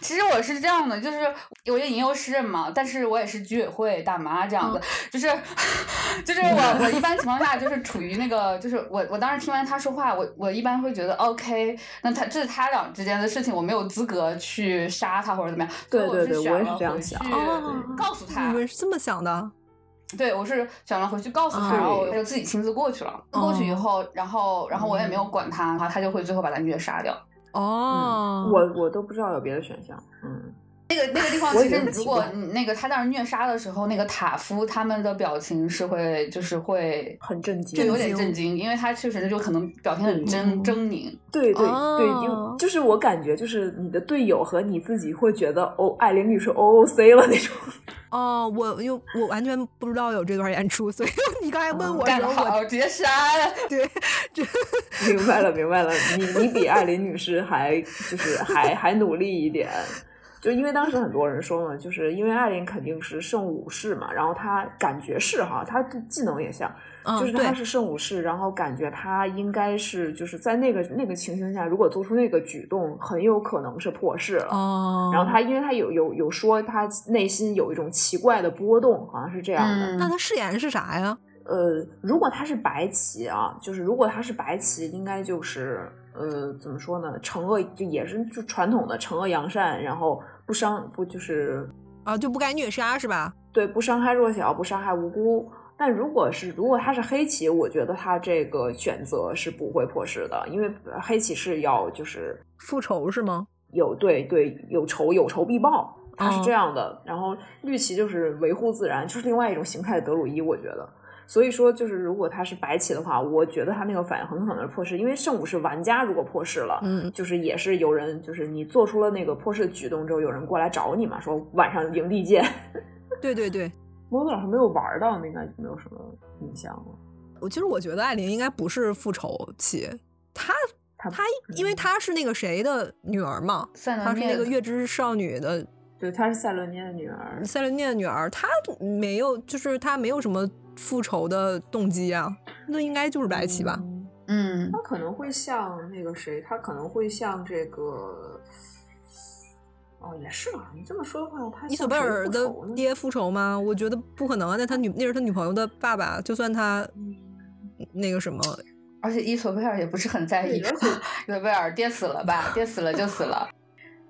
S1: 其实我是这样的，就是我也吟游诗人嘛，但是我也是居委会大妈这样
S3: 嗯
S1: 子， 就是就是我我一般情况下就是处于那个，就是我我当时听完他说话，我我一般会觉得 OK，那他这是他俩之间的事情，我没有资格去杀他或者怎么样，所以
S3: 对对对
S1: 我
S3: 我也
S1: 选
S3: 是
S1: 了
S3: 这样
S1: 回
S3: 想
S1: 去
S2: 哦
S1: 告诉他
S2: 你，们是这么想的？
S1: 对，我是选了回去告诉他，
S3: 啊
S2: 对
S1: 然后他就自己亲自过去了。
S2: 哦
S1: 过去以后，然后然后我也没有管他，然后他就会最后把他虐杀掉。嗯
S2: 哦，
S3: 我我都不知道有别的选项，嗯，
S1: 那个那个地方，
S3: 我
S1: 其
S3: 以
S1: 实
S3: 为很
S1: 如
S3: 奇
S1: 果
S3: 怪
S1: 你那个他在那儿虐杀的时候，那个塔夫他们的表情是会就是会
S3: 很震惊，
S1: 就有点震
S2: 震
S1: 惊，因为他确实就可能表情很狰
S2: 嗯
S1: 狰狞。
S3: 对对、对，
S2: 哦
S3: 就就是我感觉就是你的队友和你自己会觉得哦，艾琳你是 O O C 了那种。
S2: 哦，我又我完全不知道有这段演出，所以你刚才问我的
S1: 干
S2: 时
S1: 得
S2: 候，我
S1: 好，直接杀了。
S2: 对，
S3: 明白了，明白了，你你比艾琳女士还就是还 还努力一点。就因为当时很多人说嘛，就是因为艾琳肯定是圣武士嘛，然后她感觉是哈，她的技能也像，
S2: 嗯，
S3: 就是
S2: 对
S3: 他，是圣武士，然后感觉他应该是就是在那个那个情形下，如果做出那个举动，很有可能是破事了。
S2: 哦，
S3: 然后他因为他有有有说他内心有一种奇怪的波动，好像是这样的。
S1: 嗯
S2: 那他誓言是啥呀？
S3: 呃，如果他是白棋啊，就是如果他是白棋，应该就是呃怎么说呢，惩恶就也是就传统的惩恶扬善，然后不伤不就是
S2: 啊，就不该虐杀是吧？
S3: 对，不伤害弱小，不伤害无辜。但如果是如果他是黑棋，我觉得他这个选择是不会破事的，因为呃黑棋是要就是
S2: 复仇是吗？
S3: 有对对有仇有仇必报，他是
S2: 哦
S3: 这样的。然后绿棋就是维护自然，就是另外一种形态的德鲁伊，我觉得。所以说，就是如果他是白棋的话，我觉得他那个反应很可能是破事，因为圣武是玩家，如果破事了，
S2: 嗯，
S3: 就是也是有人，就是你做出了那个破事的举动之后，有人过来找你嘛，说晚上营地见。
S2: 对对对，
S3: 我老师没有玩到，那应该就没有什么印象了。
S2: 我其实我觉得艾琳应该不是复仇期，她
S3: 她嗯
S2: 她因为她是那个谁的女儿嘛，
S1: 算
S2: 她
S1: 能
S2: 是
S1: 灭
S2: 那个月之少女的
S3: 对，她是赛伦涅的女儿，
S2: 塞伦涅的女儿，她没有就是她没有什么复仇的动机啊，那应该就是白起吧？
S3: 嗯
S1: 嗯，
S3: 她可能会像那个谁，她可能会像这个，哦，也是啊。你这么说的话，她
S2: 伊索
S3: 像
S2: 贝
S3: 谁
S2: 尔
S3: 复
S2: 的
S3: 仇呢
S2: 爹复仇吗？我觉得不可能啊，那他女那是他女朋友的爸爸，就算他
S3: 嗯
S2: 那个什么，
S1: 而且伊索贝尔也不是很在
S3: 对
S1: 意，伊
S3: 而且
S1: 索贝尔爹死了吧，爹死了就死 了。
S2: 嗯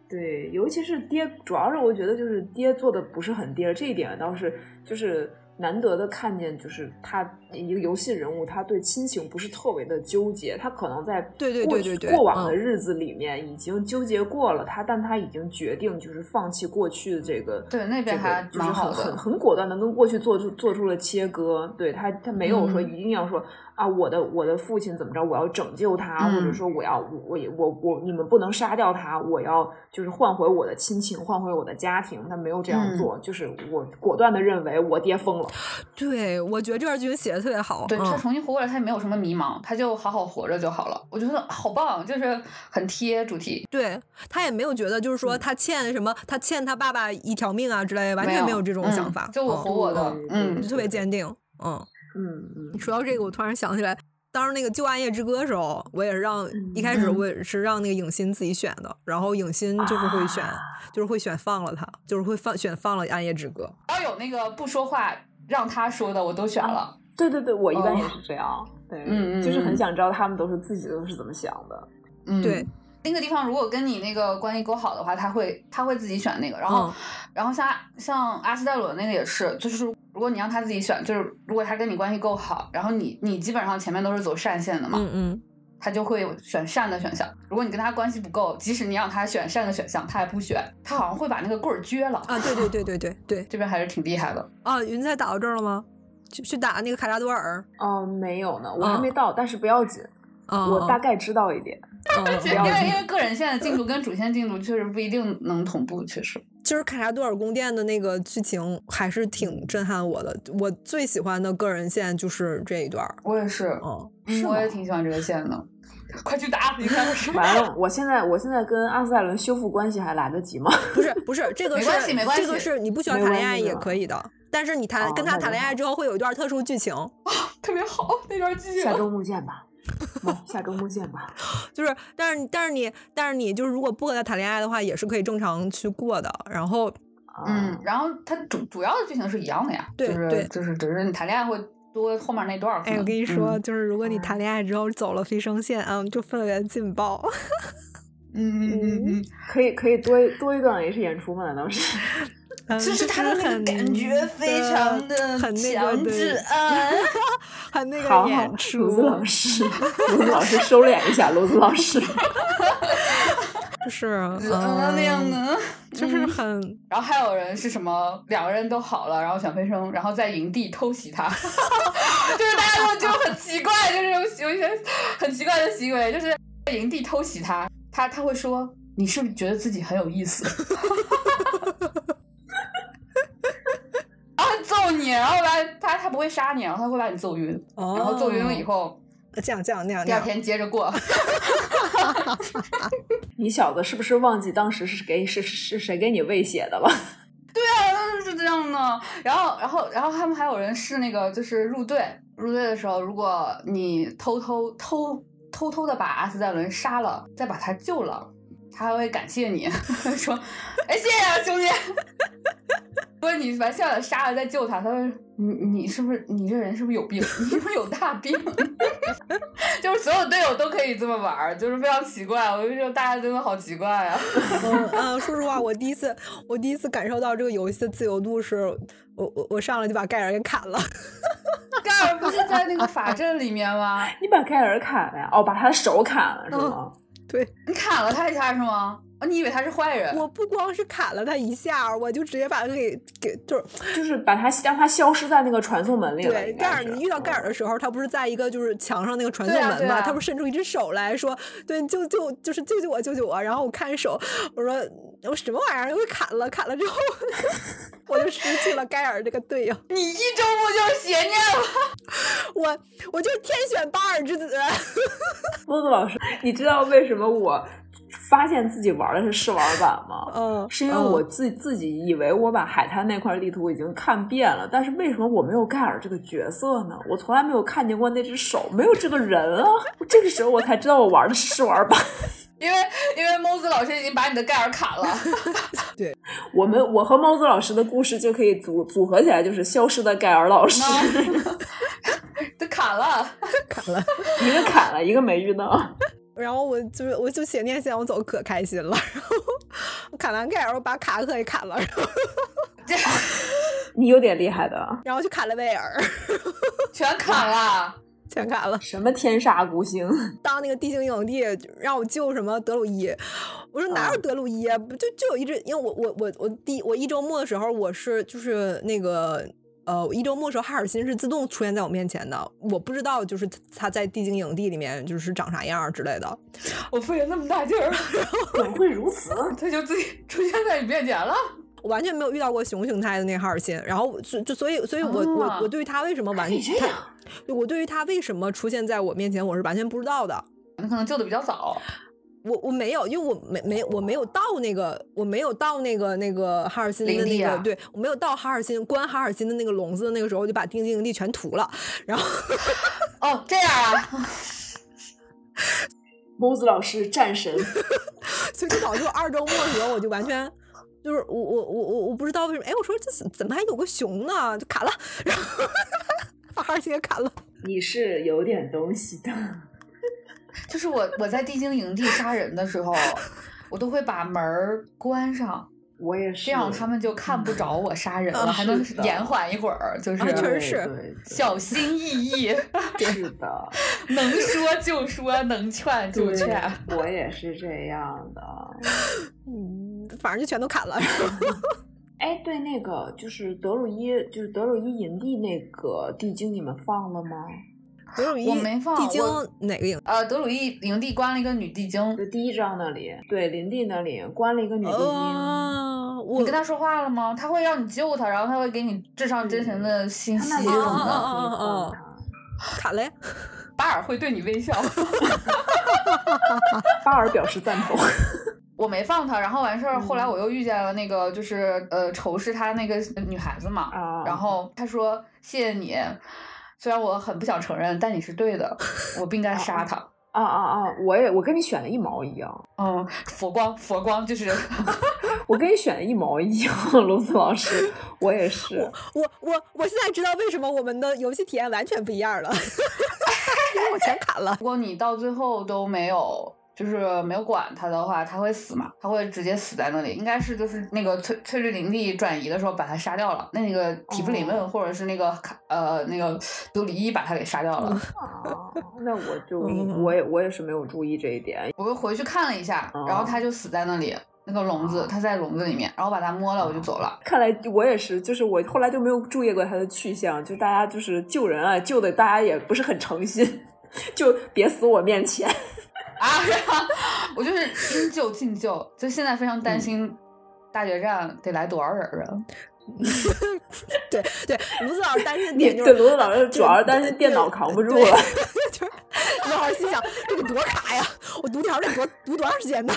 S3: 对，尤其是爹，主要是我觉得就是爹做的不是很爹，这一点倒是就是难得的看见，就是他一个游戏人物，他对亲情不是特别的纠结，他可能在
S2: 对对
S3: 过
S2: 对对
S3: 去
S2: 对
S3: 过往
S2: 嗯
S3: 的日子里面已经纠结过了，他但他已经决定就是放弃过去的这个
S1: 对那边
S3: 这个
S1: 还
S3: 就是
S1: 蛮好
S3: 很
S1: 的
S3: 很很果断的跟过去做出做出了切割，对他他没有说
S1: 嗯
S3: 一定要说、啊我的我的父亲怎么着，我要拯救他，
S1: 嗯
S3: 或者说我要我我我我你们不能杀掉他，我要就是换回我的亲情，换回我的家庭，他没有这样
S1: 嗯
S3: 做，就是我果断的认为我爹疯了，
S2: 对我觉得这段剧情写的特别好，
S1: 对他
S2: 嗯
S1: 重新活过来，他也没有什么迷茫，他就好好活着就好了。我觉得好棒，就是很贴主题。
S2: 对他也没有觉得就是说
S3: 嗯
S2: 他欠什么，他欠他爸爸一条命啊之类，完
S1: 没
S2: 全没
S1: 有
S2: 有这种
S1: 嗯
S2: 想法，
S1: 就我
S2: 嗯
S1: 活我的
S3: 哦对，
S1: 嗯
S2: 就特别坚定。嗯，
S3: 嗯嗯
S2: 你，说到这个，我突然想起来，当时那个救《暗夜之歌》的时候，我也是让一开
S1: 嗯
S2: 始我也是让那个影心自己选的，然后影心就是会选，
S1: 啊
S2: 就是会选放了它，就是会放选放了《暗夜之歌》。
S1: 然后有那个不说话让他说的，我都
S2: 嗯
S1: 选了。
S3: 对对对，我一般
S1: 哦
S3: 也是这样，对，
S1: 嗯嗯
S3: 就是很
S1: 嗯
S3: 想知道他们都是自己都是怎么想的。
S1: 嗯，
S2: 对，
S1: 那个地方如果跟你那个关系够好的话，他会他会自己选那个。然后，然后像像阿斯戴伦那个也是，就是如果你让他自己选，就是如果他跟你关系够好，然后你你基本上前面都是走善线的嘛，
S2: 嗯嗯，
S1: 他就会选善的选项。如果你跟他关系不够，即使你让他选善的选项，他也不选，他好像会把那个棍儿撅了。
S2: 啊，对对对对对对
S1: 这边还是挺厉害的。
S2: 啊！云彩打到这儿了吗？去去打那个卡扎多尔。
S3: 哦，没有呢，我还
S2: 嗯
S3: 没到，但是不要紧，
S1: 哦
S2: 啊，
S3: 我大概知道一点。
S2: 嗯嗯
S1: 因
S3: 了解
S1: 为因为个人线的进度跟主线进度确实不一定能同步，确实。
S2: 就是卡扎多尔宫殿的那个剧情还是挺震撼我的。我最喜欢的个人线就是这一段儿。
S1: 我也是，
S2: 嗯，
S1: 嗯
S3: 是
S1: 我
S3: 吗
S1: 也挺喜欢这个线的。 快去打，你看是
S3: 完了，我现在我现在跟阿斯泰伦修复关系还来得及吗？
S2: 不是不是，这个
S1: 没
S2: 是
S1: 关系没关
S2: 这个
S1: 系
S2: 是你不喜欢
S3: 没
S2: 谈
S3: 关
S2: 恋爱
S3: 系
S2: 也
S3: 的
S2: 可以的。但是你谈、
S3: 哦
S2: 跟
S3: 那
S2: 他
S3: 就
S2: 谈恋爱之后，会有一段特殊剧情，
S1: 特别好那段剧
S3: 下周末 见吧，嗯下周末见吧。
S2: 就是，但是但是你但是你就是如果不和他谈恋爱的话，也是可以正常去过的。然后
S3: 啊
S1: 嗯，，然后它主主要的剧情是一样的呀，
S2: 对
S1: 就是
S2: 对
S1: 就是只是你谈恋爱会多后面那段儿可能。
S2: 哎，我跟你说，
S1: 嗯
S2: 就是如果你
S3: 哎
S2: 谈恋爱之后走了飞升线，嗯，就氛围劲爆。
S1: 嗯嗯嗯嗯
S3: 可以可以多一多一段也是演出吗？难道是？
S2: 嗯
S1: 嗯，就是他的那个
S2: 很
S1: 感觉非常的
S2: 很那个
S1: 强制
S2: 对，
S1: 啊，
S2: 很那个
S3: 好好
S2: 演，出。
S3: 卢子 老师，卢子老师收敛一下，卢子老师。
S2: 就是
S1: 嗯那样
S2: 嗯
S1: 呢。
S2: 就是很
S1: 然后还有人是什么，两个人都好了，然后选飞升，然后在营地偷袭他， 就是大家都就很奇怪，就是有一些很奇怪的行为，就是在营地偷袭他，他他会说你是不是觉得自己很有意思， 然后揍你，然后把他他不会杀你，然后他会把你揍晕，
S2: 哦，
S1: 嗯然后揍晕了以后，
S2: 这样这样那样
S1: 第
S2: 那
S1: 二
S2: 样，
S1: 天接着过，
S3: 你小子是不是忘记当时是给是是是谁给你喂血的了？
S1: 是这样的。然后，然后，然后他们还有人是那个，就是入队，入队的时候，如果你偷偷偷偷偷的把阿斯戴伦杀了，再把他救了，他还会感谢你， 说：“哎，谢谢啊，兄弟。” 说你把夏尔杀了再救他，他说你你是不是你这人是不是有病？ 你是不是有大病？ 就是所有队友都可以这么玩儿，就是非常奇怪。我就觉得大家真的好奇怪 啊。
S2: 嗯嗯，说实话，我第一次我第一次感受到这个游戏的自由度是，我我我上来就把盖尔给砍了，
S1: 盖尔不是在那个法阵里面吗？
S3: 你把盖尔砍了呀？哦，把他的手砍了是吗？
S2: 对
S1: 你砍了他一下是吗？啊，你以为他是坏人？
S2: 我不光是砍了他一下，我就直接把他给给就是
S3: 就是把他让他消失在那个传送门里了。
S2: 嗯对
S3: 应
S2: 盖
S3: 该
S2: 尔，
S3: 是嗯
S2: 你遇到盖尔的时候，他不是在一个就是墙上那个
S1: 嗯
S2: 传
S1: 对
S2: 送
S1: 啊
S2: 门
S1: 对
S2: 嘛，
S1: 啊
S2: 他不是伸出一只手来说，对，救救就是救救我，救救我。然后我看手，我说我什么玩意儿，又砍了，砍了之后， 我就失去了盖尔这个队友，
S1: 你一周不就是邪念吗？
S2: 我我就是天选巴尔之子，
S3: 波子老师，你知道为什么我发现自己玩的是试玩版吗？
S2: 嗯，
S3: 是因为
S2: 嗯
S3: 我自自己以为我把海滩那块地图已经看遍了，但是为什么我没有盖尔这个角色呢？我从来没有看见过那只手，没有这个人啊！这个时候我才知道我玩的是试玩版。
S1: 因为因为猫子老师已经把你的盖尔砍 了，啊
S3: 我们我和猫子老师的故事就可以组组合起来，就是消失的盖尔老师，
S1: 嗯都砍了。
S2: 砍了。
S3: 一个砍了，一个没遇到。
S2: 然后我就是我就写念线，我走可开心了。 然后砍完盖尔，我把卡克也砍了，然后
S1: 这
S3: 你有点厉害的啊，
S2: 然后去砍了威尔，
S1: 全砍了，
S2: 全砍了。
S3: 什么天煞孤星？
S2: 当那个地形影帝让我救什么德鲁伊，我说哪有德鲁伊啊？不就就有一只，因为我我我我第我一周末的时候我是就是那个。呃，我一周末的时候，哈尔辛是自动出现在我面前的，我不知道就是他他在地精影帝里面就是长啥样儿之类的。
S1: 我费了那么大劲儿，
S3: 怎么会如此？
S1: 他就自己出现在你面前了。
S2: 我完全没有遇到过熊形态的那个哈尔辛，然后我就就所以所以我、
S1: 啊
S2: 我
S3: 哦
S2: 我对于他为什么完
S3: 可以这
S2: 他
S3: 样
S2: 我对于他为什么出现在我面前，我是完全不知道的。
S1: 你可能救的比较早，
S2: 我我没有，因为我没没我没有到那个，我没有到那个那个哈尔滨的
S1: 领
S2: 那
S1: 地
S2: 个，
S1: 啊
S2: 对我没有到哈尔滨关哈尔滨的那个笼子的那个时候，我就把丁丁营地全屠了。然后
S1: 哦，这样啊，
S3: 孟子老师战神，
S2: 所以就导致我二周末的时候，我就完全就是我我我我我不知道为什么，哎，我说这怎怎么还有个熊呢？就砍了，然后把哈尔滨给砍了。
S3: 你是有点东西的。
S1: 就是我我在地精营地杀人的时候，我都会把门儿关上，
S3: 我也是，
S1: 这样他们就看不着我杀人了，
S2: 啊
S1: 还能
S3: 是的
S1: 延缓一会儿，就是
S2: 啊确实
S3: 对
S2: 是
S3: 对
S1: 小心翼翼，
S3: 对是的，
S1: 能说就说，能 劝就
S3: 对
S1: 劝。
S3: 我也是这样的。
S2: 嗯，反正就全都砍了。
S3: 哎，对，那个就是德鲁伊，就是德鲁伊营地那个地精，你们放了吗？
S2: 德鲁伊
S1: 我没放
S2: 地精
S1: 我
S2: 哪个营？
S1: 呃，德鲁伊营地关了一个女地精，
S3: 就第一章那里，对，林地那里关了一个女地精。
S2: 哦，我
S1: 你跟他说话了吗？他会让你救他，然后他会给你至上真神的信
S3: 他
S1: 息
S3: 那
S1: 什
S3: 里
S2: 哦
S3: 怎
S1: 么
S2: 哦
S1: 的。
S2: 哦
S3: 么可以
S2: 哦
S3: 放
S2: 哦
S3: 他？
S2: 砍了呀。
S1: 巴尔会对你微笑。
S3: 巴尔表示赞同。
S1: 我没放他，然后完事儿，
S3: 嗯
S1: 后来我又遇见了那个就是呃仇视他那个呃女孩子嘛，
S3: 啊
S1: 然后他说谢谢你，虽然我很不想承认，但你是对的，我不应该杀他。
S3: 啊啊啊！我也，我跟你选的一毛一样，
S1: 嗯，佛光佛光就是
S3: 我跟你选的一毛一样，罗斯老师，我也是。
S2: 我我我现在知道为什么我们的游戏体验完全不一样了， 因为我全砍了。
S1: 如果你到最后都没有，就是没有管他的话，他会死嘛？他会直接死在那里。应该是就是那个翠翠绿林地转移的时候把他杀掉了，那个提布里
S3: 哦
S1: 问、或者是那个卡呃那个杜里伊把他给杀掉了。
S3: 啊，那我就
S2: 嗯
S3: 我也我也是没有注意这一点。
S1: 我又回去看了一下
S3: 哦，
S1: 然后他就死在那里。那个笼子，他在笼子里面，然后把他摸了，我就走了。
S3: 看来我也是，就是我后来就没有注意过他的去向，就大家就是救人啊，救的大家也不是很诚心， 就别死我面前。
S1: 啊， 然后我就是应救尽救，就现在非常担心大决战得来多少人啊？
S2: 对对，卢子老师担心的
S3: 你
S2: 点就
S3: 对
S2: 是
S3: 罗子老师主要是担心电脑扛不住了。，
S2: 对对对就是卢老师心想这个多卡呀，我读条得多读多长时间呢？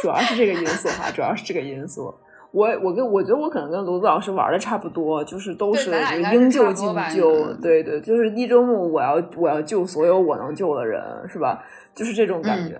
S3: 主要是这个因素哈，主要是这个因素。我我跟我觉得我可能跟卢子老师玩的差不多，就是都
S1: 对
S3: 是
S1: 咱俩
S3: 就
S1: 应该
S3: 应
S1: 是
S3: 救
S1: 差不
S3: 尽
S1: 多吧
S3: 救，
S1: 嗯
S3: 对对，就是一周目我要我要救所有我能救的人，是吧？就是这种
S1: 嗯
S3: 感觉。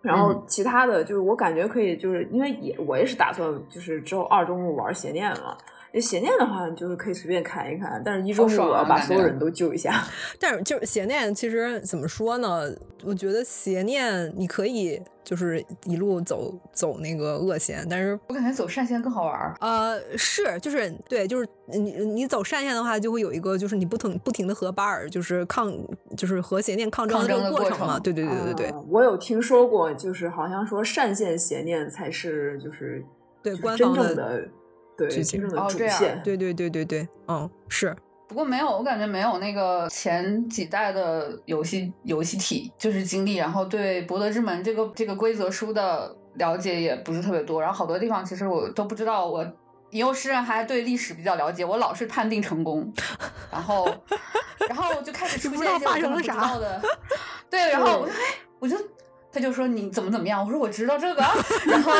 S3: 然后其他的就是我感觉可以，就是因为也我也是打算就是之后二周目玩邪念嘛。就邪念的话，就是可以随便砍一砍，但是一周
S1: 好
S3: 目
S1: 爽啊
S3: 我要把
S1: 感
S3: 所有
S1: 觉
S3: 人都救一下。
S2: 但是就是邪念，其实怎么说呢？我觉得邪念你可以就是一路走走那个恶线，但是
S1: 我感觉走单线更好玩儿。
S2: 呃，是，就是对，就是你你走单线的话，就会有一个就是你不停不停的和巴尔就是抗，就是和邪念抗争
S1: 抗
S2: 这
S1: 争
S2: 个
S1: 的
S2: 过
S1: 过
S2: 程嘛。
S1: 程哦
S2: 对对对对对
S3: 啊我有听说过，就是好像说善线邪念才是就是
S2: 对
S3: 就是
S2: 官
S3: 真
S2: 方的
S3: 正的对
S2: 剧
S3: 真
S2: 情
S3: 正的
S1: 哦
S3: 主
S1: 这样
S3: 线，
S2: 对对对对对，嗯，是
S1: 不过没有，我感觉没有那个前几代的游戏游戏体就是经历，然后对《博德之门》这个这个规则书的了解也不是特别多，然后好多地方其实我都不知道我。吟游诗人还对历史比较了解，我老是判定成功，然 后，然后就开始出
S2: 不
S1: 现
S2: 知道
S1: 一些我
S2: 发
S1: 根本
S2: 生了
S1: 不知
S2: 啥
S1: 道的，对，然后我就哎，我就他就说你怎么怎么样，我说我知道这个， 然后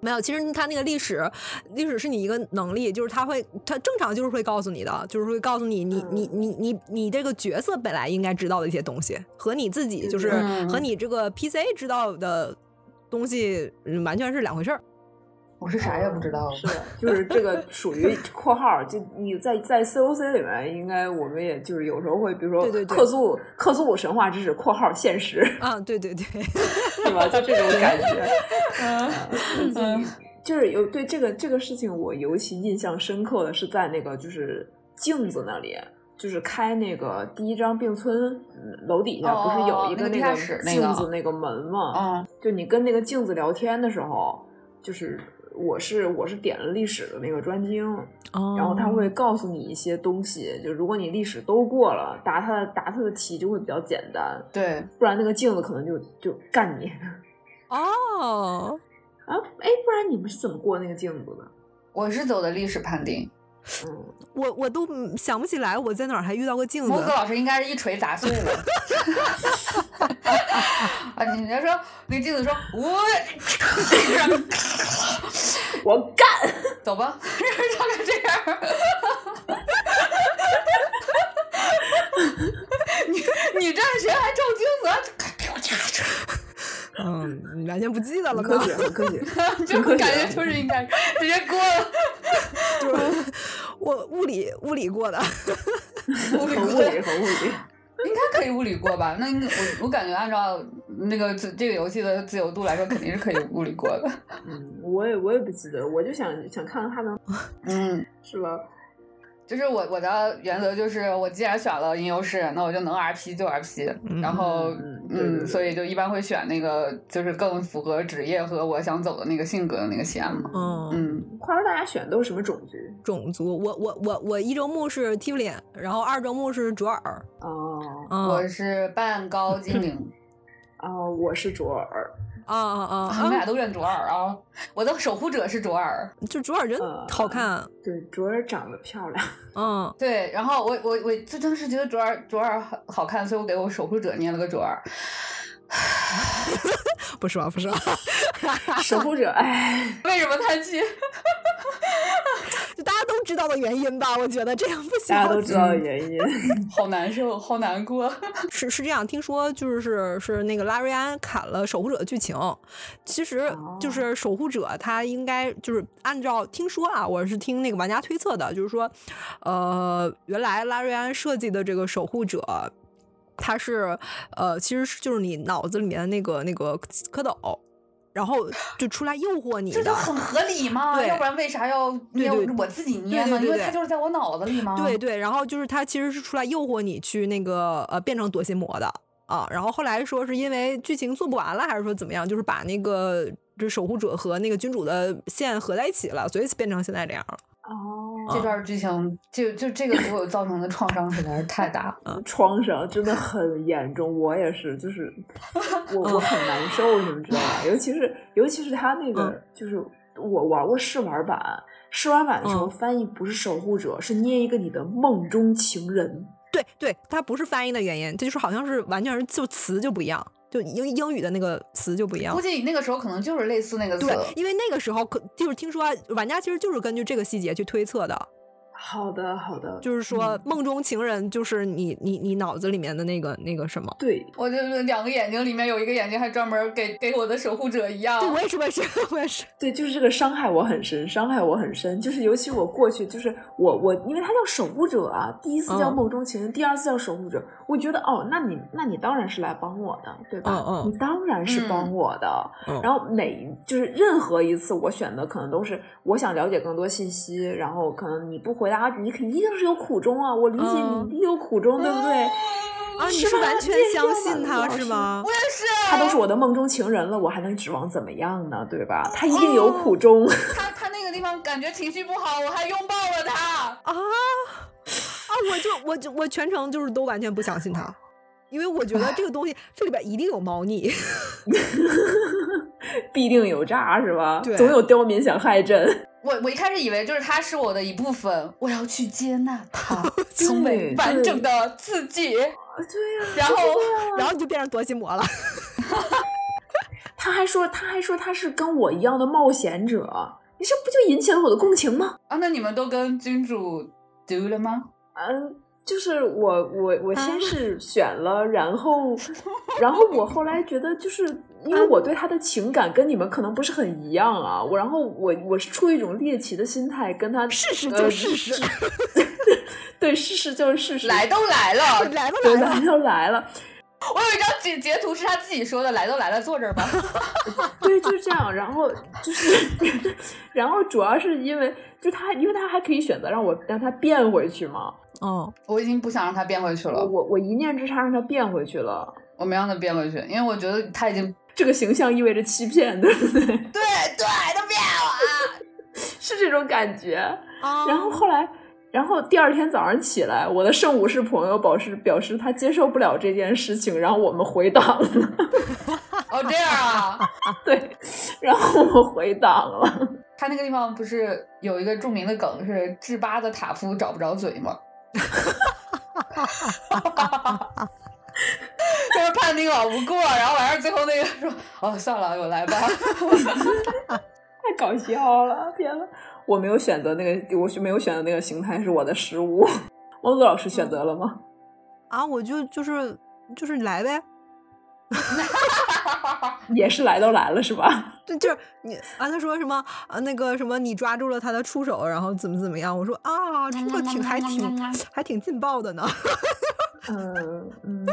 S2: 没有。其实它那个历史，历史是你一个能力，就是它会它正常就是会告诉你的，就是会告诉你你你
S1: 嗯
S2: 你你你这个角色本来应该知道的一些东西，和你自己就是
S1: 嗯
S2: 和你这个 PC 知道的东西嗯完全是两回事儿。
S1: 我是啥也不知道，
S3: 是就是这个 属于括号，就你在在 COC 里面，应该我们也就是有时候会，比如说
S2: 对对对
S3: 克苏鲁克苏鲁神话知识括号现实
S2: 啊，对对对。
S3: 是吧？就这种感觉，
S1: 嗯
S3: 嗯
S1: 嗯
S3: 就是有对这个这个事情，我尤其印象深刻的是在那个就是镜子那里，就是开那个第一张病村嗯楼底下
S1: 哦
S3: 不是有一
S1: 那个地
S3: 那
S1: 下
S3: 个
S1: 室那
S3: 镜
S1: 个
S3: 子那个门吗？
S1: 嗯，
S3: 就你跟那个镜子聊天的时候，就是我是我是点了历史的那个专精，
S2: 哦
S3: 然后他会告诉你一些东西，就如果你历史都过了，答他的答他的题就会比较简单，
S1: 对，
S3: 不然那个镜子可能就就干你
S2: 哦，
S3: 啊！哎，不然你们是怎么过那个镜子的？
S1: 我是走的历史判定，
S3: 嗯，
S2: 我我都嗯想不起来我在哪儿还遇到过镜子
S1: 木子。老师应该是一锤砸碎了。 啊，人家说那镜子说我
S3: 我干，
S1: 走吧， 大概这样。你你站谁还照镜子？
S2: 嗯，你完全不记得了吧
S3: 很科？学，啊很科学，
S1: 就感觉就是应该直接过 了，
S2: 就是我物理物理过的，
S1: 物理
S3: 很物
S1: 过
S3: 理，很物理。
S1: 应该可以物理过吧？那应该我我感觉按照那个自这个游戏的自由度来说，肯定是可以物理过的。
S3: 嗯，我也我也不记得，我就想想看看他能
S1: 嗯，
S3: 是吧？
S1: 就是我我的原则就是，我既然选了吟游诗人，那我就能 RP 就 RP，、
S2: 嗯
S1: 然后
S3: 嗯对对
S1: 嗯，
S3: 对
S1: 所以就一般会选那个就是更符合职业和我想走的那个性格的那个线嘛。
S2: 嗯，
S1: 嗯，
S3: 话说大家选的都是什么种族？
S2: 种族，我我我我一周目是 t i f l i n 然后二周目是卓尔，
S3: 哦
S2: 嗯
S1: 我是半高精 灵，
S3: 哦，我是卓尔，
S2: 啊啊
S1: 你
S2: 啊
S1: 们
S2: 啊！
S1: 俩都认卓尔啊！我的守护者是卓尔。
S2: 嗯就卓尔真
S3: 呃
S2: 好看，
S3: 对，卓尔长得漂亮，
S2: 嗯
S1: 对，然后我我我就当时觉得卓尔卓尔好好看，所以我给我守护者捏了个卓尔。
S2: 不说不说，
S3: 守护者，哎，
S1: 为什么叹气？
S2: 就大家都知道的原因吧？我觉得这样不行。
S3: 大家都知道的原因。
S1: 好难受，好难过。
S2: 是是这样，听说就是是那个拉瑞安砍了守护者的剧情，其实就是守护者他应该就是按照听说啊，我是听那个玩家推测的，就是说，呃，原来拉瑞安设计的这个守护者。他是，呃，其实是就是你脑子里面的那个那个蝌蚪，然后就出来诱惑你
S1: 这
S2: 的，
S1: 都很合理嘛，
S2: 对
S1: 要不然为啥要捏
S2: 对对
S1: 我自己捏呢？
S2: 对对对
S1: 因为
S2: 对
S1: 它就是在我脑子里嘛。
S2: 对，对，然后就是他其实是出来诱惑你去那个呃变成夺心魔的啊，然后后来说是因为剧情做不完了，还是说怎么样，就是把那个这守护者和那个君主的线合在一起了，所以变成现在这样了。
S3: 哦，
S1: 这段剧情就就这个给我造成的创伤实在是太大了。
S3: 创伤真的很严重，我也是， 就是我我很难受，你们知道吧？尤其是尤其是他那个
S2: 嗯，
S3: 就是我玩过试玩版，试玩版的时候
S2: 嗯
S3: 翻译不是守护者，是捏一个你的梦中情人。
S2: 对对，它不是翻译的原因，这就是好像是完全是就词就不一样，就英英语的那个词就不一样
S1: 估。计你那个时候可能就是类似那个词
S2: 对，，因为那个时候可就是听说啊玩家其实就是根据这个细节去推测的，
S3: 好的，好的，
S2: 就是说
S3: 嗯
S2: 梦中情人就是你你你脑子里面的那个那个什么。
S3: 对，
S1: 我就是两个眼睛里面有一个眼睛还专门给给我的守护者一样。
S2: 对，我也是，我也是，我也是。
S3: 对，就是这个伤害我很深，伤害我很深。就是尤其我过去，就是我我，因为他叫守护者啊，第一次叫
S2: 嗯
S3: 梦中情人，第二次叫守护者，我觉得哦，那你那你当然是来帮我的，对吧？
S2: 嗯嗯
S3: 你当然是帮我的。
S2: 嗯
S3: 然后每就是任何一次我选的可能都是我想了解更多信息，然后可能你不回答，你肯定是有苦衷啊，我理解你
S2: 嗯
S3: 一定有苦衷，对不对？
S2: 啊，你
S3: 是
S2: 是
S3: 吧
S2: 完
S3: 你
S2: 全
S3: 也是
S2: 相
S3: 这样
S2: 信
S3: 的
S2: 他
S3: 老
S2: 是
S3: 师
S2: 吗？
S1: 我也是，
S3: 他都是我的梦中情人了，我还能指望怎么样呢？对吧？他一定
S1: 哦
S3: 有苦衷。
S1: 他他那个地方感觉情绪不好，我还拥抱了他。
S2: 啊啊！我就我就我全程就是都完全不相信他，因为我觉得这个东西这里边一定有猫 腻。
S3: 必定有诈是吧？
S2: 对
S3: 总有刁民想害朕。
S1: 我我一开始以为就是他是我的一部分，我要去接纳 他，
S3: 对啊
S1: 成为完整的自己。
S3: 对呀、
S1: 然后
S2: 然后你就变成夺心魔了，
S3: 他还说他还说他是跟我一样的冒险者，你这不就引起了我的共情吗？
S1: 啊，那你们都跟君主 do 了吗？
S3: 嗯，就是我我我
S2: 啊
S3: 先是选了，然后然后我后来觉得就是。因
S2: 啊
S3: 为我对他的情感跟你们可能不是很一样啊，我然后我我是出于一种猎奇的心态跟他
S2: 事实
S3: 呃
S2: 就是事实，
S3: 对事实就是事实，
S1: 来都来了，
S2: 来都
S3: 对
S2: 来了
S3: 来。都来了，
S1: 我有一张截截图是他自己说的，来都来了，坐这儿吧。
S3: 对，就是这样。然后就是， 然后主要是因为，就他，因为他还可以选择让我让他变回去嘛。
S2: 嗯，
S1: 我已经不想让他变回去
S3: 我
S1: 了，
S3: 我我一念之差让他变回去了，
S1: 我没让他变回去，因为我觉得他已经
S3: 这个形象意味着欺骗，对不对？
S1: 对对，他变了。
S3: 是这种感觉。然
S2: 然
S3: 后后来，然后第二天早上起来，我的圣武士朋友表示表示他接受不了这件事情，然后我们回档了。
S1: 哦，这样啊，
S3: 对，然后我回档了。
S1: 他那个地方不是有一个著名的梗是“智巴的塔夫找不着嘴”吗？ 就是判定老不过，然后完事儿最后那个说：“哦，算了，我来吧。
S3: 太搞笑了！天呐，我没有选择那个，我没有选择那个形态是我的失误。汪泽老师选择了吗？
S2: 啊，我就就是就是来呗，
S3: 也是来都来了是吧？
S2: 对，就是你啊，他说什么啊，那个什么，你抓住了他的触手，然后怎么怎么样？我说啊，这个挺还挺还挺劲爆的呢，
S3: 嗯嗯，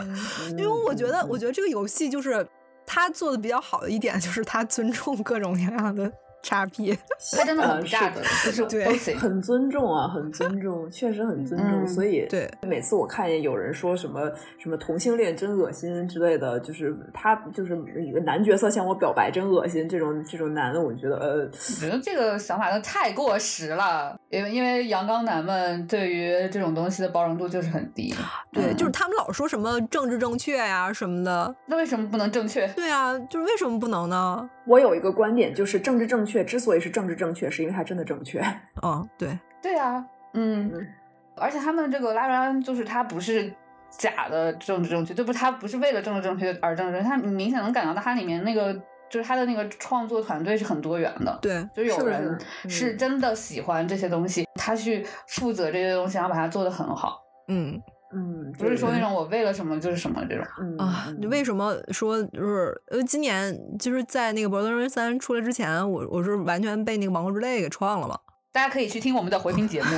S2: 因为我觉得我觉得这个游戏就是他做的比较好的一点，就是他尊重各种各样的 叉 P，”
S1: 他真的很不
S3: 大
S1: 炸的，嗯就是
S2: 对
S1: 都行。
S3: 很尊重啊，很尊重，确实很尊重。
S1: 嗯
S3: 所以
S2: 对
S3: 每次我看见有人说什么什么同性恋真恶心之类的，就是他就是一个男角色向我表白真恶心这种这种男的，我觉得呃，
S1: 我觉得这个想法都太过时了，因为因为阳刚男们对于这种东西的包容度就是很低。
S2: 对，
S1: 嗯
S2: 就是他们老说什么政治正确呀、什么的，
S1: 那为什么不能正确？
S2: 对啊，就是为什么不能呢？
S3: 我有一个观点，就是政治正确之所以是政治正确，是因为它真的正确。
S2: 嗯，对，
S1: 对啊，嗯，
S3: 嗯
S1: 而且他们这个拉拉就是他不是假的政治正确，就不他不是为了政治正确而政治正确，他你明显能感觉到它里面那个就是他的那个创作团队是很多元的，
S2: 对，
S1: 就是 有
S3: 是
S1: 人
S3: 嗯
S1: 是真的喜欢这些东西，他去负责这些东西，然后把它做得很好，
S2: 嗯
S3: 嗯，
S1: 不是说那
S3: 对
S1: 种我为了什么就是什么这种。
S3: 嗯
S2: 啊，
S3: 嗯
S2: 你为什么说就是呃，今年就是在那个《博德之门三》出来之前，我我是完全被那个《王国之泪》给创了嘛？
S1: 大家可以去听我们的回评节 目，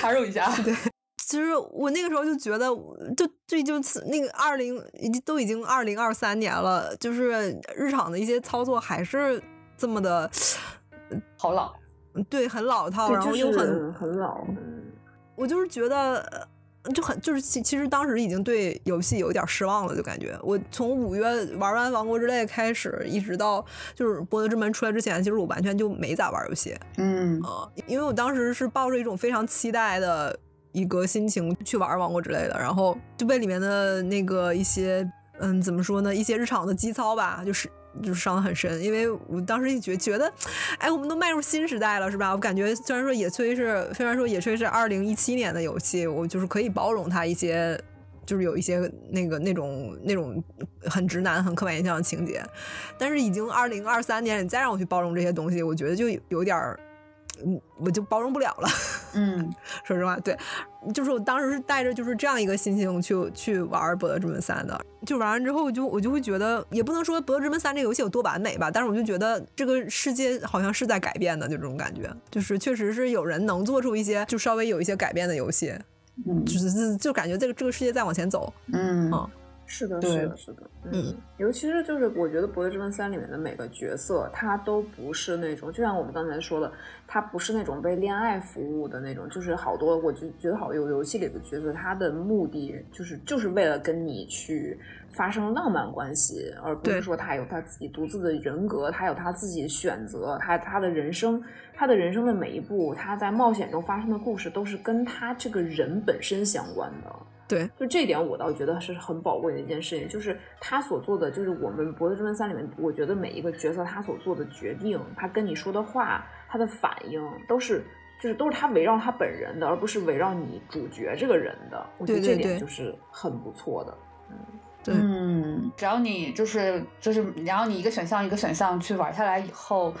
S1: 插入一下。
S2: 其实我那个时候就觉得，就这就是那个二零已经都已经二零二三年了，就是日常的一些操作还是这么的，
S1: 好老，
S2: 对，很老套，
S3: 对
S2: 然后
S3: 就
S2: 又
S3: 是
S2: 很
S3: 很老。嗯
S2: 我就是觉得呃就很就是其其实当时已经对游戏有一点失望了，就感觉我从五月玩完《王国之泪》开始，一直到就是《博德之门》出来之前，其实我完全就没咋玩游戏
S1: 嗯
S2: 啊、呃因为我当时是抱着一种非常期待的一个心情去玩《王国之泪》的，然后就被里面的那个一些嗯怎么说呢，一些日常的基操吧，就是。就是伤得很深，因为我当时一觉觉得，哎，我们都迈入新时代了，是吧？我感觉虽然说野炊是，虽然说野炊是二零一七年的游戏，我就是可以包容它一些，就是有一些那个那种那种很直男、很刻板印象的情节，但是已经二零二三年，你再让我去包容这些东西，我觉得就有点儿，嗯，我就包容不了了。
S1: 嗯，
S2: 说实话，对，就是我当时是带着就是这样一个心情去去玩《博德之门三》的，就玩完之后我就我就会觉得，也不能说《博德之门三》这个游戏有多完美吧，但是我就觉得这个世界好像是在改变的，就这种感觉，就是确实是有人能做出一些就稍微有一些改变的游戏，
S1: 嗯
S2: 就是就感觉这个这个世界在往前走，
S1: 嗯
S2: 哦
S3: 是的，
S1: 对
S3: 是的，是的，
S2: 嗯，
S3: 尤其是就是我觉得《博德之门三》里面的每个角色，他都不是那种，就像我们刚才说的，他不是那种为恋爱服务的那种，就是好多我就觉得好多有游戏里的角色，他的目的就是就是为了跟你去发生浪漫关系，而不
S2: 对
S3: 是说他有他自己独自的人格，他有他自己选择，他他的人生，他的人生的每一步，他在冒险中发生的故事，都是跟他这个人本身相关的。
S2: 对，
S3: 就这一点，我倒觉得是很宝贵的一件事情，就是他所做的，就是我们《博德之门三》里面，我觉得每一个角色他所做的决定，他跟你说的话，他的反应，都是就是都是他围绕他本人的，而不是围绕你主角这个人的。我觉得
S2: 对对
S3: 这点
S2: 对
S3: 就是很不错的。
S2: 对
S1: 嗯，只要你就是就是，然后你一个选项一个选项去玩下来以后，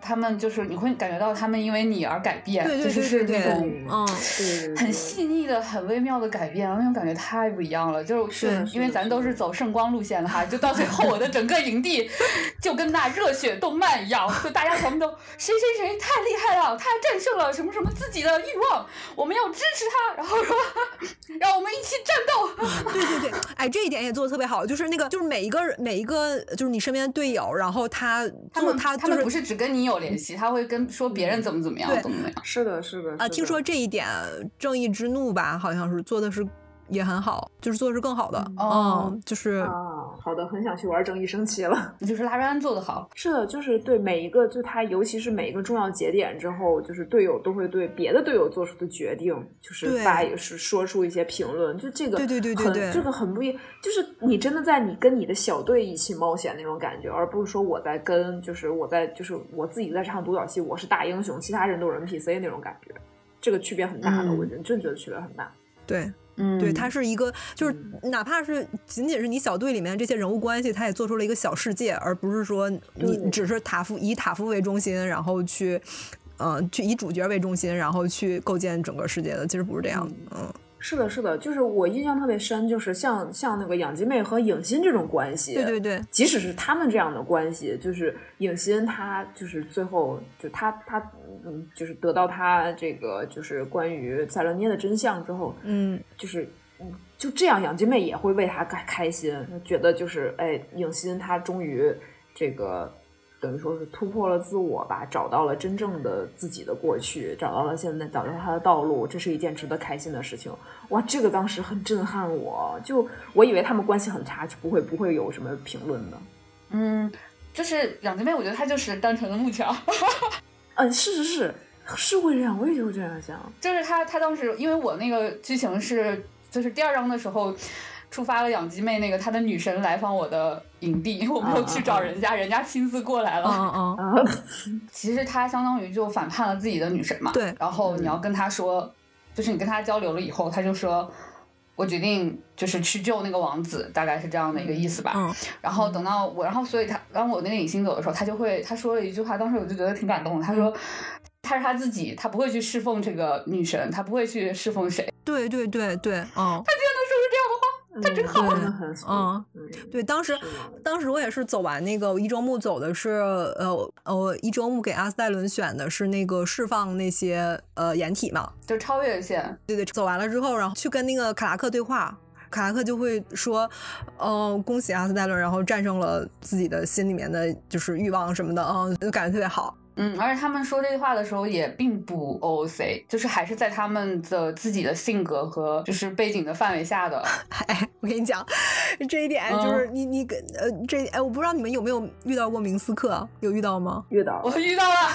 S1: 他们就是你会感觉到他们因为你而改变，
S2: 对对
S1: 就是是
S2: 对对
S1: 那种
S3: 对
S2: 嗯，
S3: 对对对
S1: 很细腻的、很微妙的改变，那种感觉太不一样了。就是
S2: 是的
S1: 因为咱都是走圣光路线的哈，就到最后我的整个营地就跟那热血动漫一样，就大家全部都谁谁谁太厉害了，他战胜了什么什么自己的欲望，我们要支持他，然后说让我们一起战 斗。
S2: 对对对，哎，这一点也做的特别好，就是那个就是每一个每一个就是你身边的队友，然后他
S1: 他
S2: 做
S1: 们
S2: 他
S1: 他
S2: 就是
S1: 们不是只跟你有联系，他会跟说别人怎么怎么样
S2: 对
S1: 怎么怎么 样。
S3: 是的，是的
S2: 啊，听说这一点《正义之怒》吧，好像是做的是也很好，就是做的是更好的，
S1: 哦
S2: 嗯，就是
S3: 啊，跑得很想去玩《争议升七》了。
S1: 就是拉詹做的好，
S3: 是的，就是对每一个，就他尤其是每一个重要节点之后，就是队友都会对别的队友做出的决定，就是
S2: 对
S3: 发也是说出一些评论，就这个
S2: 对对对对
S3: 很
S2: 对
S3: 这个很不一，就是你真的在你跟你的小队一起冒险那种感觉，而不是说我在跟就是我在就是我自己在唱独角戏，我是大英雄，其他人都是 NPC 那种感觉，这个区别很大的，
S1: 嗯
S3: 我觉得真觉得区别很大。
S2: 对
S1: 嗯
S2: 对，它是一个，就是哪怕是仅仅是你小队里面这些人物关系，它也做出了一个小世界，而不是说你
S3: 对
S2: 只是塔夫以塔夫为中心，然后去，嗯、去以主角为中心，然后去构建整个世界的，其实不是这样的，嗯，
S3: 是的，是的，就是我印象特别深，就是像像那个养鸡妹和影心这种关系，
S2: 对对对，
S3: 即使是他们这样的关系，就是影心他就是最后就他他嗯，就是得到他这个就是关于塞伦涅的真相之后，
S2: 嗯，
S3: 就是嗯就这样，养鸡妹也会为他开开心，觉得就是哎，影心他终于这个等于说是突破了自我吧，找到了真正的自己的过去，找到了现在找到他的道路，这是一件值得开心的事情。哇，这个当时很震撼我，就我以为他们关系很差，就不会不会有什么评论的。
S1: 嗯，就是养鸡妹，我觉得她就是单纯的木桥，
S3: 嗯，是是是，是会这样，我也就会这样想。
S1: 就是她她当时因为我那个剧情是就是第二章的时候。触发了养鸡妹那个她的女神来访我的营地，因 为我没有去找人家，人家亲自过来了。
S2: 嗯嗯嗯，
S3: 啊，
S1: 其实她相当于就反叛了自己的女神嘛。
S2: 嗯对
S1: 然后你要跟她说，就是你跟她交流了以后，她就说，我决定就是去救那个王子，大概是这样的一个意思吧。
S2: 嗯
S1: 然后等到我，然后所以他当我那个影星走的时候，他就会他说了一句话，当时我就觉得挺感动的。他说他是他自己，他不会去侍奉这个女神，他不会去侍奉谁。
S2: 对对对对，嗯
S3: 他真
S2: 好
S3: 真的很俗
S2: 嗯，对，当时
S3: 是的
S2: 当时我也是走完那个一周目，走的是呃呃，我一周目给阿斯戴伦选的是那个释放那些呃掩体嘛，
S1: 就超越线，
S2: 对对，走完了之后，然后去跟那个卡拉克对话，卡拉克就会说，嗯、恭喜阿斯戴伦，然后战胜了自己的心里面的就是欲望什么的，嗯、就感觉特别好。
S1: 嗯，而且他们说这句话的时候也并不 OOC，就是还是在他们的自己的性格和就是背景的范围下 的。
S2: 哎，我跟你讲，这一点就是你、你跟呃这哎，我不知道你们有没有遇到过明斯克，啊有遇到吗？
S3: 遇到
S1: 我
S3: 了
S1: 遇到了，啊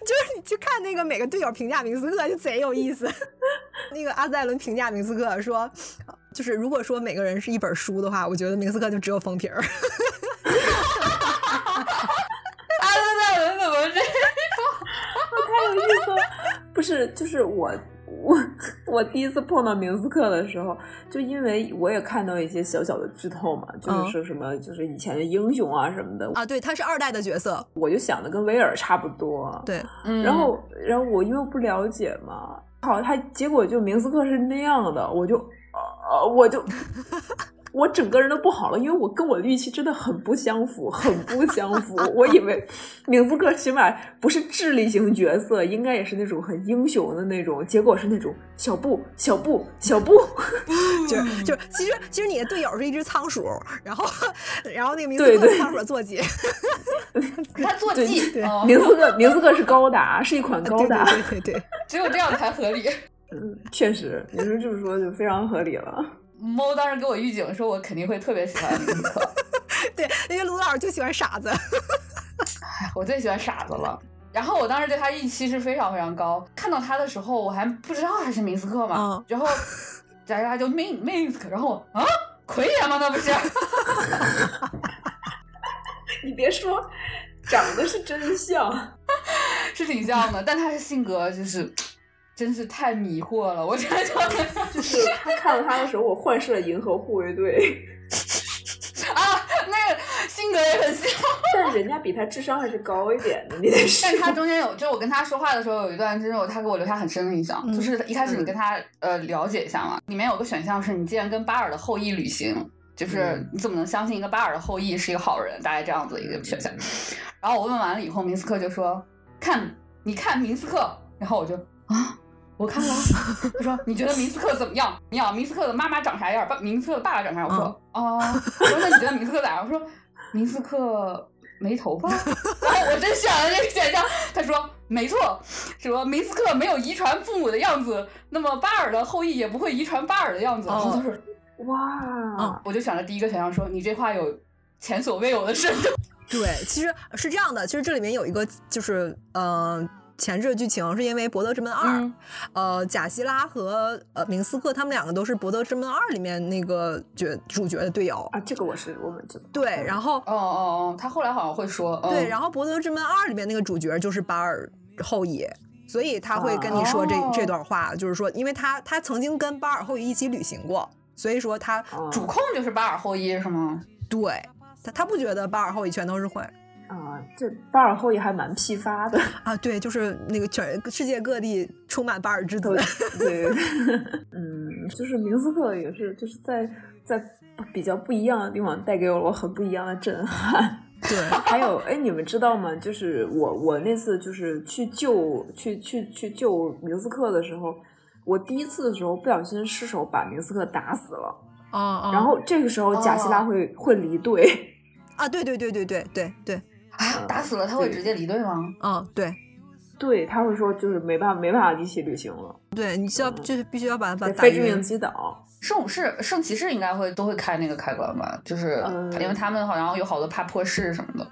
S2: 就是你去看那个每个队友评价明斯克就贼有意思。 那个阿斯戴伦评价明斯克说，就是如果说每个人是一本书的话，我觉得明斯克就只有封皮儿。
S1: 阿斯戴伦怎么这？
S3: 太有意思了。不是，就是我我我第一次碰到明斯克的时候，就因为我也看到一些小小的剧透嘛，就
S2: 嗯
S3: 是说什么就是以前的英雄啊什么的，
S2: 啊，对，他是二代的角色，
S3: 我就想的跟威尔差不多。啊
S2: 对，
S1: 嗯
S3: 然后然后我因为不了解嘛，好，他结果就明斯克是那样的，我就呃我 就。我整个人都不好了，因为我跟我的预期真的很不相符，很不相符。我以为明斯克起码不是智力型角色，应该也是那种很英雄的那种，结果是那种小布、小布、小布。
S2: 就是
S3: 嗯
S2: 就是，其实其实你的队友是一只仓鼠，然后然后那个名字
S3: 对
S2: 克是
S3: 对
S2: 仓鼠的坐 骑，
S1: 他坐
S3: 对
S1: 骑，
S2: 对
S1: 哦
S3: 明斯克，明斯克是高达，是一款高
S2: 对
S3: 达。
S2: 对对对对，
S1: 只有这样才合理。
S3: 嗯，确实，你说这么说就非常合理了。
S1: 猫当时给我预警说，我肯定会特别喜欢明克。
S2: 对，因为卢老师就喜欢傻子，
S1: 哎我最喜欢傻子了。然后我当时对他预期是非常非常高，看到他的时候我还不知道他是明斯克嘛，
S2: 嗯
S1: 然后大家就 min minsk，然后我啊奎爷吗？那不是，
S3: 你别说，长得是真像。
S1: 是挺像的，但他的性格就是真是太迷惑了，我真的 觉得
S3: 就是他看到他的时候，我幻视了银河护卫队，
S1: 啊，那个性格也很像。
S3: 但人家比他智商还是高一点的，你得是
S1: 但他中间有，就是我跟他说话的时候有一段，真是我他给我留下很深的印象，
S2: 嗯
S1: 就是一开始你跟他、呃了解一下嘛，里面有个选项是你竟然跟巴尔的后裔旅行，就是
S3: 嗯
S1: 你怎么能相信一个巴尔的后裔是一个好人？大概这样子一
S2: 嗯
S1: 个选项。然后我问完了以后，明斯克就说：“看，你看明斯克。”然后我就啊。我看了 啊，他说你觉得明斯克怎么样？你想明斯克的妈妈长啥样？爸，明斯克的爸爸长啥样？我说
S2: 嗯
S1: 哦，我说那你觉得明斯克咋样？我说明斯克没头 发。然后我真选了这个选项，他说没错，说明斯克没有遗传父母的样子，那么巴尔的后裔也不会遗传巴尔的样子。
S2: 哦
S1: 然后他说
S3: 哇，
S2: 嗯
S1: 我就想着第一个选项说，你这话有前所未有的深度。
S2: 对，其实是这样的，其实这里面有一个就是呃前置的剧情，是因为《博德之门二》
S1: 嗯
S2: 呃，贾希拉和呃明斯克他们两个都是《博德之门二》里面那个角主角的队友。
S3: 啊，这个我是我们知道。
S2: 对，然后、
S1: 哦哦哦，他后来好像会说，
S3: 哦
S1: 嗯、
S2: 对，然后《博德之门二》里面那个主角就是巴尔后裔。所以他会跟你说这、
S1: 哦
S2: 这段话，就是说，因为他他曾经跟巴尔后裔一起旅行过，所以说他
S3: 啊
S1: 主控就是巴尔后裔是吗？
S2: 对他他不觉得巴尔后裔全都是坏人
S3: 啊，这巴尔后裔还蛮批发的，
S2: 啊，对，就是那个全世界各地充满巴尔之子
S3: 对，对， 嗯，就是明斯克也是，就是在在比较不一样的地方带给我很不一样的震撼。
S2: 对，哦
S3: 还有，哎，你们知道吗？就是我我那次就是去救去去去救明斯克的时候，我第一次的时候不小心失手把明斯克打死了，
S2: 啊
S1: 哦
S2: 啊，
S3: 然后这个时候贾希拉会、会离队，
S2: 啊，对对对对对对对，
S1: 啊，打死了他会
S3: 对
S1: 直接离队吗？
S2: 嗯，对
S3: 对，他会说就是没办法没办法一起旅行了，
S2: 对，你需要就是必须要把把
S3: 嗯对
S2: 打
S3: 非致
S2: 晕
S3: 命。击倒，
S1: 圣武士、圣骑士应该会都会开那个开关吧，就是、
S3: 嗯
S1: 因为他们好像有好多怕破事什么的。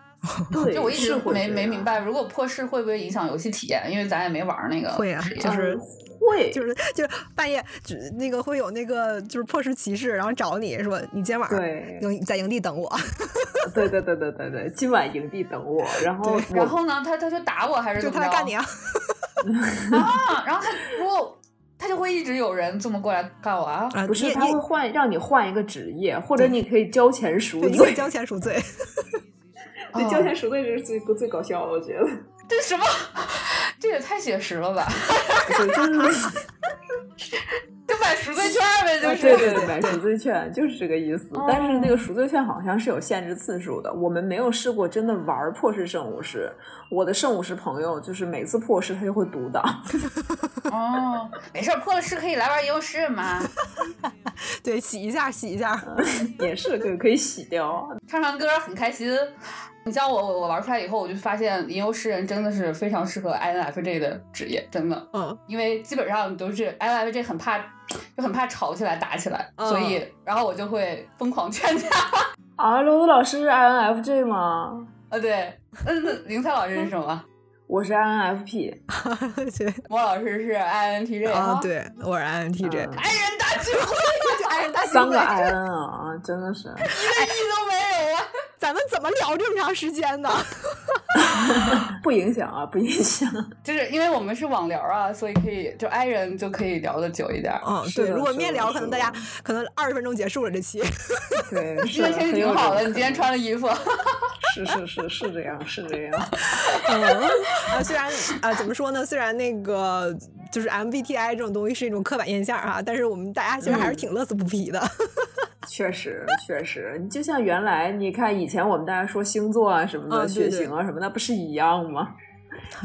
S3: 对，
S1: 就我一直
S3: 是会
S1: 没
S3: 这
S1: 没
S3: 样
S1: 明。白，如果破事会不会影响游戏体验？因为咱也没玩儿那个。
S2: 会啊，就
S3: 嗯
S2: 是
S3: 会，
S2: 就是就是半夜只那个会有那个就是破事骑士，然后找你说你今天晚上
S3: 对
S2: 营在营地等我，
S3: 对对对对对对，今晚营地等我，然后我
S1: 然后呢，他他就打我还是
S2: 就
S1: 怎
S2: 他
S1: 么
S2: 来
S1: 着？
S2: 干你啊！
S1: 啊！然后他如果他就会一直有人这么过来干我啊。
S2: 啊，
S3: 不
S2: 你
S3: 是
S2: 也
S3: 他
S2: 你
S3: 会
S2: 也
S3: 换让你换一个职业，或者你可以交钱赎
S2: 对，你会
S3: 罪，
S2: 交钱赎罪。
S3: 对
S1: 哦
S3: 交钱赎罪这是最最搞笑，我觉得。
S1: 这什么？ 这也太写实了吧！
S3: 对， 就是
S1: 就买赎 罪券呗，
S2: 啊
S1: 就
S3: 对
S1: 是。哦
S3: 对对，买赎罪券就是这个意思。但是那个赎罪券好像是有限制次数的，我们没有试过真的玩儿破事圣武士。我的圣武士朋友就是每次破事他就会独挡，
S1: 哦，没事儿，破了事可以来玩游戏嘛，
S2: 对，洗一下，洗一下。
S3: 也是可以可以洗掉。
S1: 唱唱歌很开心。你像我，我我玩出来以后，我就发现吟游诗人真的是非常适合 INFJ 的职业，真的。
S2: 嗯，
S1: 因为基本上都是 INFJ 很怕，就很怕吵起来、打起来，
S2: 嗯
S1: 所以然后我就会疯狂劝架。
S3: 啊，罗罗老师是 INFJ 吗？
S1: 啊，对，那那林赛老师是什么？
S3: 我是 INFP，嗯
S2: 对
S1: 莫老师是 INTJ
S2: 啊
S1: 哈，
S2: 对，我是 INTJ，
S3: 嗯
S1: 爱人大聚会，
S2: 就 I 人大
S3: 三个 IN 啊，真的是。
S1: 一个亿都没有啊！
S2: 咱们怎么聊这么长时间 呢？
S3: 不影响啊，不影响。
S1: 就是因为我们是网聊啊，所以可以就 I 人就可以聊的久一点。
S2: 嗯，
S3: 是
S2: 对，
S3: 的
S2: 如果
S3: 是
S2: 面
S3: 的嗯
S2: 聊，
S3: 是
S2: 可能大家可能二十分钟结束了这 期。
S3: 对，
S1: 今天天气挺好的，你今天穿了衣服，
S3: 是是是是这样，是这样。
S2: 嗯啊，虽然啊，怎么说呢？虽然那个就是 MBTI 这种东西是一种刻板印象啊，但是我们大家其实还
S3: 嗯
S2: 是挺乐此不疲的。
S3: 确实确实，你就像原来你看以前我们大家说星座啊什么的，
S2: 嗯对对
S3: 血
S2: 嗯
S3: 型啊什么的，不是一样吗？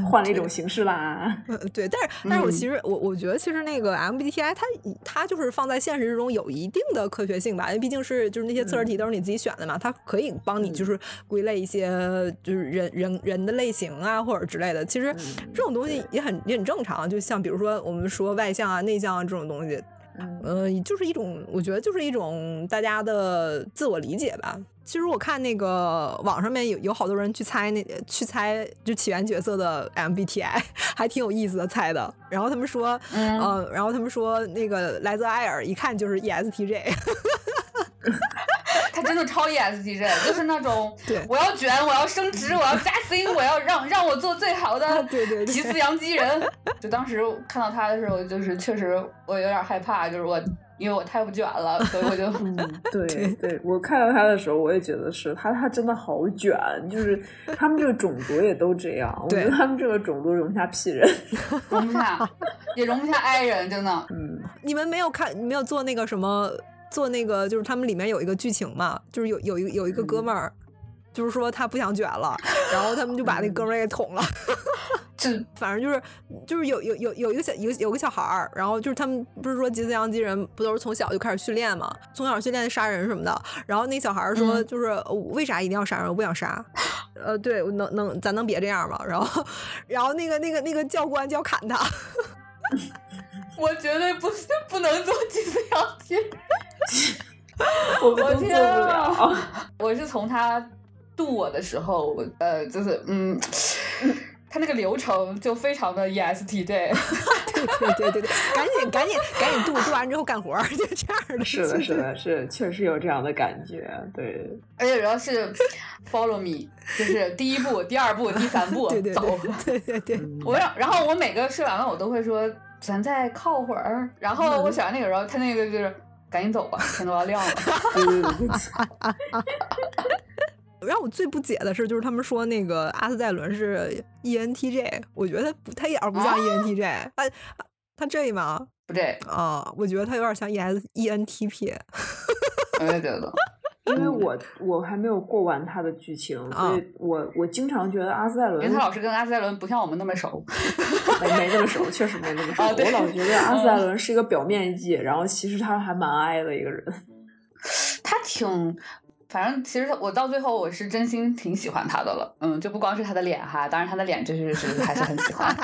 S3: 换了一种形式啦。
S2: 呃对，但是但是我
S1: 嗯
S2: 其实、我我觉得其实那个 MBTI 它它就是放在现实中有一定的科学性吧，因为毕竟是就是那些测试题都是你自己选的嘛，它可以帮你就是归类一些就是人人人的类型啊或者之类的。其实这种东西也很也很正常，就像比如说我们说外向啊内向啊这种东西，
S3: 嗯
S2: 呃，就是一种，我觉得就是一种大家的自我理解吧。其实我看那个网上面有有好多人去猜那去猜就起源角色的 MBTI，还 挺有意思的猜的。然后他们说，
S1: 嗯
S2: 呃，然后他们说那个莱泽埃尔一看就是 E ESTJ，
S1: 他真的超 E ESTJ，就是那种
S2: 对
S1: 我要卷，我要升职，我要加薪，我要让让我做最好的
S2: 啊对对对
S1: 吉斯扬基人。就当时看到他的时候，就是确实我有点害怕，就是我因为我太不卷了，所以我就
S3: 嗯，对对，我看到他的时候，我也觉得是他，他真的好卷，就是他们这个种族也都这样，我觉
S2: 对
S3: 得他们这个种族容不下屁人。
S1: 容不下， 也容不下 I 人，真的。
S3: 嗯，
S2: 你们没有看，没有做那个什么，做那个就是他们里面有一个剧情嘛，就是有有一个有一个哥们儿，就是说他不想卷了，然后他们就把那哥们儿给捅了。
S1: 这
S2: 反正就是就是有有有有一个小有有个小孩儿，然后就是他们不是说吉斯扬基人不都是从小就开始训练嘛，从小训练杀人什么的。然后那小孩儿说，
S1: 嗯
S2: 就是、呃为啥一定要杀人？我不想杀。呃，对，我能能咱能别这样吗？然后然后那个那个那个教官就要砍他，
S1: 我绝对不是不能做吉斯扬基人。
S3: 我们
S1: 我
S3: 都做不
S1: 天啊
S3: 了。
S1: 我是从他渡我的时候，我呃，就是嗯，他那个流程就非常的 ESTJ，
S2: 对对对对对，赶紧赶紧赶紧度，度完之后干活儿， 就这样的。
S3: 是的，
S2: 就是
S3: 的，是确实有这样的感觉，对。
S1: 而且主要是 follow me，就是第一步、第二步、第三 步，
S2: 对对
S1: 走。
S2: 对对对
S3: 嗯
S2: 对，
S1: 我让，然后我每个睡完了，我都会说咱再靠会儿。然后我写完那个时候，他那个就是赶紧走吧，天都要亮了。
S3: 对对对对
S2: 让我最不解的是，就是他们说那个阿斯戴伦是 E ENTJ，我觉得他不，他一点儿不像 E ENTJ，他他这吗？
S1: 不对，
S2: 啊，我觉得他有点像 ES ENTP。
S1: 我也觉得。
S3: 因为我我还没有过完他的剧情，
S2: 啊
S3: 所以我我经常觉得阿斯泰
S1: 因
S3: 伦
S1: 为他老是跟阿斯塞伦不像我们那么熟，
S3: 没没那么熟，确实没那么熟。
S1: 啊对
S3: 我老觉得阿斯泰伦是一个表面一，然后其实他还蛮爱的一个人。
S1: 他挺，反正其实我到最后我是真心挺喜欢他的了，嗯，就不光是他的脸哈，当然他的脸就是是还是很喜 欢，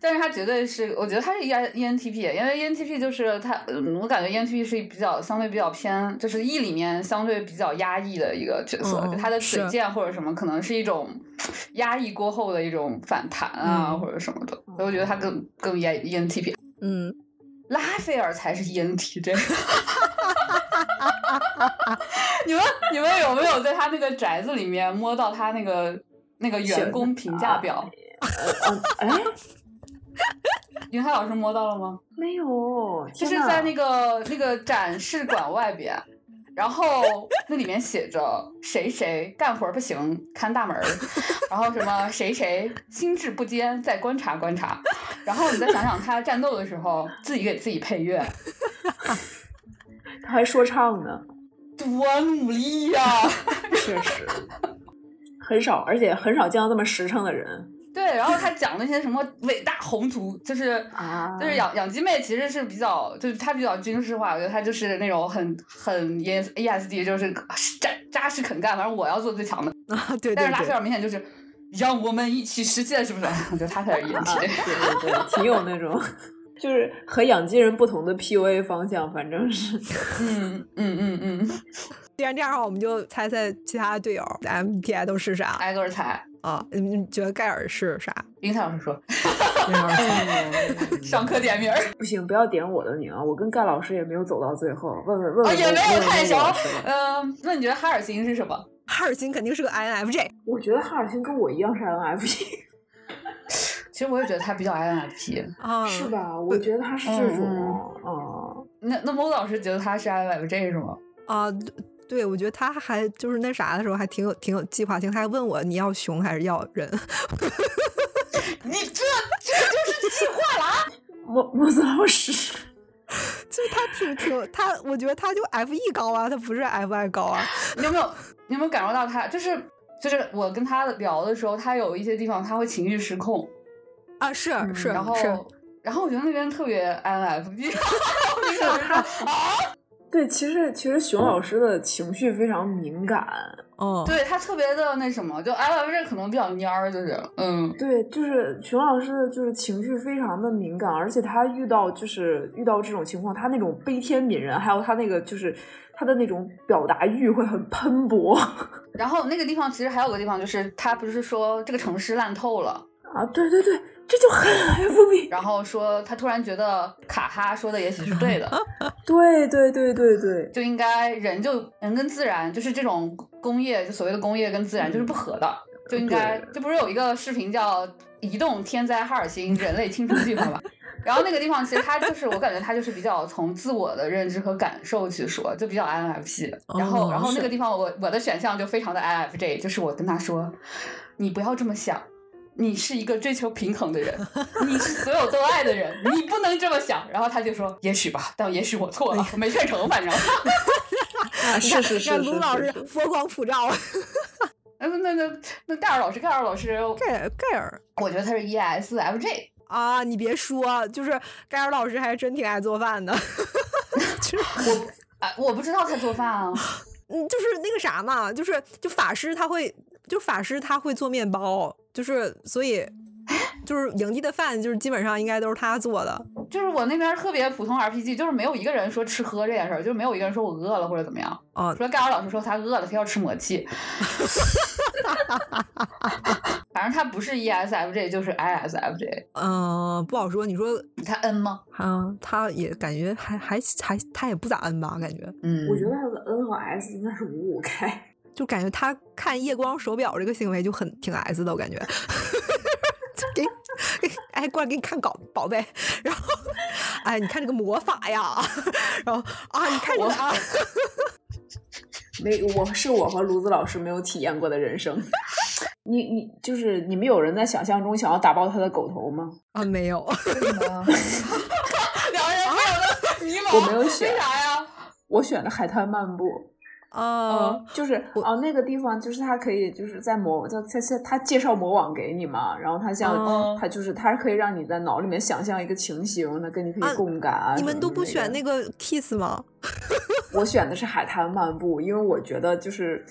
S1: 但是他绝对是，我觉得他是 E E N T P，因为 E N T P 就是他，嗯我感觉 E N T P 是比较相对比较偏，就是 E 里面相对比较压抑的一个角色，
S2: 嗯
S1: 就他的嘴
S2: 是
S1: 贱或者什么，可能是一种压抑过后的一种反弹啊、
S2: 嗯哦
S1: 或者什么的，所以我觉得他更更 E E N T P，
S2: 嗯，
S1: 拉斐尔才是 ENTJ。你们你们有没有在他那个宅子里面摸到他那个那个员工评价表？
S3: 哎，
S1: 云海老师摸到了吗？
S3: 没有，
S1: 就
S3: 天
S1: 是
S3: 呐
S1: 在那个那个展示馆外边，然后那里面写着谁谁干活不行看大门儿，然后什么谁谁心智不坚再观察观察，然后你再想想他战斗的时候自己给自己配乐，
S3: 他还说唱呢，
S1: 多努力呀、
S3: 确实很少，而且很少见到这么实诚的 人
S1: 对，然后他讲那些什么伟大宏图，就是
S3: 啊
S1: 就是养养鸡妹其实是比较，就是她比较军事化，我觉得她就是那种很很 E S E S D，就是扎扎实肯干，反正我要做最强的。
S2: 啊，对
S1: 但
S2: 对
S1: 是拉斐
S2: 对，
S1: 尔明显就是让我们一起实现，是不 是？我觉得他才是 E
S3: 啊
S1: N
S3: 对
S1: T。
S3: 对对，挺有那种，就是和养鸡人不同的 PUA 方向，反正是。
S1: 嗯嗯嗯嗯，
S2: 既然这样的话，我们就猜猜其他的队友 MBTI 都是啥
S1: 挨个儿猜。
S2: 啊？你们觉得盖尔是啥？
S1: 英特老师说，
S2: 这样 儿
S1: 上课点名儿，
S3: 不行，不要点我的名啊！我跟盖老师也没有走到最后，问问问
S1: 啊
S3: 问
S1: 也没有
S3: 问问
S1: 太熟
S3: 魏老师吧
S1: 嗯、那你觉得哈尔星是什么？
S2: 哈尔辛肯定是个 INFJ，
S3: 我觉得哈尔星跟我一样是 NFP，
S1: 其实我也觉得他比较 I N F P。
S2: 啊，
S3: 是？吧？我觉得他是这种啊，
S1: 那那 m o 老师觉得他是 I N F J 是吗？
S2: 啊，对对，我觉得他还就是那啥的时候还挺有挺有计划性，他还问我你要熊还是要人，
S1: 你这这就是计划
S3: 莫莫子老 师，
S2: 就是他挺挺他，我觉得他就 F E 高啊，他不是 F I 高啊，
S1: 你有没有你有没有感受到他就是就是我跟他聊的时候，他有一些地方他会情绪失控，
S2: 啊是
S3: 嗯
S2: 是
S1: 然后
S2: 是，
S1: 然后我觉得那边特别 INFP，
S3: 是他。 对，其实其实熊老师的情绪非常敏感，
S2: 嗯，
S1: 对他特别的那什么，就 INFJ 可能比较蔫儿，就是嗯，
S3: 对，就是熊老师的就是情绪非常的敏感，而且他遇到就是遇到这种情况，他那种悲天悯人，还有他那个就是他的那种表达欲会很喷薄
S1: 然后那个地方其实还有个地方就是他不是说这个城市烂透了，
S3: 啊，对对对，这就很 FB。
S1: 然后说他突然觉得卡哈说的也许是对的，
S3: 对对对对对，
S1: 就应该人就人跟自然就是这种工业，就所谓的工业跟自然就是不合的，就应该
S3: 对
S1: 这不是有一个视频叫《移动天灾哈尔滨人类清除计划》吗？然后那个地方其实它就是我感觉它就是比较从自我的认知和感受去说，就比较 INFP。然后
S2: 哦
S1: 然后那
S2: 是
S1: 个地方我我的选项就非常的 INFJ，就是我跟他说，你不要这么想。你是一个追求平衡的人，你是所有都爱的人，你不能这么想。然后他就说：“也许吧，但也许我错了，没劝成，反正。”
S3: 啊，
S2: 你
S3: 是
S2: 看
S3: 是是，
S2: 让
S3: 是
S2: 卢老师
S3: 是是
S2: 疯狂普照，
S1: 那呃那那那盖尔老师，盖尔老师，
S2: 盖尔盖尔
S1: 我觉得他是 E ESFJ，
S2: 啊，你别说，就是盖尔老师还真挺爱做饭的， 就是
S1: 啊，我不知道他做饭啊，
S2: 嗯，就是那个啥嘛，就是就法师他会，就法师他会做面包，就是所以。就是营地的饭，就是基本上应该都是他做的。
S1: 就是我那边特别普通 RPG，就是没有一个人说吃喝这件事儿，就是没有一个人说我饿了或者怎么样。
S2: 哦
S1: 除了盖尔老师说他饿了，他要吃魔气。 反正他不是 E ESFJ 就是 ISFJ，
S2: 嗯、不好说。你说
S1: 他 N 吗？
S2: 啊，他也感觉还还还他也不咋恩吧，感觉
S1: 嗯，
S3: 我觉得他的 N 和 S 应该是五五开。
S2: 就感觉他看夜光手表这个行为就很挺 S 的，我感觉。就给给哎，过来给你看搞宝贝，然后哎，你看这个魔法呀，然后啊，你看 这个啊，
S3: 没，我是我和卢子老师没有体验过的人生。 你你就是你们有人在想象中想要打爆他的狗头吗？
S2: 啊没有，
S1: 两人没有的迷茫，
S3: 我没有选
S1: 为啥呀？
S3: 我选了海滩漫步。
S2: 嗯哦，
S3: 就是哦，那个地方就是他可以就是在魔，他他他他介绍魔网给你嘛，然后他像、
S2: 哦
S1: 嗯
S3: 他就是他可以让你在脑里面想象一个情形，他跟你可
S2: 啊
S3: 以共感啊、
S2: 你
S3: 什
S2: 们
S3: 么
S2: 都
S3: 之
S2: 不
S3: 类
S2: 选
S3: 的
S2: 那个 kiss 吗？
S3: 我选的是海滩漫步，因为我觉得就是。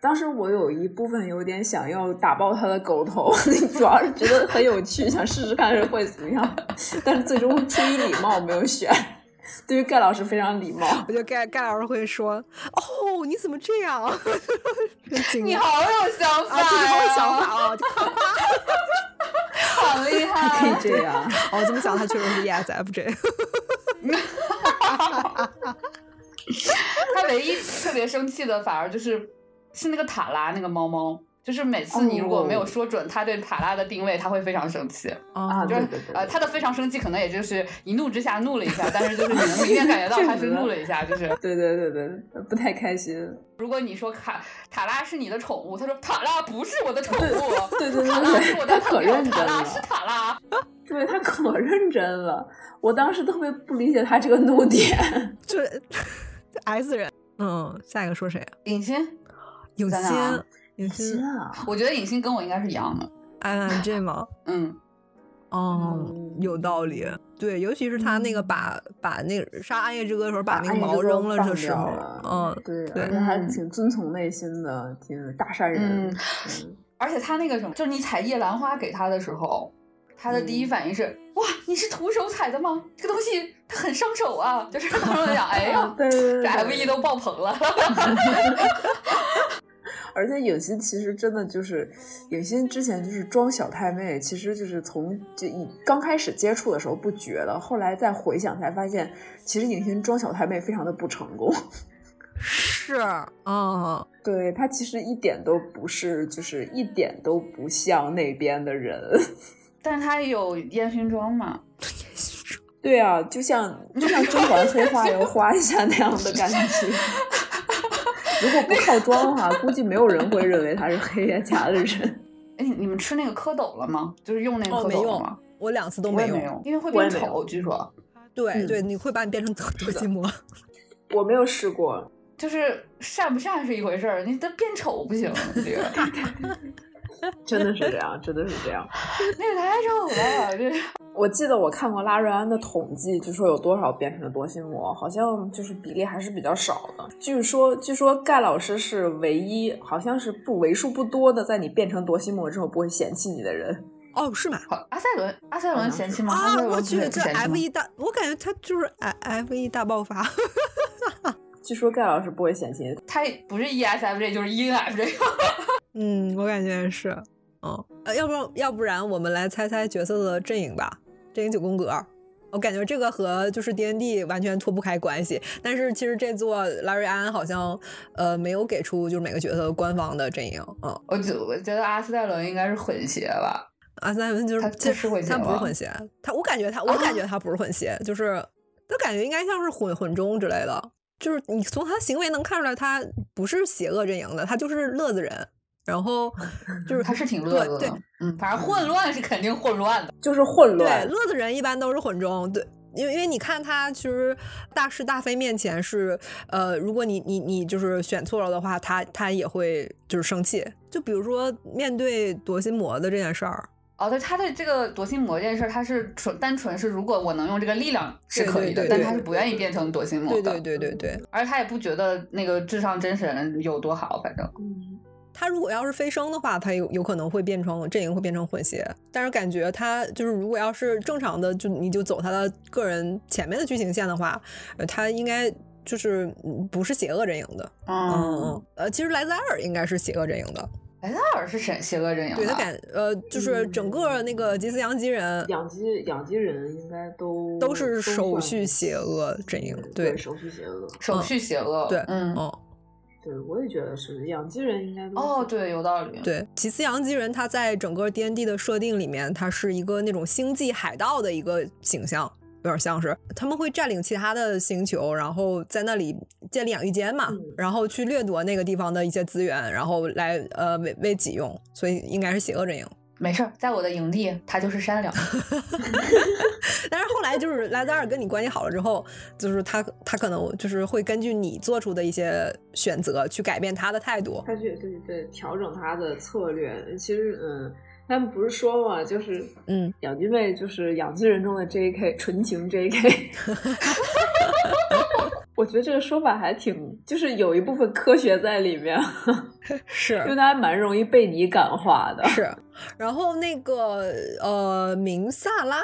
S3: 当时我有一部分有点想要打爆他的狗头， 主要是觉得很有趣，想试试看是会怎么样，但是最终出于礼貌没有选。对于盖老师非常礼貌，
S2: 我觉得盖盖老师会说，哦，你怎么这样？真惊
S1: 你
S2: 讶
S1: 好有想法
S2: 啊，这是
S1: 呀
S2: 好有想法啊！
S1: 好厉
S3: 可 以
S1: 害！
S3: 这样。
S2: 哦，这么想他确实 是 ESFJ。
S1: 他唯一特别生气的，反而就是是那个塔拉那个猫猫，就是每次你如果没有说准他对塔拉的定位，他会非常生气。
S3: 哦啊
S1: 就是
S3: 对对对
S1: 呃，他的非常生气，可能也就是一怒之下怒了一下，但是就是 你能明显感觉到他是怒了一下。就是
S3: 对对对对，不太开心。
S1: 如果你说卡塔拉是你的宠物，他说塔拉不是我的宠物，
S3: 对对对
S1: 塔拉是我
S3: 对，他
S1: 的
S3: 可
S1: 朋
S3: 认
S1: 友，
S3: 真
S1: 塔
S3: 了
S1: 拉，是塔拉。
S3: 对他可认真了。我当时特别不理解他这个怒点。
S2: 就是 S 人。嗯，下一个说谁啊？
S1: 影心，
S2: 影
S1: 咱
S2: 欣
S1: 俩，
S2: 影
S3: 心
S2: 欣
S3: 啊，
S1: 我觉得影心跟我应该是一样的。
S2: ，INFJ 吗？
S1: 嗯，
S2: 哦，有道理。对，尤其是他那个把把那个杀暗夜之歌的时候，把
S3: 哎
S2: 那个毛扔了的时候，嗯，
S3: 对，
S2: 对
S3: 而且还
S1: 嗯
S3: 挺遵从内心的，挺大善人。
S1: 嗯而且他那个什么，就是你采夜兰花给他的时候，他的第一反应是、哇，你是徒手采的吗？这个东西它很伤手啊！就是当时我想，哎呀
S3: 嗯，，对对对
S1: 这
S3: 对
S1: F E 都爆棚了。
S3: 而且影欣其实真的就是，影欣之前就是装小太妹，其实就是从就一刚开始接触的时候不觉得，后来再回想才发现，其实影欣装小太妹非常的不成功。
S2: 是，嗯，
S3: 对他其实一点都不是，就是一点都不像那边的人。
S1: 但是他有烟熏妆嘛？
S3: 对啊，就像就像甄嬛黑化油花一下那样的感 觉。如果不靠妆的话，估计没有人会认为他是黑夜家的人。
S1: 哎，你们吃那个蝌蚪了吗？就是用那个
S2: 哦，
S1: 蝌
S2: 没
S1: 蚪了
S2: 用
S1: 吗？，
S2: 我两次都
S1: 我
S2: 没
S1: 也没
S2: 用。
S1: 用，因为会
S3: 我也
S1: 变
S3: 没
S1: 丑，据说
S2: 对
S3: 嗯
S2: 对，你会把你变成德德基摩。
S3: 我没有试过，
S1: 就是善不善是一回事儿，你得变丑不行，啊这 个
S3: 真的是这样，真的是这样。
S1: 那个太丑了，这是
S3: 我记得我看过拉瑞安的统计，就说有多少变成了多心魔，好像就是比例还是比较少的。据说，据说盖老师是唯一，好像是不为数不多的，在你变成多心魔之后不会嫌弃你的人。
S2: 哦，是吗？
S1: 好阿塞伦，阿塞伦嫌弃吗？阿
S2: 啊，
S1: 塞伦
S2: 我
S1: 不
S2: 去，
S1: 是
S2: 这
S1: 不嫌弃
S2: F
S1: 吗
S2: E 大，我感觉他就是 F E 大爆发。
S3: 据说盖老师不会嫌弃你，
S1: 他不是 E ESFJ 就是 ENFJ。
S2: 嗯，我感觉也是。嗯，呃，要不然要不然我们来猜猜角色的阵营吧，阵营九宫格。我感觉这个和就是 D N D 完全脱不开关系，但是其实这座拉瑞安好像呃没有给出就是每个角色官方的阵营，嗯，
S1: 我觉我觉得阿斯戴伦应该是混血吧，
S2: 阿斯奈文就是
S1: 他
S2: 这
S1: 他是混血
S2: 他不是
S1: 吗
S2: 混血，他我感觉他我感觉他不是混血，就是他感觉应该像是混混中之类的，就是你从他行为能看出来他不是邪恶阵营的，他就是乐子人，然后就是
S1: 他是挺乐子
S2: 对
S1: 的
S2: 对，
S1: 嗯，反正混乱是肯定混乱的，
S3: 就是混
S2: 对，
S3: 乱。
S2: 乐子人一般都是混中，对。因为因为你看他其实大是大非面前是呃，如果你你你就是选错了的话，他他也会就是生气。就比如说面对夺心魔的这件事儿，
S1: 哦，对，他对这个夺心魔这件事儿，他是纯单纯是，如果我能用这个力量是可以的，
S2: 对对对
S1: 但他是不愿意变成夺心魔
S2: 对
S1: 的，嗯
S2: 嗯对对对对，
S1: 而他也不觉得那个至上真神有多好，反正
S3: 嗯，
S2: 它如果要是飞升的话，它有有可能会变成阵营会变成混血，但是感觉它就是如果要是正常的，就你就走它的个人前面的剧情线的话，呃，它应该就是嗯不是邪恶阵营的。嗯嗯，
S1: 嗯，
S2: 嗯呃，其实莱泽埃尔应该是邪恶阵营的，
S1: 莱塞尔是谁？邪恶阵营
S2: 对他
S1: 的。
S2: 感呃就是整个那个吉斯扬基人
S3: 养鸡养鸡人应该都
S2: 都是手
S3: 算
S2: 续邪恶阵营，
S3: 对
S2: 对，
S3: 手续邪恶，
S1: 手续邪恶。
S2: 对
S1: 嗯，
S2: 嗯。
S3: 对我也觉得是养鸡人应该都
S1: 哦，
S3: 是
S1: 对，有道理。
S2: 对，吉斯扬基人他在整个 D N D 的设定里面，他是一个那种星际海盗的一个形象，有点像是他们会占领其他的星球，然后在那里建立养育间嘛，
S3: 嗯
S2: 然后去掠夺那个地方的一些资源，然后来呃为为己用，所以应该是邪恶阵营。
S1: 没事儿，在我的营地，他就是山两。
S2: 但是后来就是莱扎尔跟你关系好了之后，就是他他可能就是会根据你做出的一些选择去改变他的态度。
S3: 他去对对调整他的策略。其实嗯，他们不是说嘛，就是
S2: 嗯，
S3: 养鸡妹就是养鸡人中的 J K 纯情 J K。我觉得这个说法还挺，就是有一部分科学在里面，
S2: 是
S3: 因为它还蛮容易被你感化的。
S2: 是，然后那个呃，明萨拉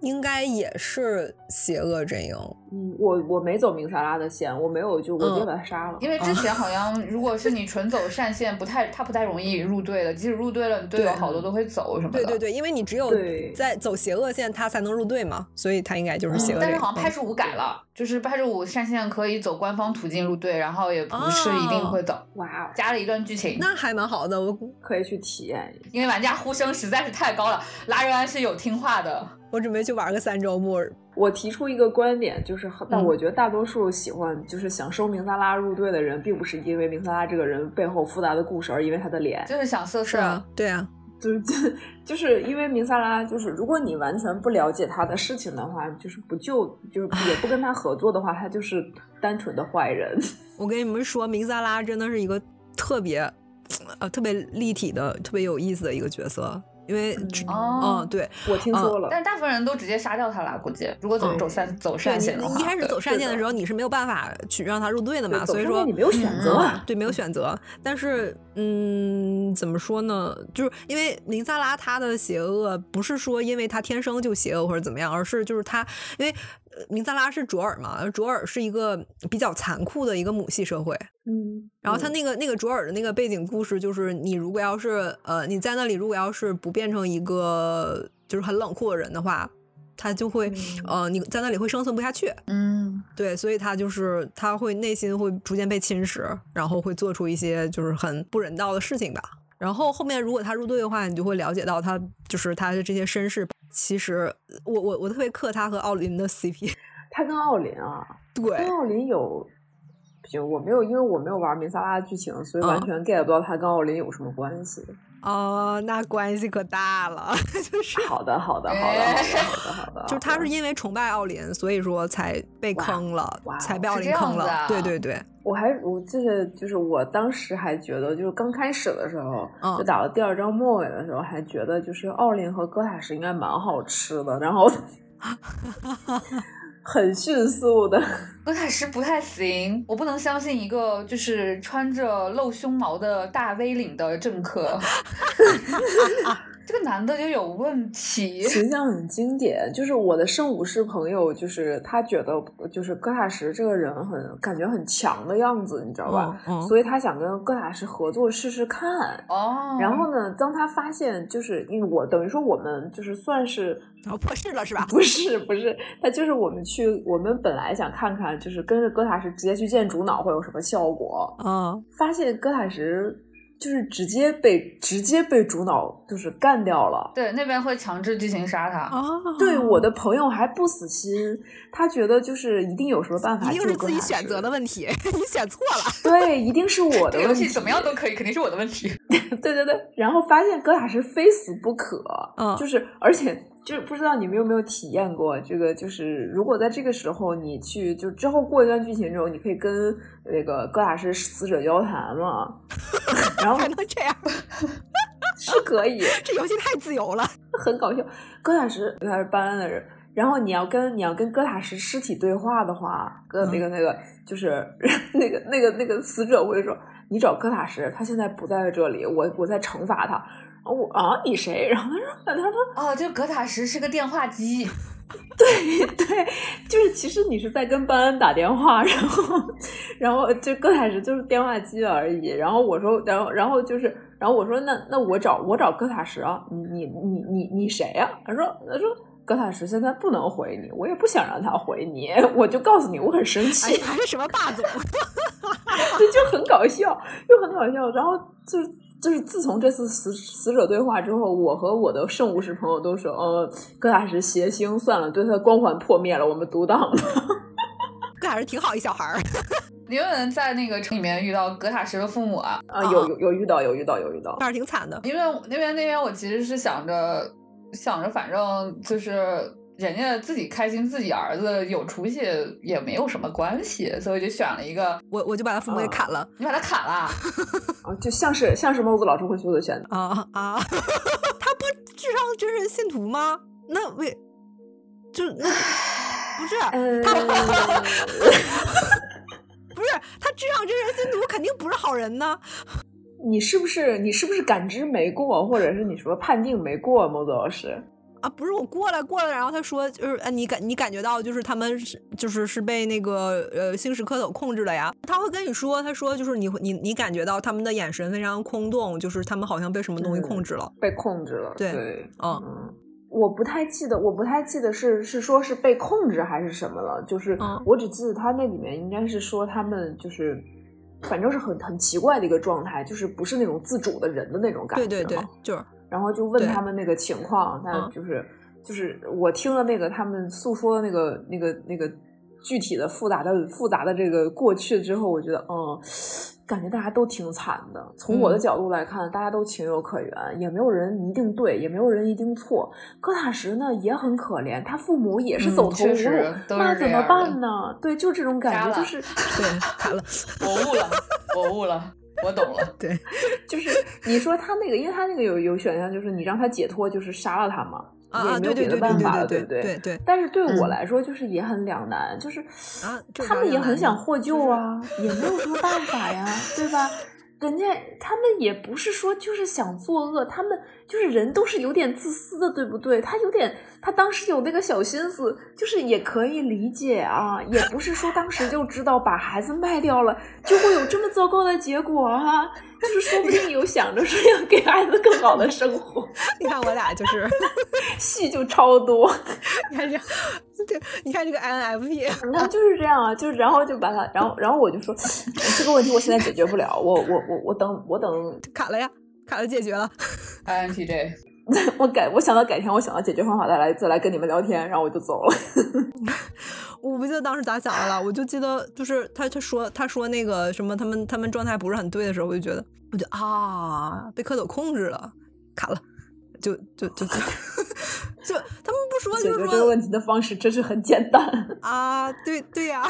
S2: 应该也是邪恶阵营，
S3: 嗯，我我没走明萨拉的线，我没有就我直接把他杀了。
S1: 嗯因为之前好像，如果是你纯走善线，不太他不太容易入队的。即使入队了，你队友
S2: 对
S1: 好多都会走什么的。
S2: 对对对，因为你只有
S3: 对
S2: 在走邪恶线，他才能入队嘛，所以他应该就是
S3: 嗯
S2: 邪恶
S1: 但
S2: 阵
S1: 是
S2: 营。
S1: 好像派出五改了，就是派出五善线可以走官方途径入队，然后也不是一定会走，
S3: 哇哦，
S1: 加了一段剧情。
S2: 那还蛮好的，我
S3: 可以去体验一下。
S1: 因为玩家呼声实在是太高了，拉瑞安是有听话的。
S2: 我准备去玩个三周目。
S3: 我提出一个观点，就是很，但
S1: 嗯
S3: 我觉得大多数喜欢就是想收明萨拉入队的人，并不是因为明萨拉这个人背后复杂的故事，而因为他的脸，
S1: 就是想色
S2: 是
S1: 色。
S2: 啊，对啊，
S3: 就是就就是因为明萨拉，就是如果你完全不了解他的事情的话，就是不就就是也不跟他合作的话，他就是单纯的坏人。
S2: 我跟你们说，明萨拉真的是一个特别呃特别立体的、特别有意思的一个角色，因为只
S1: 哦
S2: 嗯对，
S3: 我听说了，
S1: 但是大部分人都直接杀掉他了，估计如果走
S3: 嗯
S1: 走善走
S2: 对
S1: 善
S2: 你
S1: 线的话，
S2: 一开始走善
S3: 是
S2: 线的
S3: 的
S2: 时候，你是没有办法去让他入队的
S3: 对
S2: 嘛，
S3: 走
S2: 所以
S3: 上
S2: 说嗯
S3: 面你没有选择啊。
S2: 对，没有选择。但是，嗯，怎么说呢？就是因为林萨拉她的邪恶不是说因为她天生就邪恶或者怎么样，而是就是她因为呃林萨拉是卓尔嘛，卓尔是一个比较残酷的一个母系社会。
S3: 嗯，
S2: 然后他
S3: 嗯
S2: 那个那个卓尔的那个背景故事，就是你如果要是呃你在那里如果要是不变成一个就是很冷酷的人的话，他就会、
S3: 嗯
S2: 呃你在那里会生存不下去。
S1: 嗯，
S2: 对，所以他就是他会内心会逐渐被侵蚀，然后会做出一些就是很不人道的事情吧。然后后面如果他入队的话，你就会了解到他就是他的这些身世。其实我我我特别克他和奥林的 CP，
S3: 他跟奥林啊，
S2: 对
S3: 跟奥林有。不行，我没有，因为我没有玩明萨拉的剧情，所以完
S2: 嗯
S3: 全 get 不到他跟奥林有什么关系。
S2: 哦、那关系可大了，就是
S3: 好的，好的，好的，好的， 好的，好的。
S2: 哎
S3: 嗯
S2: 就是他是因为崇拜奥林，所以说才被
S3: 哇
S2: 坑了，
S3: 哇
S2: 才被
S1: 是
S2: 奥林
S1: 这样
S2: 坑
S1: 子
S2: 了。
S1: 啊
S2: 对对对，
S3: 我还我就是就是我当时还觉得，就是刚开始的时候，
S2: 嗯
S3: 就打到第二章末尾的时候，还觉得就是奥林和哥塔什应该蛮好吃的，然 后很迅 速的，
S1: 哥塔什不太行，我不能相信一个就是穿着露胸毛的大 V 领的政客， 这个男的就有问题。
S3: 形象很经典。就是我的圣武士朋友，就是他觉得就是哥塔什这个人很感觉很强的样子，你知道吧？
S2: 嗯嗯
S3: 所以他想跟哥塔什合作试试看。
S1: 哦，
S3: 然后呢？当他发现，就是因为我等于说我们就是算是
S2: 然后破事了是吧？
S3: 不是不是，他就是我们去，我们本来想看看，就是跟着哥塔什直接去见主脑会有什么效果，
S2: 嗯，
S3: 发现哥塔什就是直接被直接被主脑就是干掉了。
S1: 对那边会强制剧情杀他，
S2: 哦，
S3: 对我的朋友还不死心，他觉得就是一定有什么办法
S2: 一定
S3: 救
S2: 是
S3: 哥
S2: 自
S3: 塔
S2: 己
S3: 什
S2: 选择的，问题， 你选错了。
S3: 对，一定是我
S1: 这
S3: 的
S1: 个
S3: 问
S1: 游
S3: 题。
S1: 戏怎么样都可以，肯定是我的问题。
S3: 对对对，然后发现哥塔什非死不可，
S2: 嗯
S3: 就是而且就是不知道你们有没有体验过这个，就是如果在这个时候你去，就之后过一段剧情之后，你可以跟那个哥塔什死者交谈嘛， 然后
S2: 还能这样？
S3: 是可以，
S2: 这游戏太自由了。
S3: 很搞笑。哥塔什他是班恩的人，然后你要跟你要跟哥塔什尸体对话的话，哥那个那个就是那个那个那个死者会说。你找哥塔什，他现在不在这里，我我在惩罚他。”然后我啊，你谁？然后他说：“他说
S1: 哦，就格塔什是个电话机，
S3: 对 对，就是其实你是在跟班恩打电话，然后然后就刚开始就是电话机而已。然后我说，然后然后就是，然后我说那那我找我找哥塔什啊，你你你你你谁呀、啊？他说他说哥塔什现在不能回你，我也不想让他回你，我就告诉你我很生
S2: 哎，
S3: 气
S2: 你， 还是什么霸总？
S3: 这就很搞笑，又很搞笑。然后就就是自从这次死死者对话之后，我和我的圣武士朋友都说，呃，哥塔什邪星算了，对他的光环破灭了，我们独挡吧。
S2: 哥塔什挺好一小孩儿，
S1: 你有人在那个城里面遇到格塔什的父母啊？
S3: 啊，
S2: 啊
S3: 有有有遇到，有遇到，有遇到。
S2: 倒是挺惨的。
S1: 因为我那边那边我其实是想着想着，反正就是人家自己开心，自己儿子有出息也没有什么关系，所以就选了一个
S2: 我我就把他父母给
S3: 啊
S2: 砍了
S1: 你把他砍了，
S3: 啊，就像是像是孟子老师会做的选择。
S2: 啊啊！ 他不智商真人信徒吗？那为就那不是
S3: 嗯，
S2: 不是他智商真人信徒肯定不是好人呢。
S3: 你是不是你是不是感知没过，或者是你什么判定没过？孟子老师，
S2: 啊，不是我过来过来，然后他说就是，呃，你感你感觉到就是他们是就是是被那个呃星矢蝌蚪控制了呀。他会跟你说，他说就是你会你你感觉到他们的眼神非常空洞，就是他们好像被什么东西控制了。
S3: 被控制了。
S2: 对嗯
S3: 嗯，我不太记得，我不太记得是是说是被控制还是什么了，就是
S2: 嗯
S3: 我只记得他那里面应该是说他们就是，反正是很很奇怪的一个状态，就是不是那种自主的人的那种嗯感觉
S2: 对。对对，就是
S3: 然后就问
S2: 对
S3: 他们那个情况，那
S2: 嗯
S3: 就是、就是我听了那个他们诉说的那个那个那个具体的复杂的复杂的这个过去之后，我觉得嗯，感觉大家都挺惨的。从我的
S2: 嗯
S3: 角度来看，大家都情有可原，也没有人一定对，也没有人一定错。哥塔什呢也很可怜，他父母也是
S2: 嗯
S3: 走投无
S1: 确
S3: 路，
S1: 实都
S3: 那
S1: 是
S3: 怎
S1: 这
S3: 么
S1: 样
S3: 办
S1: 的。
S3: 呢？对，就这种感
S1: 杀
S3: 觉，就
S1: 了
S3: 是
S2: 对砍了，
S1: 我悟了，我悟了，我懂了。
S2: 对
S3: 就是你说他那个，因为他那个有有选项，就是你让他解脱，就是杀了他嘛。
S2: 啊
S3: 也
S2: 啊，
S3: 没有
S2: 对对对
S3: 别的办
S2: 对
S3: 法了，
S2: 对
S3: 不
S2: 对对对，
S3: 但是对我
S1: 嗯
S3: 来说，就是也很两难，就是
S2: 啊这有啥
S3: 他们也
S2: 两
S3: 很
S2: 难
S3: 想
S2: 呢
S3: 获救啊，也没有什么办法呀，对吧？人家他们也不是说就是想作恶，他们就是人都是有点自私的，对不对？他有点，他当时有那个小心思，就是也可以理解啊，也不是说当时就知道把孩子卖掉了就会有这么糟糕的结果啊，就是说不定有想着说要给孩子更好的生活，
S2: 你看我俩就是，
S3: 戏就超多。
S2: 你看这，对，你看这个 INFP，
S3: 你看就是这样啊，就是然后就把他，然后然后我就说哎这个问题我现在解决不了，我我我我等我等
S2: 砍了呀，砍了解决了。
S1: INTJ，
S3: 我改我想到改天我想到解决方法再来再来跟你们聊天，然后我就走了。
S2: 我不记得当时咋想的了，我就记得就是他他说他说那个什么他们他们状态不是很对的时候，我就觉得我就啊被蝌蚪控制了，砍了，就就就就就他们不说
S3: 解
S2: 就是
S3: 决这个
S2: 说
S3: 问题的方式真是很简单。
S2: 啊对对呀、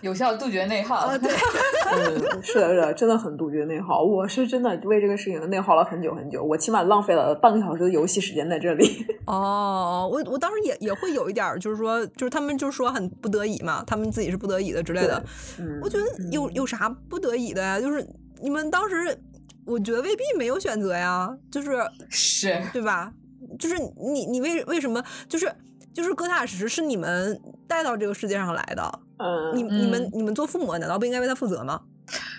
S1: 有效杜绝内耗。
S2: 啊对，
S3: 嗯，是的，是的，真的很杜绝内耗。我是真的为这个事情内耗了很久很久，我起码浪费了半个小时的游戏时间在这里。
S2: 哦，我我当时也也会有一点儿就是说就是他们就是说很不得已嘛，他们自己是不得已的之类的，
S3: 嗯，
S2: 我觉得有有啥不得已的呀？就是你们当时，我觉得未必没有选择呀，就是
S1: 是
S2: 对吧？就是你你为为什么就是就是哥塔什是你们带到这个世界上来的，
S3: 嗯
S2: 你你们你们做父母难道不应该为他负责吗？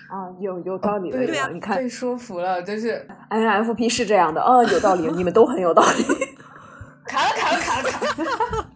S3: 啊，有有道理的，
S1: 对
S3: 有
S2: 呀
S3: 道理你看
S1: 被说服了，就是
S3: INFP 是这样的，嗯，有道理，你们都很有道理。
S1: 砍了砍了砍了砍了。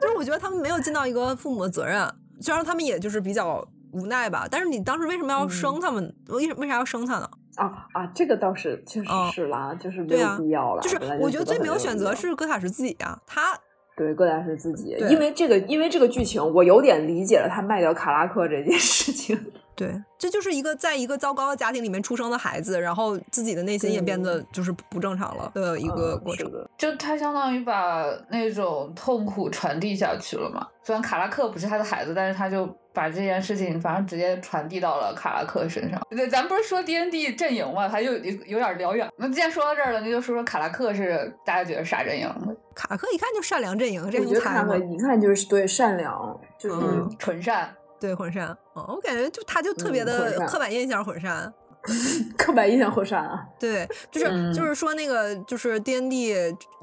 S2: 就是我觉得他们没有尽到一个父母的责任，虽然他们也就是比较无奈吧，但是你当时为什么要生他们？为什为啥要生他呢？
S3: 啊啊，这个倒是确实
S2: 嗯
S3: 是啦，就是没
S2: 对
S3: 有
S2: 啊
S3: 必要啦。
S2: 就是
S3: 本来
S2: 我觉得最
S3: 很
S2: 没有选
S3: 必
S2: 择
S3: 要
S2: 是哥塔什自己啊，他
S3: 对戈达是自己，
S2: 对
S3: 因为这个因为这个剧情，我有点理解了他卖掉卡拉克这件事情。
S2: 对，这就是一个在一个糟糕的家庭里面出生的孩子，然后自己的内心也变得就是不正常了的 一个
S3: 嗯
S2: 过
S3: 是
S2: 程。
S3: 的，
S1: 就他相当于把那种痛苦传递下去了嘛。虽然卡拉克不是他的孩子，但是他就把这件事情，反正直接传递到了卡拉克身上。对，咱不是说 D N D 阵营嘛，他就有有点聊远。那既然说到这儿了，那就说说卡拉克是大家觉得啥阵营？
S2: 卡克一看就善良阵营，这
S3: 我觉
S2: 能
S3: 得卡
S2: 猜
S3: 拉克
S2: 吗？
S3: 一看就是对善良，就是
S2: 嗯
S1: 纯善。
S2: 对混山，嗯，我感觉就他就特别
S3: 嗯混
S2: 的
S3: 山
S2: 刻板印象混山，
S3: 刻板印象火山啊，
S2: 对，就是、
S1: 嗯
S2: 就是说那个就是 D N D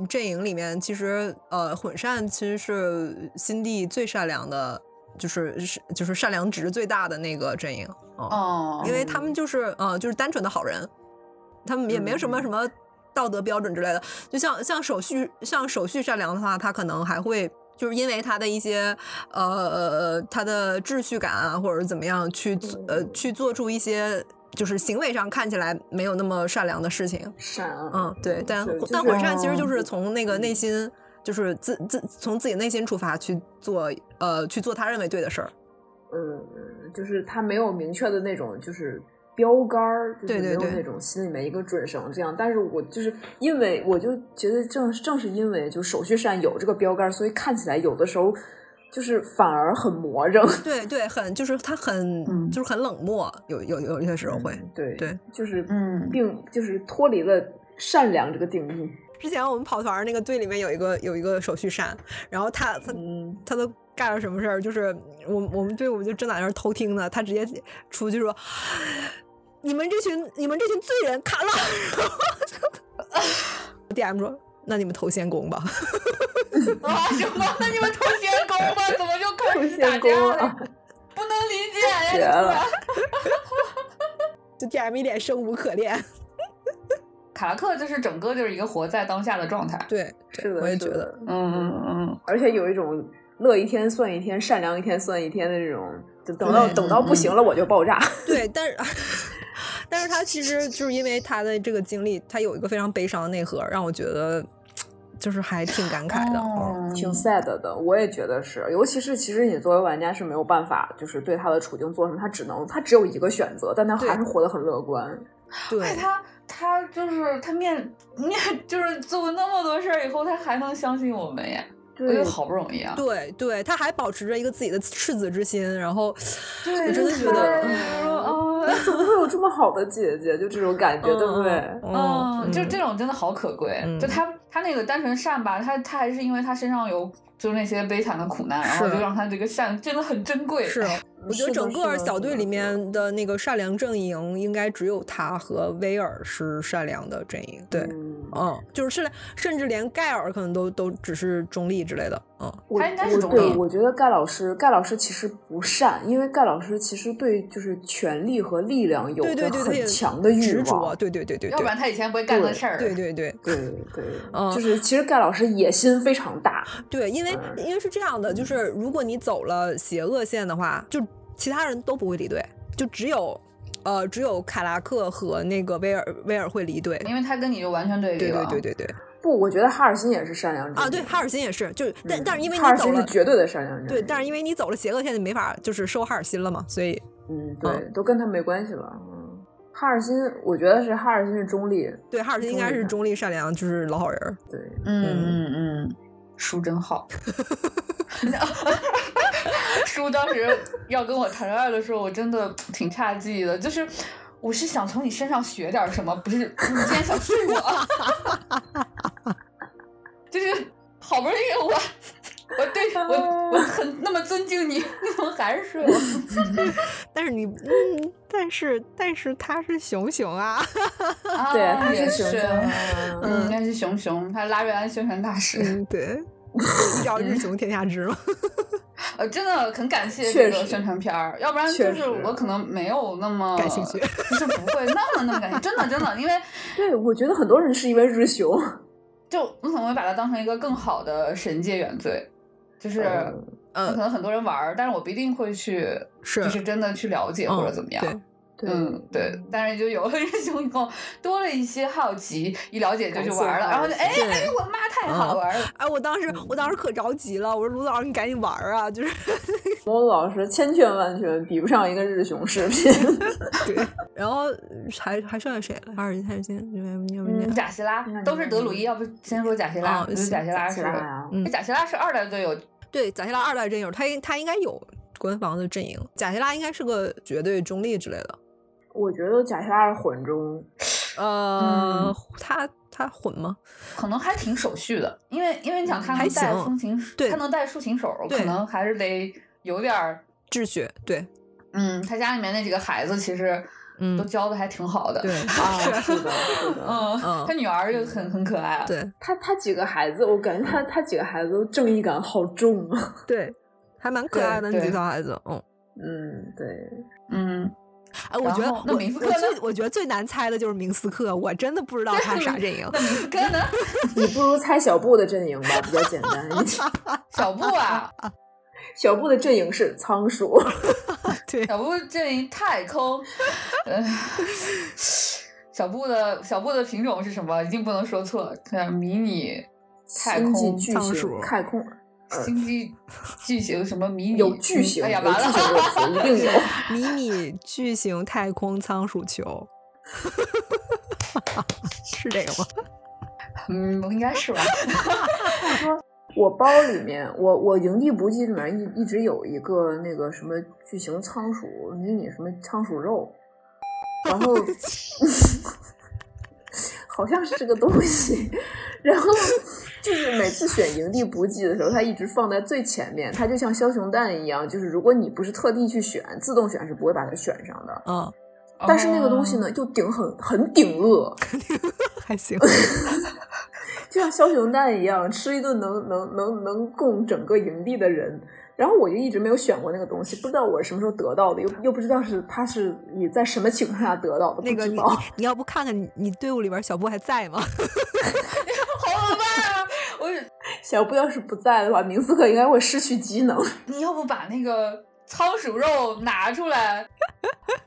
S2: 阵营里面，其实呃混善其实是辛地最善良的，就是是就是善良值最大的那个阵营，哦，
S1: 哦
S2: 因为他们就是呃就是单纯的好人，他们也没有什么
S3: 嗯
S2: 什么道德标准之类的，就像像手续像手续善良的话，他可能还会。就是因为他的一些呃呃呃他的秩序感啊，或者怎么样去做呃
S3: 嗯
S2: 去做出一些就是行为上看起来没有那么善良的事情。
S3: 善啊，
S2: 嗯，对，但
S3: 对就是
S2: 但混善其实就
S3: 哦
S2: 是从那个内心，就是自自从自己内心出发去做呃去做他认为对的事儿。
S3: 嗯，就是他没有明确的那种就是标杆儿，就
S2: 对
S3: 是
S2: 对
S3: 没有
S2: 对
S3: 那种心里面一个准绳这样。但是我就是因为我就觉得正正是因为就手续上有这个标杆儿，所以看起来有的时候就是反而很魔 怔。
S2: 对对，很就是他很、
S1: 嗯
S2: 就是很冷漠，有有有些时候会。
S3: 对
S2: 对，
S3: 就是
S1: 嗯
S3: 并就是脱离了善良这个定义。
S2: 之前我们跑团儿那个队里面有一个有一个手续善，然后他他
S3: 嗯，
S2: 他都干了什么事儿？就是我们我们队伍就正在那儿偷听呢，他直接出去说：“你们这群你们这群罪人砍了！”然后就 DM 说：“那你们投仙宫吧。
S1: 啊什么？那你们偷闲工吗？怎么就开
S3: 出
S1: 始打
S3: 现
S1: 架
S3: 过
S1: 了
S3: 啊？，
S1: 不能理解
S3: 绝
S1: 呀！
S3: 了！
S2: 就 DM 一脸生无可恋。
S1: 卡拉克就是整个就是一个活在当下的状态。
S2: 对，
S3: 是的，
S2: 我也
S3: 是
S2: 觉
S3: 的
S2: 得，
S1: 嗯嗯嗯，
S3: 而且有一种乐一天算一天，善良一天算一天的这种，就等到
S1: 对
S3: 等
S2: 嗯
S3: 到不行了我就爆炸。
S2: 对，但是 但是他其实就是因为他的这个经历，他有一个非常悲伤的内核，让我觉得就是还挺感慨的。嗯
S1: 哦
S3: 挺 sad 的，我也觉得是，尤其是其实你作为玩家是没有办法，就是对他的处境做什么，他只能他只有一个选择，但他
S2: 对
S3: 还是活得很乐观。
S1: 哎，
S2: 对，
S1: 他他就是他面面就是做那么多事儿以后，他还能相信我们呀？我觉
S2: 哎
S3: 对
S1: 得，好不容易啊！
S2: 对对，他还保持着一个自己的赤子之心，然后
S1: 对
S2: 我真的觉得
S1: 太嗯
S3: 怎么会有这么好的姐姐？就这种感觉，对不哦对？
S1: 嗯，就
S2: 嗯
S1: 这种真的好可贵。
S2: 嗯
S1: 就他他那个单纯善吧，他他还是因为他身上有就那些悲惨的苦难，然后
S2: 是
S1: 就让他这个善真的很珍贵。
S2: 是，我觉得
S3: 哎是的
S2: 整
S3: 是
S2: 个
S3: 的
S2: 小
S3: 是
S2: 队
S3: 的
S2: 里
S3: 是的
S2: 面的那个善良阵营，应该只有他和威尔是善良的阵营。对，
S3: 嗯
S2: 嗯，就是甚甚至连盖尔可能都都只是中立之类的。嗯，
S3: 我
S1: 他应该是
S3: 我
S1: 中
S3: 对，
S1: 立
S3: 我觉得盖老师，盖老师其实不善，因为盖老师其实对就是权力和力量有
S2: 对对对
S3: 着
S2: 对，
S3: 很强的欲
S2: 执着，
S3: 望。
S2: 对对对对
S1: 要不
S2: 对
S1: 然，他以前不会干的
S3: 对
S1: 事儿。
S2: 对对对
S3: 对对，
S2: 嗯
S3: 就是其实盖老师野心非常大，
S2: 对，因为
S3: 嗯
S2: 因为是这样的，就是如果你走了邪恶线的话，就其他人都不会离队，就只有呃只有凯拉克和那个威尔威尔会离队。
S1: 因为他跟你就完全对立
S2: 对
S1: 了。
S2: 对对对对
S3: 不，我觉得哈尔辛也是善良之
S2: 啊！
S3: 一
S2: 对，哈尔辛也是，就是但
S3: 嗯
S2: 但是因为你
S3: 哈尔
S2: 走
S3: 辛是
S2: 了，
S3: 绝对的善良人，
S2: 对，但是因为你走了邪恶线，你没法就是收哈尔辛了嘛，所以
S3: 嗯，对，都跟他没关系了。嗯，哈尔辛，我觉得是哈尔辛是中立，
S2: 对哈尔辛应该是中立善良，就是老好人儿。
S3: 对，
S1: 嗯嗯嗯，叔真好。 叔当时要跟我谈恋爱的时候，我真的挺差劲的，就是我是想从你身上学点什么，不是你竟然想睡我， 就是好不容易我。我对我我很那么尊敬你，你怎么还是睡我？
S2: 但是你嗯，但是但是他是熊熊啊，
S1: 啊
S3: 对，他
S1: 也
S3: 是熊
S1: 是
S3: 熊，嗯
S1: 嗯，那是熊熊，他拉瑞安宣传大使。
S2: 嗯，对，一朝日熊天下知嘛。
S1: 呃，真的很感谢
S3: 确
S1: 这个
S3: 实
S1: 宣传片儿，要不然就
S3: 确
S1: 是
S3: 实
S1: 我可能没有那么
S2: 感兴趣
S1: 就是不会那么那么感兴趣。真的真的，因为
S3: 对，我觉得很多人是因为日熊，
S1: 就我可能会把它当成一个更好的神界原罪，就是
S3: 嗯
S1: 可
S2: 嗯，
S1: 能很多人玩儿，但是我不一定会去，
S2: 是
S1: 就是真的去了解
S2: 嗯
S1: 或者怎么样。
S2: 对
S3: 对
S1: 嗯，对，但是就有了日熊以后，多了一些好奇，一了解就
S3: 感
S1: 去
S3: 性
S1: 玩儿了，
S3: 好
S1: 然后就
S3: 奇
S1: 哎
S2: 对
S1: 哎，我的妈，太好
S2: 嗯
S1: 玩儿了！
S2: 哎，我当时
S1: 嗯
S2: 我当时可着急了，我说卢导你赶紧玩儿啊，就是
S3: 毛子老师千劝万劝，比不上一个日熊 视频。
S2: 对， 然后还还剩下谁了？哈尔哈尔辛，你们你
S1: 嗯，
S2: 们
S1: 贾希拉
S3: 那
S1: 都是
S3: 你
S1: 德鲁伊，要不先说贾希拉，
S2: 哦
S1: 我觉得贾希拉是，哎
S3: 啊，
S2: 嗯
S1: 贾希拉是二代队友，
S2: 对贾希拉二代阵营，他应他应该有官方的阵营，贾希拉应该是个绝对中立之类的。
S3: 我觉得贾希拉是混 中，
S2: 呃
S1: 嗯，
S2: 他他混吗？
S1: 可能还挺手续的，因为因为你想他
S2: 还
S1: 能带
S2: 行
S1: 风琴手，
S2: 对
S1: 他能带竖琴手，
S2: 对
S1: 可能还是得有点儿
S2: 秩序，对，
S1: 嗯，他家里面那几个孩子其实
S2: 嗯
S1: 都教的还挺好的，
S2: 对，
S3: 啊，是的，是的。
S1: 嗯，
S2: 嗯
S1: 他女儿就很很可爱，啊
S2: 对
S3: 他他几个孩子，我感觉他他几个孩子都正义感好重啊。
S2: 对，还蛮可爱的那
S1: 对
S2: 几
S1: 对
S2: 个孩子，嗯。
S3: 嗯，对，
S1: 嗯，
S2: 哎，我觉得
S1: 然后那
S2: 我
S1: 明斯
S2: 我
S1: 克
S2: 最
S1: 呢
S2: 我觉得最难猜的就是明斯克，我真的不知道他啥阵营。
S1: 那明斯克呢？
S3: 你不如猜小布的阵营吧，比较简单一点。
S1: 小布啊，
S3: 小布的阵营是仓鼠，
S2: 对，
S1: 小布阵营太抠，呃小布的小布的品种是什么？一定不能说错，看迷你太
S3: 星
S1: 空
S3: 际巨
S2: 仓
S3: 型
S2: 鼠
S3: 太空
S1: 星际巨型什么迷你
S3: 有巨型，
S1: 哎呀，
S3: 有
S1: 完
S3: 巨型
S1: 了，
S3: 这个词一 定有。
S2: 迷你巨型太空仓鼠球，是这个吗？
S1: 嗯，应该是吧？
S3: 我包里面，我我营地补给里面一一直有一个那个什么巨型仓鼠迷你什么仓鼠肉，然后 好像是这个东西，然后就是每次选营地补给的时候，它一直放在最前面，它就像枭雄蛋一样，就是如果你不是特地去选，自动选是不会把它选上的。
S2: 嗯，
S3: 但是那个东西
S2: 哦
S3: 呢，又顶很很顶饿，
S2: 还行。
S3: 就像枭雄蛋一样，吃一顿能能能能供整个营地的人。然后我就一直没有选过那个东西，不知道我什么时候得到的，又又不知道是它是以在什么情况下得到的，
S2: 那个
S3: 不知
S2: 你
S3: 道。
S2: 你要不看看你你队伍里边小布还在 吗？
S1: 哦，好可怕啊！我是
S3: 小布要是不在的话，明斯克应该会失去机能。
S1: 你要不把那个仓鼠肉拿出来，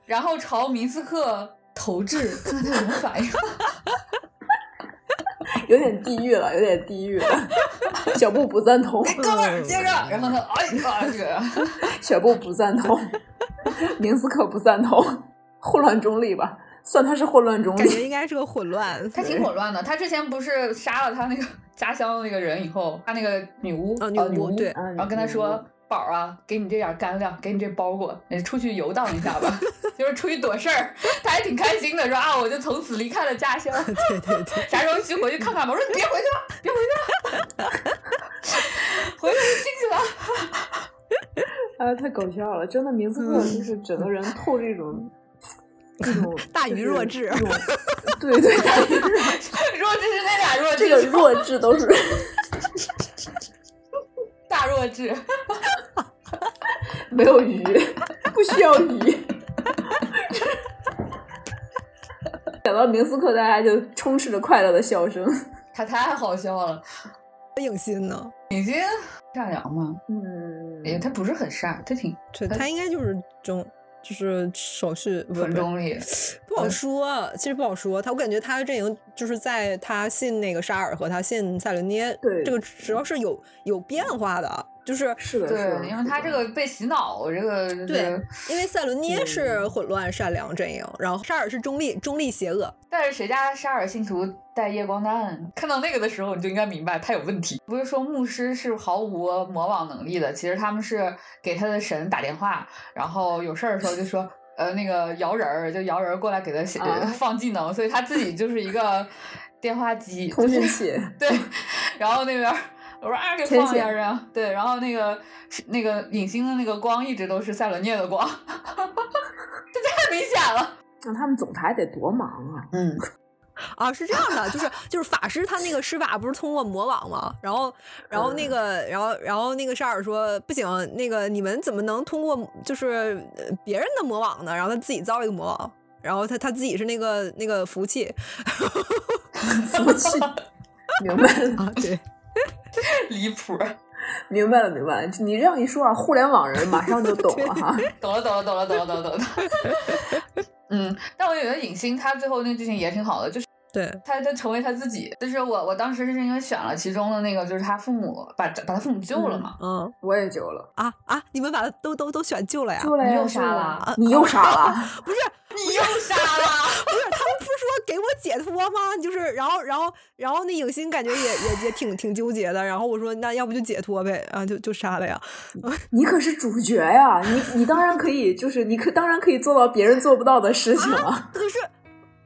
S1: 然后朝明斯克投掷，看看他有什么反应。
S3: 有点地狱了，有点地狱了。 小布不赞同，
S1: 哥们儿，接着，然后呢？哎呀，这个
S3: 小布不赞同， 明斯克不赞同， 混乱中立吧，算他是混乱中
S2: 感觉
S3: 立。
S2: 应该是个混乱。
S1: 他挺 混乱的。他之前不是杀了他那个 家乡的那个人以后，他那个女巫
S2: 啊
S1: 啊
S2: 女巫对
S3: 啊
S1: 然后跟他
S3: 女
S1: 说
S3: 巫。
S1: 宝儿啊，给你这点干粮，给你这包裹，你出去游荡一下吧， 就是出去躲事儿。他还挺开心的，说啊，我就从此离开了家乡，
S2: 对对对，
S1: 啥时候去回去看看吧。我说你别回去了，别回去了， 回去就进去了。
S3: 啊，太搞笑了！真的，明
S1: 嗯
S3: 斯克就是整个人透着一种。 一种
S2: 大
S3: 就
S2: 愚
S3: 是
S2: 弱智
S3: 一种对对，大愚弱智
S1: 弱智是那俩弱智，
S3: 这个弱智都是
S1: 大弱智。
S3: 没有鱼，不需要鱼。想到明斯克，大家就充斥着快乐的笑声。
S1: 他太好笑了，
S2: 影心呢？
S1: 善良嘛，
S3: 嗯
S1: 哎也他不是很善，他挺
S2: 对，他应该就是中，就是手续不
S1: 很
S2: 不
S1: 中立。
S2: 不
S3: 嗯
S2: 好说，其实不好说。他我感觉他的阵营就是在他信那个沙尔和他信塞伦涅，
S3: 对
S2: 这个主要是有有变化的，就是
S3: 是的，是的
S1: 对，因为他这个被洗脑，这个这
S2: 对
S1: 个，
S2: 因为塞伦涅是混乱善良阵营，然后沙尔是中立中立邪恶，
S1: 但是谁家沙尔信徒带夜光弹？看到那个的时候，你就应该明白他有问题。不是说牧师是毫无魔网能力的，其实他们是给他的神打电话，然后有事儿的时候就说。 呃，那个摇人儿就摇人儿过来给他写、
S3: 啊
S1: 放技能，所以他自己就是一个电话机，
S3: 通讯器，
S1: 对，然后那边儿我说啊，给
S3: 天
S1: 放一下
S3: 线
S1: 这样，对，然后那个是那个影星的那个光一直都是塞伦涅的光， 这太明显了。
S3: 那他们总裁得多忙啊！
S1: 嗯，
S2: 啊，是这样的，就是就是法师他那个施法不是通过魔网吗？然后然后那个然后然后那个沙尔说不行，那个你们怎么能通过就是呃别人的魔网呢？然后他自己造了一个魔网，然后他他自己是那个那个服务器
S3: 服 气，明白了，
S2: 啊，对。
S1: 离谱，
S3: 明白了，明白了。你这样一说啊，互联网人马上就懂了哈。
S1: 懂了，懂了，懂了，懂了，懂了，懂 了。嗯，但我觉得影星他最后那剧情也挺好的，就是
S2: 对，
S1: 他他成为他自己，就是我我当时是因为选了其中的那个，就是他父母把把他父母救了嘛，
S2: 嗯
S3: 我也救了，
S2: 啊啊！你们把他都都都选救了呀？
S3: 了
S1: 你
S3: 呀
S1: 又杀
S3: 救
S1: 了
S3: 你又杀了，
S2: 不是
S1: 你又杀了，
S2: 不是，他们不是说给我解脱吗？就是，然后然后然后那影星感觉也也也挺挺纠结的。然后我说，那要不就解脱呗？啊，就就杀了呀。
S3: 你可是主角 呀、你你当然可以，就是你可当然可以做到别人做不到的事情啊。
S2: 可是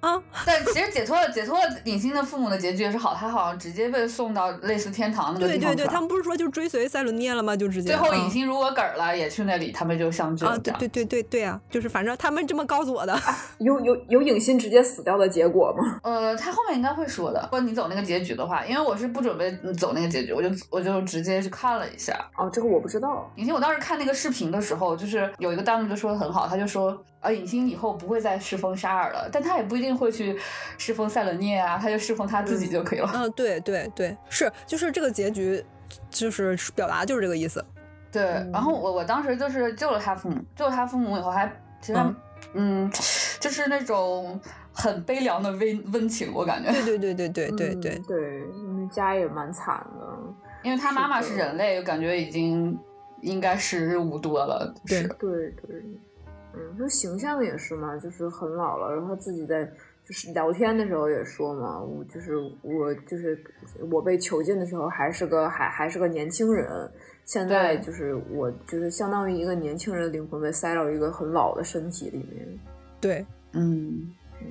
S2: 啊，
S1: 但其实解脱了，解脱了影星的父母的结局也是好，他好像直接被送到类似天堂那个
S2: 对
S1: 地方去
S2: 对对，
S1: 了
S2: 他们不是说就追随塞伦涅了吗？就直接
S1: 最后
S2: 嗯
S1: 影星如果梗儿了，也去那里，他们就相聚了。
S2: 啊，
S1: 这
S2: 对
S1: 样
S2: 对对对对啊，就是反正他们这么告诉 我的，
S3: 有有有影星直接死掉的结果吗？
S1: 呃，他后面应该会说的。如果你走那个结局的话，因为我是不准备走那个结局，我就我就直接去看了一下。
S3: 哦，这个我不知道。
S1: 影星，我当时看那个视频的时候，就是有一个弹幕就说的很好，他就说，呃，影星以后不会再侍奉沙尔了，但他也不一定会去侍奉塞伦涅啊，他就侍奉他自己就可以了。
S2: 嗯，对对对，是就是这个结局，就是表达就是这个意思，
S1: 对，
S2: 嗯
S1: 然后我我当时就是救了他父母，救了他父母以后还其实还
S2: 嗯
S1: 嗯就是那种很悲凉的温温情，我感觉，
S2: 对对对对对对对
S3: 嗯，对，因为家也蛮惨的。
S1: 因为他妈妈是
S3: 是的
S1: 人类，感觉已经应该时日无多了。
S2: 对
S1: 是
S3: 对对，嗯，那形象也是嘛，就是很老了，然后他自己在就是聊天的时候也说嘛，我就是我就是我被囚禁的时候还是个还还是个年轻人，现在
S1: 对
S3: 就是我就是相当于一个年轻人的灵魂被塞到一个很老的身体里面。
S2: 对，
S1: 嗯，
S2: 哎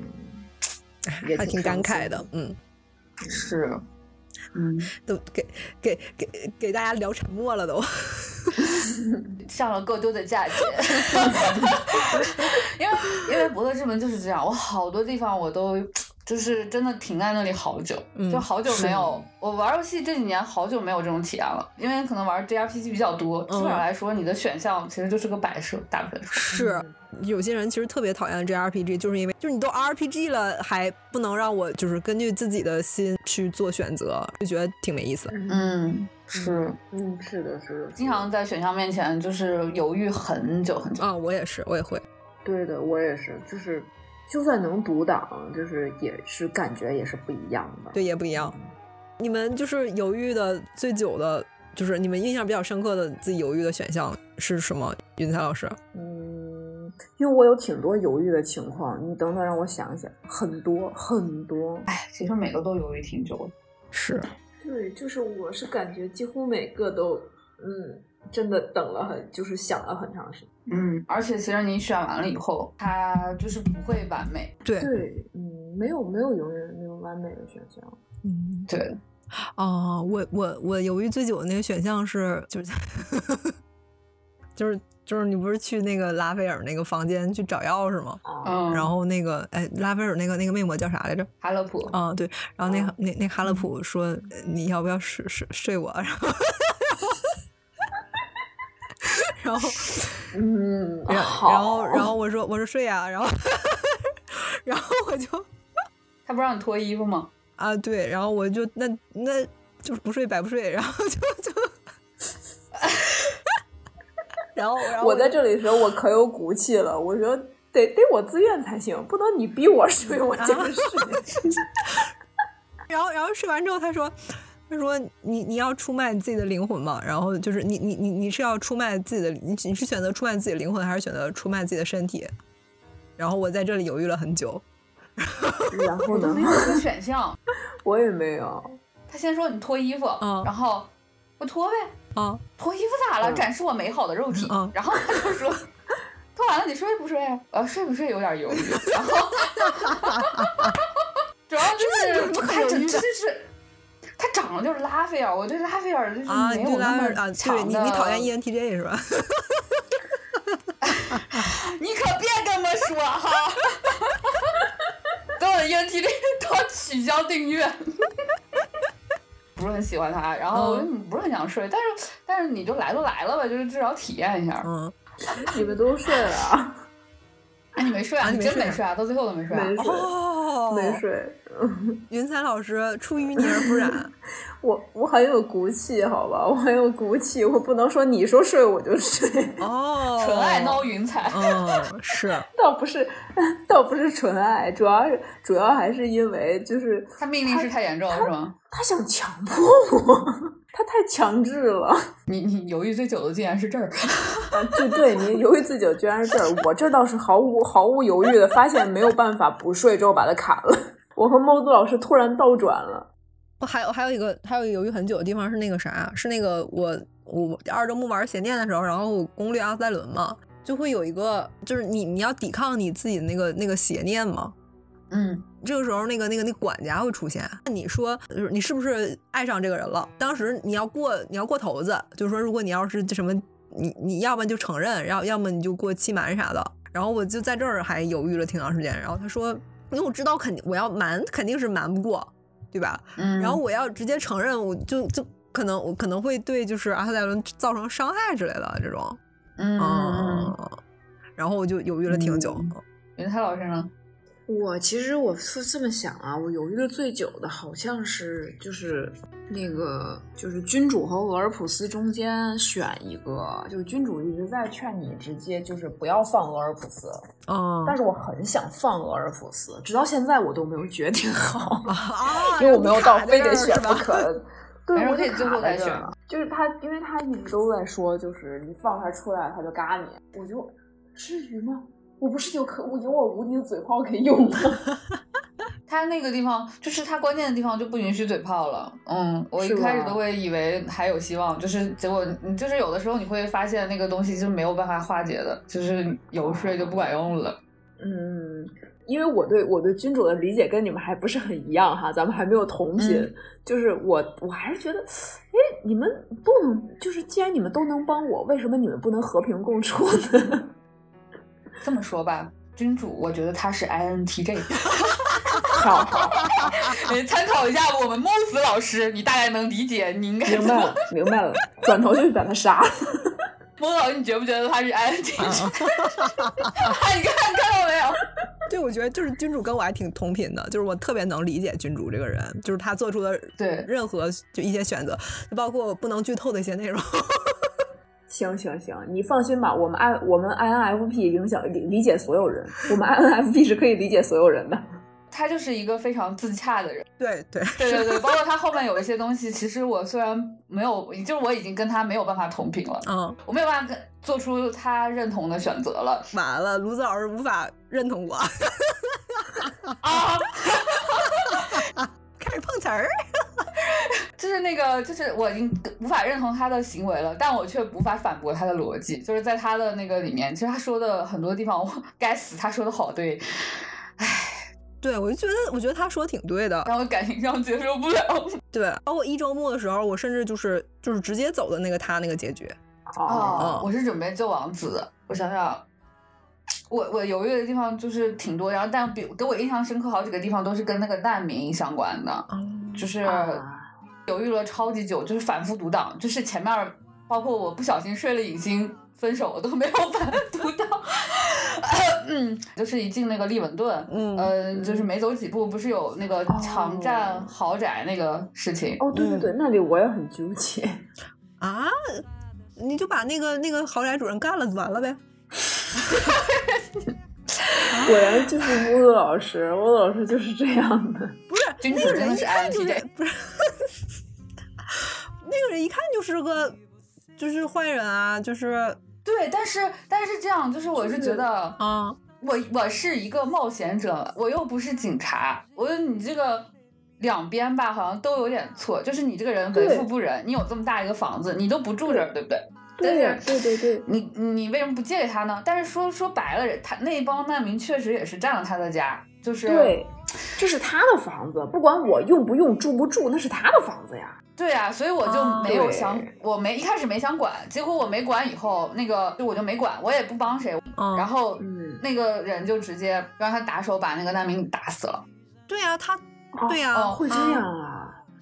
S3: 也
S2: 还
S3: 挺
S2: 挺感
S3: 伤
S2: 慨的
S3: 心的，
S2: 嗯，
S1: 是，嗯。
S2: 都给给给给大家聊沉默了都，
S1: 上了够多的价值，因为因为《伯乐之门》就是这样，我好多地方我都就是真的停在那里好久，
S2: 嗯
S1: 就好久
S2: 是
S1: 没有我玩游戏这几年好久没有这种体验了，因为可能玩 JRPG 比较多，基本上来说你的选项其实就是个摆设，大部分是
S2: 是
S3: 嗯
S2: 有些人其实特别讨厌 JRPG，就是因为就是你都 RPG 了，还不能让我就是根据自己的心去做选择，就觉得挺没意思。
S1: 嗯是，
S3: 嗯，是的，是的，
S1: 经常在选项面前就是犹豫很久很久，
S2: 啊、我也是，我也会。
S3: 对的，我也是，就是就算能独挡，就是也是感觉也是不一样的。
S2: 对，也不一样。你们就是犹豫的最久的，就是你们印象比较深刻的自己犹豫的选项是什么？云彩老师，
S3: 嗯，因为我有挺多犹豫的情况，你等等让我想一想，很多很多。
S1: 哎，其实每个都犹豫挺久的。
S2: 是
S3: 对，就是我是感觉几乎每个都，嗯，真的等了很，就是想了很长时间。
S1: 嗯，而且其实你选完了以后，它就是不会完美。
S2: 对，
S3: 对，嗯，没有没有永远没有完美的选项。
S2: 嗯，
S1: 对，
S2: 哦、我我我犹豫最久的那个选项是，就是 就是就是你不是去那个拉斐尔那个房间去找钥匙吗？
S3: 啊，
S1: 嗯，
S2: 然后那个哎，拉斐尔那个那个魅魔叫啥来着？
S1: 哈勒普，
S2: 啊，对，然后那
S3: 啊
S2: 那那哈勒普说呃你要不要睡睡睡我，然后然后
S3: 嗯，
S2: 然
S3: 好，
S2: 然后然后我说我说睡呀、然后 然后我就
S1: 他不让你脱衣服吗？
S2: 啊对，然后我就那那就是不睡白不睡，然后就就 然后然后
S3: 我在
S2: 就
S3: 这里的时候，我可有骨气了。我说得得我自愿才行，不能你逼我睡，我接
S2: 啊
S3: 着 睡。
S2: 然后然后睡完之后，他说。他说你：“你要出卖你自己的灵魂吗？然后就是你你你你是要出卖自己的，你你是选择出卖自己的灵魂，还是选择出卖自己的身体？然后我在这里犹豫了很久。
S3: 然后
S1: 我都
S3: 呢
S1: 没，有 这个选项。
S3: 我也没有。
S1: 他先说你脱衣服，
S2: 嗯
S1: 然后我脱呗，
S2: 啊
S1: 脱衣服咋了？
S3: 嗯
S1: 展示我美好的肉体。
S2: 嗯
S1: 然后他就说， 脱完了你睡不睡？呃，睡不睡有点犹豫。然后， 主要就是
S2: 这有什么可
S1: 他
S2: 犹
S1: 真
S2: 豫的
S1: 真是。 他长得就是拉斐尔，我对拉斐尔就是
S2: 啊！
S1: 嗯没
S2: 你
S1: 有
S2: 对
S1: 那
S2: 拉
S1: 么
S2: 尔啊，
S1: 强
S2: 对
S1: 的。
S2: 你你讨厌 ENTJ 是吧？
S1: 你可别这么说哈！等我的 ENTJ 都要取消订阅。不是很喜欢他，然后
S2: 嗯
S1: 不是很想睡，但是但是你就来都来了吧，就是至少体验一下。
S2: 嗯，
S3: 你们都睡了啊？
S1: 哎，你没睡啊？
S2: 啊
S1: 你
S2: 你没
S1: 真
S2: 睡啊
S1: 没睡啊？到最后都没睡啊？
S3: 没睡，
S2: 哦，
S3: 没睡。
S2: 云彩老师出淤泥而不染，
S3: 我我很有骨气，好吧，我很有骨气，我不能说你说睡我就睡，
S2: 哦，
S1: 纯爱捞云彩。
S2: 嗯，是
S3: 倒不是， 倒不是纯爱，主要是主要还是因为就是
S1: 他命令是太严重了是吗？
S3: 他想强迫我，他太强制了。
S1: 你你犹豫最久的竟然是这儿，
S3: 啊，就对你犹豫自久居然是这儿，我这倒是毫无毫无犹豫的发现没有办法不睡之后把它砍了。 我和猫子老师突然倒转了，
S2: 我还有还有一个还有一个犹豫很久的地方是那个啥，是那个我我二周目玩邪念的时候，然后我攻略阿塞伦嘛，就会有一个就是你你要抵抗你自己的那个那个邪念嘛，
S3: 嗯，
S2: 这个时候那个那个那管家会出现。那你说就是你是不是爱上这个人了？当时你要过你要过头子，就是说如果你要是什么，你你要么就承认，然后要么你就过欺瞒啥的。然后我就在这儿还犹豫了挺长时间。然后他说，因为我知道肯定我要瞒肯定是瞒不过，对吧？
S3: 嗯
S2: 然后我要直接承认，我就就可能我可能会对就是阿塞伦造成伤害之类的这种。
S3: 嗯嗯
S2: 嗯，然后我就犹豫了挺久。嗯
S1: 云泰老师呢？
S3: 我其实我是这么想啊，我犹豫的最久的好像是就是那个就是君主和俄尔普斯中间选一个，就是君主一直在劝你直接就是不要放俄尔普斯，
S2: 嗯
S3: 但是我很想放俄尔普斯，直到现在我都没有决定好，
S2: 啊
S3: 因为我没有到非得
S2: 选
S3: 选不可。对，
S1: 反正
S3: 我就
S1: 可以最后
S3: 卡
S1: 再
S3: 在这儿
S1: 选啊
S3: 了。就是他，因为他一直都在说，就是你放他出来，他就嘎你。我就至于吗？我不是有可我有我无敌的嘴炮可以用吗？
S1: 他那个地方就是他关键的地方就不允许嘴炮了。嗯，我一
S3: 是吧
S1: 开始都会以为还有希望，就是结果你就是有的时候你会发现那个东西就是没有办法化解的，就是游说就不管用了。
S3: 嗯，因为我对我对君主的理解跟你们还不是很一样哈，咱们还没有同频。
S1: 嗯
S3: 就是我我还是觉得，哎，你们都能，就是既然你们都能帮我，为什么你们不能和平共处呢？
S1: 这么说吧，君主，我觉得他是 INTJ，
S3: 好好，
S1: 你参考一下我们 Moss 老师，你大概能理解，你应该
S3: 明白了，明白了，转头就去把他杀了。
S1: 孟老师，你觉不觉得他是 INTJ？、你看看到没有？
S2: 对，我觉得就是君主跟我还挺同频的，就是我特别能理解君主这个人，就是他做出的
S1: 对
S2: 任何就一些选择，就包括我不能剧透的一些 内容。
S3: 行行行，你放心吧，我们 I 我们 INFP 影响理理解所有人，我们 INFP 是可以理解所有人的。
S1: 他就是一个非常自洽的人。
S2: 对对，
S1: 对对对，包括他后面有一些东西，其实我虽然没有，就是我已经跟他没有办法同频了，
S2: 嗯，
S1: 我没有办法跟做出他认同的选择了
S2: 完了，卢子老师无法认同我，
S1: 啊！
S2: 开始碰瓷儿。
S1: 就是那个，就是我已经无法认同他的行为了，但我却无法反驳他的逻辑。就是在他的那个里面，其实他说的很多地方，我该死，他说的好对，
S2: 对，我就觉得，我觉得他说的挺对的。
S1: 但我感情上接受不了。
S2: 对，包括一周末的时候，我甚至就是就是直接走的那个他那个结局。
S3: 嗯
S1: 哦，我是准备救王子的。我想想，我我犹豫的地方就是挺多，然后但比给我印象深刻好几个地方都是跟那个难民相关的，就是
S3: 啊
S1: 犹豫了超级久，就是反复读档，就是前面儿包括我不小心睡了影星分手，我都没有反复读档。嗯，就是一进那个利文顿。
S2: 嗯
S1: 呃，就是没走几步，不是有那
S2: 哦
S1: 个强占豪宅那个事情？
S3: 哦，对对对，那里我也很纠结。
S2: 啊，你就把那个那个豪宅主人干了，完了呗。
S3: 果然就是乌子老师，乌子老师就是这样的。
S2: 不是
S1: 君
S2: 那
S1: 子
S2: 个
S1: 真
S2: 人
S1: 的
S2: 一
S1: 是
S2: 看就是
S1: INTJ
S2: 不是那个人一看就是个就是坏人啊，就是
S1: 对，但是但是这样，就是我是觉得，
S2: 啊
S1: 我我是一个冒险者，我又不是警察，我觉得你这个两边吧，好像都有点错。就是你这个人为
S3: 对
S1: 富不仁，你有这么大一个房子，你都不住这儿，对不对？但
S3: 对呀
S1: 是
S3: 对对对，
S1: 你你为什么不借给他呢？但是说说白了，他那帮难民确实也是占了他的家，就是
S3: 对，这是他的房子，不管我用不用、住不住，那是他的房子呀。
S1: 对啊，所以我就
S2: 啊
S1: 没有
S3: 对
S1: 想，我没一开始没想管，结果我没管以后，那个就我就没管，我也不帮谁，
S2: 嗯，
S1: 然后
S3: 嗯，
S1: 那个人就直接让他打手把那个难民给打死了。
S2: 对呀、他对呀、
S1: 哦
S3: 会这样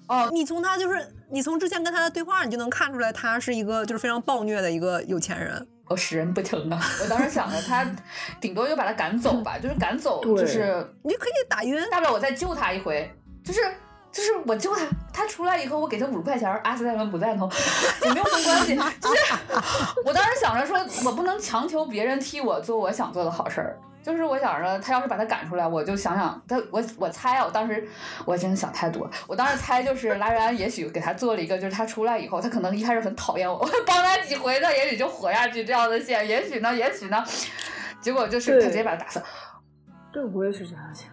S3: 啊？
S2: 你从他就是你从之前跟他的对话，你就能看出来他是一个就是非常暴虐的一个有钱人。
S1: 我识人不清啊！ 我当时想着他顶多就把他赶走吧，就是赶走，
S3: 对
S1: 就是
S2: 你就可以打晕，
S1: 大不了我再救他一回，就是就是我救他，他出来以后我给他五十块钱，阿斯泰伦不赞同， 也没有什么关系。就是我当时想着说，我不能强求别人替我做我想做的好事儿。就是我想着，他要是把他赶出来，我就想想他，我我猜啊，我当时我真的想太多，我当时猜就是拉瑞安也许给他做了一个，就是他出来以后，他可能一开始很讨厌我， 我帮他几回，他也许就活下去这样的线，也许呢，也许呢，结果就是他直接把他打死，
S3: 对，我也是这样想。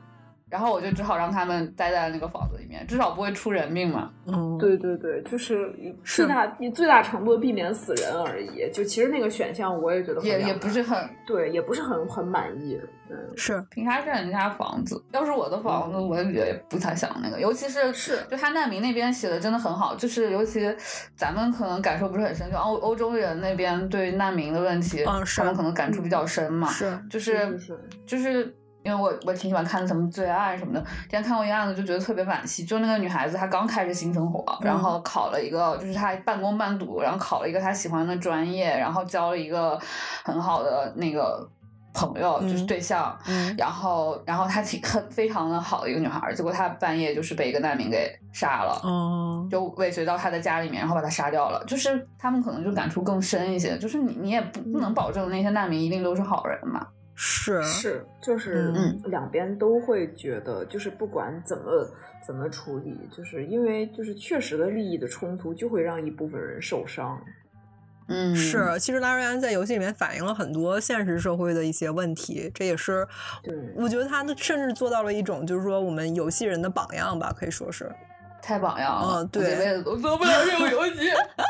S1: 然后我就只好让他们待在那个房子里面。面，至少不会出人命嘛。
S2: 嗯，
S3: 对对对，就是
S2: 是
S3: 最大你最大程度地避免死人而已。就其实那个选项我也觉得很
S1: 也
S3: 两
S1: 也
S3: 难
S1: 不是很，
S3: 对，也不是很很满意。嗯，
S2: 是，
S1: 凭啥占人家房子？要是我的房子，我也不太想那个。尤其是
S3: 是
S1: 就他难民那边写的真的很好，就是尤其咱们可能感受不是很深，就欧欧洲人那边对难民的问题，
S2: 嗯是
S1: 他们可能感触比较深嘛。
S2: 是，
S1: 就是
S3: 是是
S1: 就是因为我我挺喜欢看什么《罪案》什么的，之前看过一个案子就觉得特别惋惜，就那个女孩子她刚开始新生活，然
S2: 嗯
S1: 后考了一个就是她半工半读，然后考了一个她喜欢的专业，然后交了一个很好的那个朋友，就是
S2: 嗯
S1: 对象，
S2: 嗯，
S1: 然后然后她挺很非常的好的一个女孩儿，结果她半夜就是被一个难民给杀了。
S2: 哦，
S1: 就尾随到他的家里面，然后把他杀掉了。就是他们可能就感触更深一些，就是你你也不
S2: 嗯
S1: 不能保证那些难民一定都是好人嘛。
S2: 是
S3: 是，就是
S1: 嗯
S3: 两边都会觉得，就是不管怎么怎么处理，就是因为就是确实的利益的冲突，就会让一部分人受伤。
S1: 嗯，
S2: 是，其实拉瑞安在游戏里面反映了很多现实社会的一些问题，这也是
S3: 对，
S2: 我觉得他甚至做到了一种就是说我们游戏人的榜样吧，可以说是。
S1: 太榜样了，
S2: 嗯对
S1: 我这辈子都做不了这种游戏。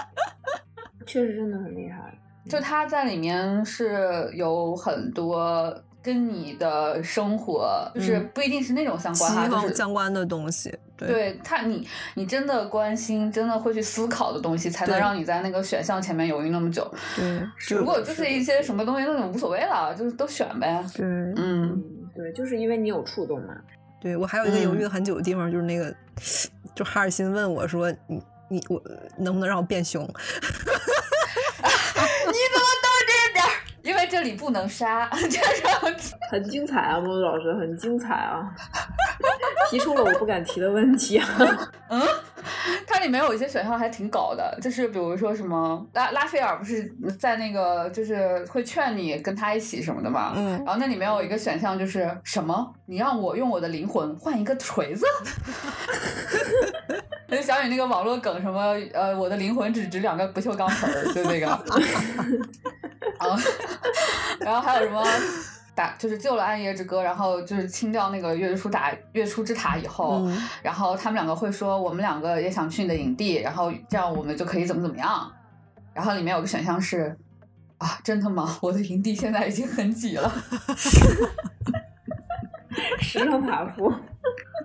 S3: 确实真的很厉害。
S1: 就他在里面是有很多跟你的生活，就是
S2: 嗯
S1: 不一定是那种相
S2: 西
S1: 关哈，就
S2: 方
S1: 是
S2: 相关的东西，对
S1: 对他，你你真的关心，真的会去思考的东西，才能
S2: 对
S1: 让你在那个选项前面犹豫那么久。
S2: 对
S1: 如果
S3: 的
S1: 就是
S3: 的
S1: 一些什么东西那种无所谓了，就是都选呗。
S2: 对
S1: 嗯，
S3: 嗯，对，就是因为你有触动嘛。
S2: 对，我还有一个犹豫
S1: 嗯
S2: 了很久的地方，就是那个，就哈尔辛问我说：“你你我能不能让我变熊
S1: 你怎么都这点儿？因为这里不能杀， 就是
S3: 很精彩啊，孟子老师，很精彩啊！ 提出了我不敢提的问题啊。
S1: 嗯， 它里面有一些选项还挺搞的，就是比如说什么拉拉斐尔不是在那个就是会劝你跟他一起什么的？”嘛，
S2: 嗯，
S1: 然后那里面有一个选项就是什么？你让我用我的灵魂换一个锤子？ 我就想起那个网络梗，什么呃，我的灵魂只值两个不锈钢盆儿，就那个。 然后，然后还有什么打，就是救了暗夜之歌，然后就是清掉那个月出塔月出之塔以后，
S2: 嗯
S1: 然后他们两个会说，我们两个也想去你的营地，然后这样我们就可以怎么怎么样。然后里面有个选项是，啊，真的吗？我的营地现在已经很挤了。
S3: 时尚塔夫，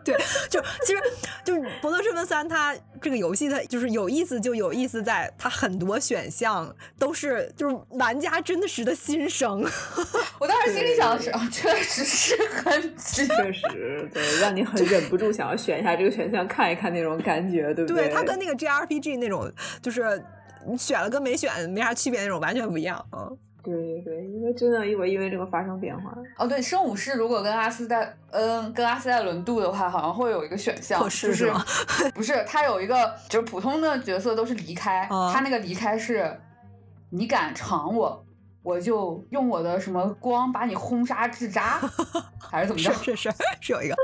S2: 就其实就是《博德之门三》，它这个游戏它就是有意思，就有意思在它很多选项都是就是玩家真的实的心声，
S1: 我当时心里
S3: 对
S1: 想的是，啊，确实是很挤。
S3: 确实，对，让你很忍不住想要选一下这个选项看一看那种感觉，对不
S2: 对它
S3: 他
S2: 跟那个 JRPG 那种就是你选了跟没选没啥区别那种完全不一样，嗯，
S3: 对对对，因为真的因为因为这个发生变化，
S1: 哦，对，生武士如果跟阿斯代，嗯，跟阿斯代伦杜的话，好像会有一个选项，
S2: 破事
S1: 就是
S2: 吗
S1: 不是，他有一个就是普通的角色都是离开，
S2: 啊
S1: 他那个离开是，你敢尝我，我就用我的什么光把你轰杀至 渣，还是怎么着
S2: 是？是是是有一个。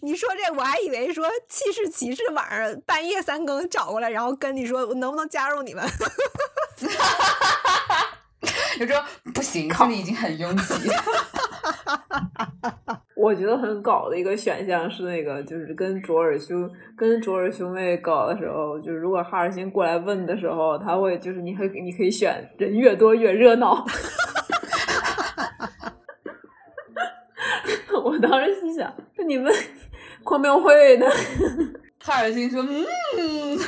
S2: 你说这，我还以为说气势骑士晚上半夜三更找过来，然后跟你说我能不能加入你们？
S1: 就说不行，这里已经很拥挤。
S3: 我觉得很搞的一个选项是那个，就是跟卓尔兄跟卓尔兄妹搞的时候，就是如果哈尔辛过来问的时候，他会就是你可以你可以选人越多越热闹。 我当时心想，那你们 狂庙会呢？
S1: 哈尔滨说，嗯，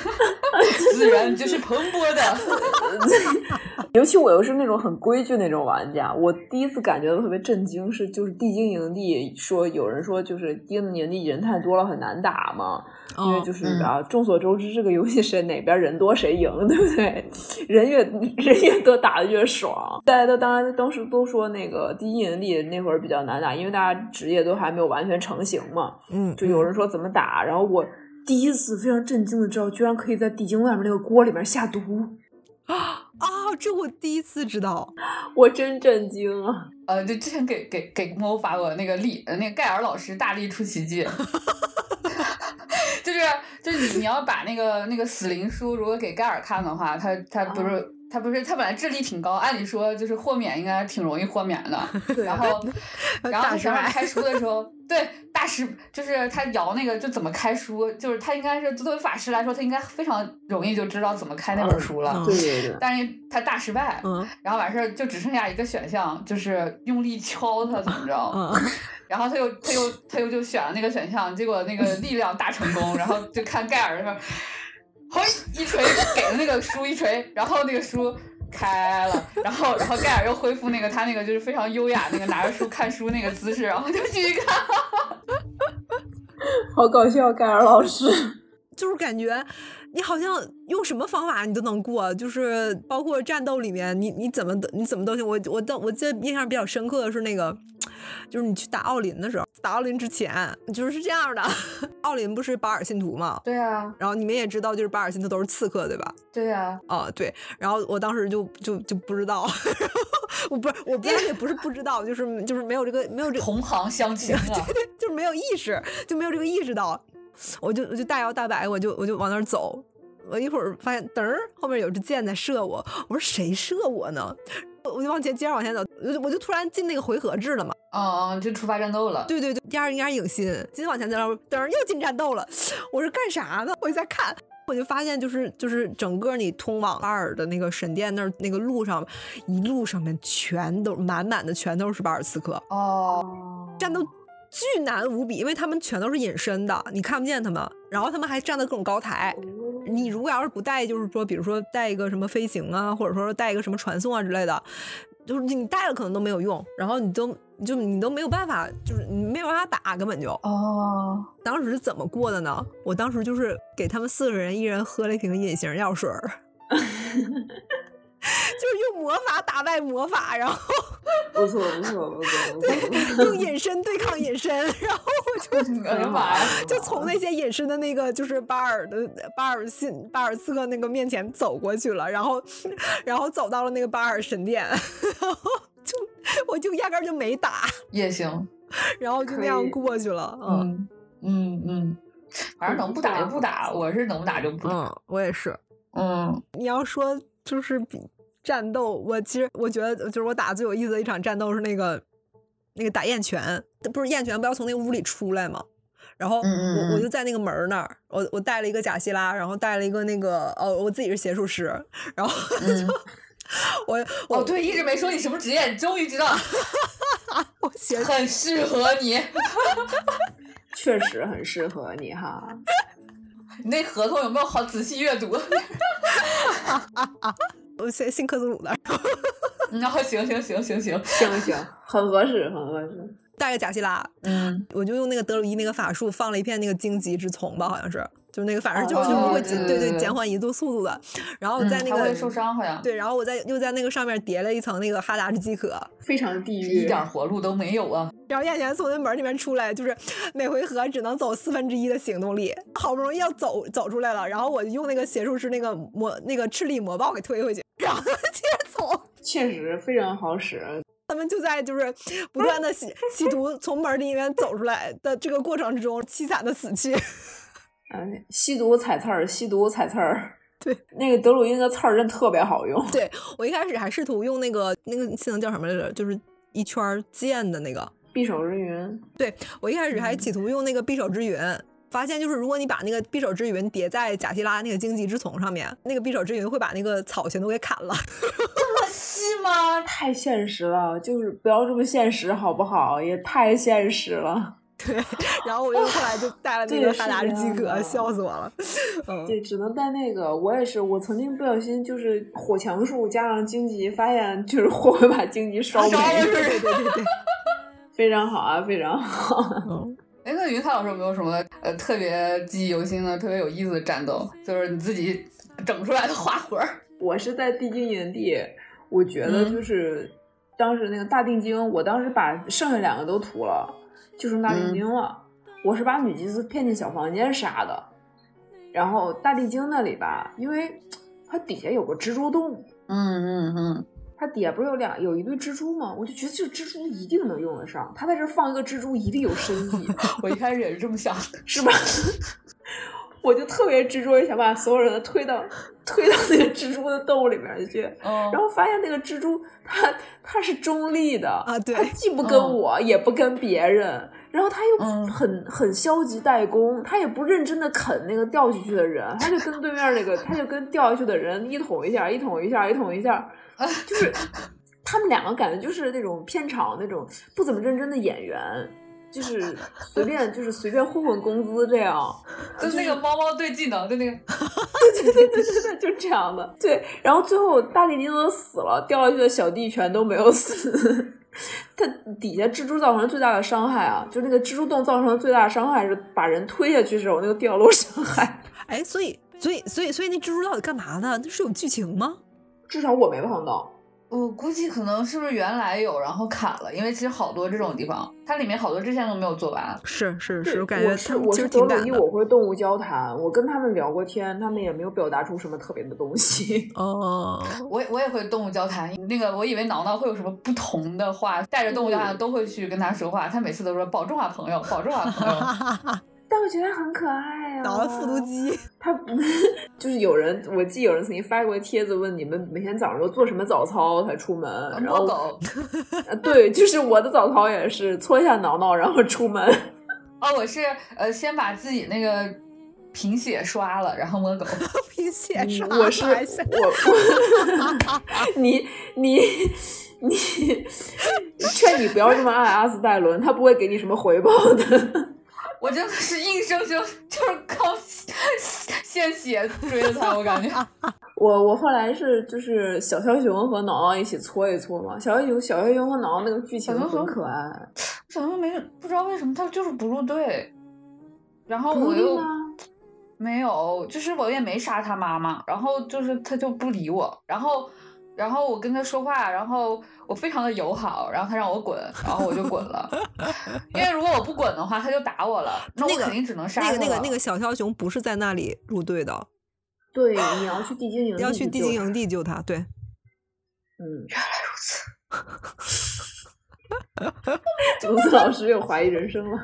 S1: 自然就是蓬勃的。
S3: 尤其我又是那种很规矩那种玩家，我第一次感觉到特别震惊是，就是地精营地说有人说就是地精营地人太多了很难打嘛，因为就是
S1: 嗯
S3: 啊，众所周知这个游戏是哪边人多谁赢， 对不对？人越人越多打的越爽。大家都当然当时都说那个地精营地那会儿比较难打，因为大家职业都还没有完全成型嘛，
S2: 嗯，
S3: 就有人说怎么打，然后我第一次非常震惊的知道，居然可以在地精外面那个锅里面下毒，
S2: 啊、这我第一次知道。
S3: 我真震惊啊！
S1: 呃，就之前给给给猫发过那个力，呃那个盖尔老师大力出奇迹。就是就是你你要把那个那个死灵书如果给盖尔看的话，他他不是他不是他本来智力挺高，按理说就是豁免应该挺容易豁免的。
S3: 对
S1: 然后，然后
S2: 大
S1: 他
S2: 师
S1: 想想
S2: 买
S1: 开书的时 候，对大师就是他摇那个就怎么开书，就是他应该是作为法师来说，他应该非常容易就知道怎么开那本书了。
S2: 嗯
S3: 对对 对，
S1: 但是他大失败，
S2: 嗯
S1: 然后完事儿就只剩下一个选项，就是用力敲他，怎么着？
S2: 嗯，
S1: 然后他又他又他又就选了那个选项，结果那个力量大成功，然后就看盖尔那边，嘿一锤给了那个书一锤，然后那个书开了，然后然后盖尔又恢复那个他那个就是非常优雅那个拿着书看书那个姿势，然后就继续看。
S3: 好搞笑，盖尔老师。
S2: 就是感觉你好像用什么方法你都能过，就是包括战斗里面，你你怎么都你怎么都行。我我当我记得印象比较深刻的是那个，就是你去打奥林的时候，打奥林之前就是是这样的， 奥林不是巴尔信徒嘛，
S1: 对啊，
S2: 然后你们也知道，就是巴尔信徒都是刺客，对吧？
S1: 对啊，
S2: 啊，对。然后我当时就就就不知道， 然后我不是我不是也不是不知道，就是就是没有这个没有这个
S1: 同行 相亲 啊，
S2: 就是没有意识，就没有这个意识到，我就我就大摇大摆，我就我就往那儿走，我一会儿发现嘚儿后面有支箭在射我，我说谁射我呢？我我就往前接着往前走，我就我就突然进那个回合制了嘛，
S1: 嗯，嗯就触发战斗了。
S2: 对对对，第二应该是影心，紧往前走，嘚儿又进战斗了，我是干啥呢？我就在看。我就发现，就是就是整个你通往二的那个神殿那儿那个路上，一路上面全都满满的全都是巴尔刺客，
S1: 哦，
S2: 战斗巨难无比，因为他们全都是隐身的，你看不见他们，然后他们还站在各种高台。你如果要是不带，就是说，比如说带一个什么飞行啊，或者说带一个什么传送啊之类的，就是你带了可能都没有用，然后你都你就你都没有办法，就是你没有办法打，根本就。
S1: 哦，
S2: 当时是怎么过的呢？我当时就是给他们四个人一人喝了一瓶隐形药水儿，就是用魔法打败魔法，然后
S3: 不错不错不错 不错，
S2: 用隐身对抗隐身，然后我就。
S1: 哎呀妈呀！
S2: 就从那些隐身的那个就是巴尔的巴尔信巴尔刺客那个面前走过去了，然后 然后走到了那个巴尔神殿， 然后就我就压根儿就没打，
S1: 也行，
S2: 然后就那
S3: 可
S2: 样
S3: 以
S2: 过去了。嗯
S1: 嗯嗯嗯，反正能不打就不打，我是能不打就不打。
S2: 嗯，我也是。
S1: 嗯，
S2: 你要说就是比战斗，我其实我觉得就是我打最有意思的一场战斗是那个那个打燕泉，不是燕泉不要从那个屋里出来吗？然后我
S1: 嗯嗯
S2: 我
S1: 嗯
S2: 就在那个门儿那儿，我我带了一个贾西拉，然后带了一个那个哦，我自己是邪术师，然后
S1: 嗯
S2: 我我、
S1: 哦，对，一直没说你什么职业，你终于知道，哦
S2: 我邪
S1: 很适合你。
S3: 确实很适合你哈。
S1: 你那合同有没有好仔细阅读？
S2: 我信信克苏鲁的，
S1: 然后嗯行行行行行，
S3: 行行，很合适，很合适。
S2: 带个贾西拉，
S1: 嗯，
S2: 我就用那个德鲁伊那个法术放了一片那个荆棘之丛吧，好像是，就是那个反正就
S3: 哦
S2: 是就是会
S1: 对对
S2: 对
S1: 对对
S2: 减缓移动速度的，然后
S1: 嗯
S2: 哦在那
S1: 还
S2: 个
S1: 会受伤好像，
S2: 对，然后我在又在那个上面叠了一层那个哈达之饥渴，
S3: 非常地
S1: 一
S3: 狱，
S1: 点活路都没有啊。
S2: 然后燕泉从那门里面出来，就是每回合只能走四分之一的行动力，好不容易要走走出来了，然后我就用那个邪术师那个魔那个斥力魔爆给推回去，然后 接着走。
S3: 确实非常好使。啊
S2: 他们就在就是 不断的企企图从门里面走出来的这个过程之中，凄惨的死去。
S3: 哎，吸毒踩刺儿，吸毒踩刺儿。
S2: 对，
S3: 那个德鲁伊那个刺儿真特别好用。
S2: 我一开始还试图用那个那个技能叫什么来着，就是一圈儿箭的那个，
S3: 匕首之云，
S2: 我一开始还企图用那个匕首之云，发现就是如果你把那个匕首之云叠在贾西拉那个荆棘之丛上面，那个匕首之云会把那个草全都给砍了。
S1: 这么细吗？
S3: 太现实了，就是不要这么现实好不好？也太现实了，
S2: 然后我就后来就带了那
S3: 这
S2: 个
S3: 也是
S2: 哈达
S3: 这
S2: 之
S3: 样
S2: 饥渴，
S3: 的
S2: 笑死我了。嗯，
S3: 对，只能带那个。我也是，我曾经不小心就是火墙术加上荆棘，发现就是 火会把荆棘烧没
S2: 对，对对对对对，
S3: 非常好啊，非常好。
S2: 嗯，
S1: 哎，那云彩老师有没有什么呃特别记忆犹新的、特别有意思的战斗？就是你自己整出来的花活儿。
S3: 我是在地精营地，我觉得就是、当时那个大定经，我当时把剩下两个都涂了，就剩大定经了。我是把女祭司骗进小房间杀的，然后大地精那里吧，因为它底下有个蜘蛛洞，
S1: 嗯嗯嗯，
S3: 它底下不是有两有一堆蜘蛛吗？我就觉得这个蜘蛛一定能用得上，它在这儿放一个蜘蛛一定有深意，
S1: 我一开始也是这么想的。
S3: 是吧？我就特别执着于想把所有人都推到推到那个蜘蛛的洞里面去，
S1: 嗯
S3: 然后发现那个蜘蛛它它是中立 的
S2: 啊对
S3: 它既不跟
S1: 嗯
S3: 我、也不跟别人，然后它又
S1: 嗯
S3: 很、很消极怠工，它也不认真的啃那个掉下去的人，它就跟对面那个它就跟掉下去的人一捅一下，一捅一下，一捅一下，就是他们两个感觉就是那种片场那种不怎么认真的演员。就是随便，就是随便混混工资这样，
S1: 嗯就是那个猫猫对技能，就那个，
S3: 对对对对，就是这样的。对，然后最后大地丁都死了，掉下去的小弟全都没有死。它底下蜘蛛造成最大的伤害啊，就那个蜘蛛洞造成的最大的伤害是把人推下去时候那个掉落伤害。
S2: 哎，所以所以所以所以那蜘蛛到底干嘛的？那是有剧情吗？
S3: 至少我没碰到。
S1: 我估计可能是不是原来有，然后砍了，因为其实好多这种地方，它里面好多之前都没有做完。
S2: 是是
S3: 对
S2: 是，我感觉
S3: 我
S2: 他
S3: 是
S2: 们
S3: 我
S2: 其实
S3: 是德
S2: 挺
S3: 鲁
S2: 敢
S3: 伊，
S2: 的。
S3: 我会动物交谈，我跟他们聊过天，他们也没有表达出什么特别的东西。
S2: 哦，
S1: 我也我也会动物交谈，那个我以为挠挠会有什么不同的话，带着动物交谈都会去跟他说话，他每次都说保重啊朋友，保重啊朋
S3: 嗯
S1: 友。
S3: 但我觉得很可爱啊，
S2: 脑袋复读机，
S3: 他不就是有人，我记得有人曾经发过帖子问你们每天早上都做什么早操才出门， 然
S1: 摸
S3: 后
S1: 狗，
S3: 呃对，就是我的早操也是搓一下挠挠，然后出门。
S1: 哦，我是呃先把自己那个贫血刷了，然后摸狗。
S2: 贫血刷
S3: 嗯 我是
S2: 还行
S3: 我我， 你你你，劝你不要这么爱阿斯戴伦，他不会给你什么回报的。
S1: 我真的是硬生生就是靠献血追的他，我 感觉。
S3: 我我后来是就是小枭雄和挠挠一起搓一搓嘛，小枭雄小枭雄和挠挠那个剧情
S1: 小枭
S3: 很
S1: 雄
S3: 可爱。
S1: 小熊没不知道为什么他就是不入队，然后
S3: 不
S1: 哦我
S3: 入队
S1: 又
S3: 吗
S1: 没有，就是我也没杀他妈妈，然后就是他就不理我，然后然后我跟他说话，然后我非常的友好，然后他让我滚，然后我就滚了， 因为如果我不滚的话，他就打我了，那
S2: 那
S1: 我
S2: 个
S1: 肯定只能杀
S2: 那
S1: 他
S2: 个
S1: 了。
S2: 那个 那个小枭雄不是在那里入队的，
S3: 对，你要去地精营，
S2: 要去地精营。地救他。对，
S3: 嗯，原来如此。 竹子老师又怀疑人生了。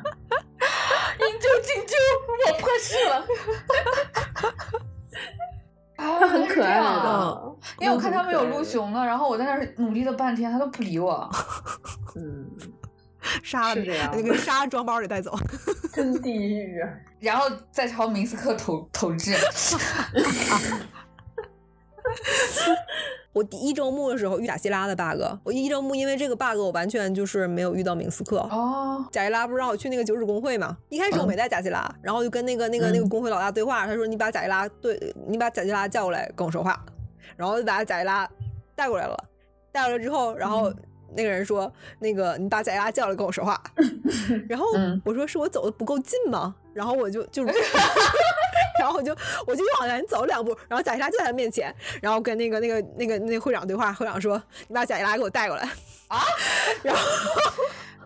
S1: 营救营救，我破事了。 啊
S3: 他很可爱
S1: 原来是这样啊
S3: 的，
S1: 因为我看他们有
S3: 鹿
S1: 撸，熊了，然后我在那儿努力了半天，他都不理我。
S3: 嗯，
S2: 杀了
S3: 是这样
S2: 那个杀了装包里带走。
S3: 真地狱啊！
S1: 然后再朝明斯克投投掷。
S2: 我第一周目的时候遇打希拉的 bug，我一周目因为这个 bug 我完全就是没有遇到明斯克。
S1: 哦，
S2: 贾希拉不是让我去那个九指工会嘛？一开始我没带贾希拉，然后就跟那个那个那个
S1: 嗯
S2: 工会老大对话，他说你把贾希拉对，你把贾希拉叫过来跟我说话，然后就把贾希拉带过来了，带过来之后，
S1: 嗯
S2: 然后那个人说那个你把贾希拉叫过来跟我 说话，然后
S1: 嗯
S2: 我说是我走的不够近吗？然后我就就。 然后我就我就往前走两步，然后贾希拉就在他面前，然后跟那个那个那个那个会长对话，会长说：“你把贾希拉给我带过来。”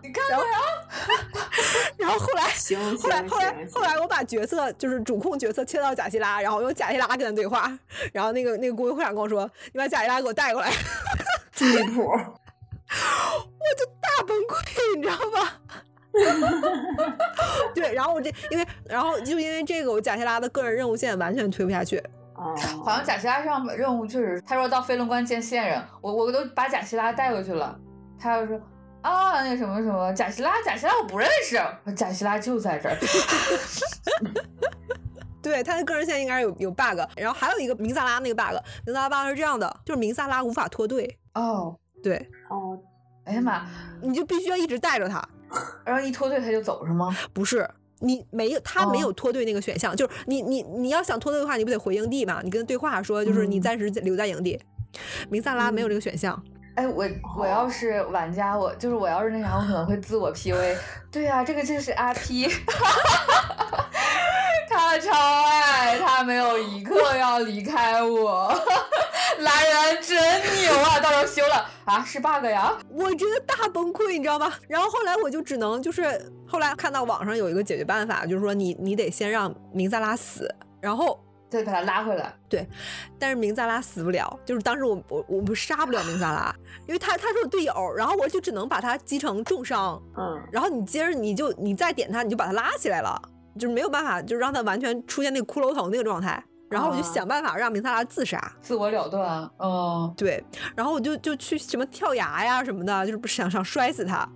S1: 你看到
S2: 然后后来
S3: 行
S2: 后来，后来，后来，我把角色就是主控角色切到贾希拉，然后我用贾希拉跟他对话，然后那个那个顾问会长跟我说：“你把贾希拉给我带过来。”
S3: 离谱，
S2: 大崩溃，你知道吗？ 对，然后我这因为，然后就因为这个，我贾希拉的个人任务线完全推不下去。
S3: 啊，
S1: 好像贾希拉上任务确实，他说到飞龙关见线人，我我都把贾希拉带过去了，他又说。啊、那个什么什么，贾希拉，贾希拉我不认识，我说贾希拉就在这儿。
S2: 对，他的个人线应该是有有 bug。然后还有一个明萨拉那个 bug，明萨拉 bug 是这样的，就是明萨拉无法脱队，
S1: 哦，
S2: 对，
S3: 哦，
S1: 哎呀妈！
S2: 你就必须要一直带着他，
S1: 然后一脱队他就走是吗？
S2: 不是。你没有，他没
S1: 哦
S2: 有脱队那个选项，就是你你你要想脱队的话，你不得回营地嘛？你跟他对话说，就是你
S1: 嗯
S2: 暂时留在营地。明萨拉没有这个选项，
S1: 哎，我我要是玩家，我就是我要是那啥，我可能会自我 PUA。对 呀、这个就是阿 P，他超爱，他没有一刻要离开我。 蓝人真牛啊！到时候修了啊，是 bug 呀？
S2: 我真的大崩溃，你知道吗？然后后来我就只能就是后来看到网上有一个解决办法，就是说你你得先让明萨拉死，然后
S1: 再把他拉回来。
S2: 但是明萨拉死不了，就是当时我我我们杀不了明萨拉，因为他他是我队友，然后我就只能把他击成重伤，
S3: 嗯，
S2: 然后你接着你就你再点他，你就把他拉起来了，就是没有办法，就是让他完全出现那个骷髅头那个状态。然后我
S1: 啊
S2: 就想办法让明萨拉自杀。
S1: 自我了断，哦，
S2: 对，然后我就就去什么跳崖呀什么的，就是不想想摔死他，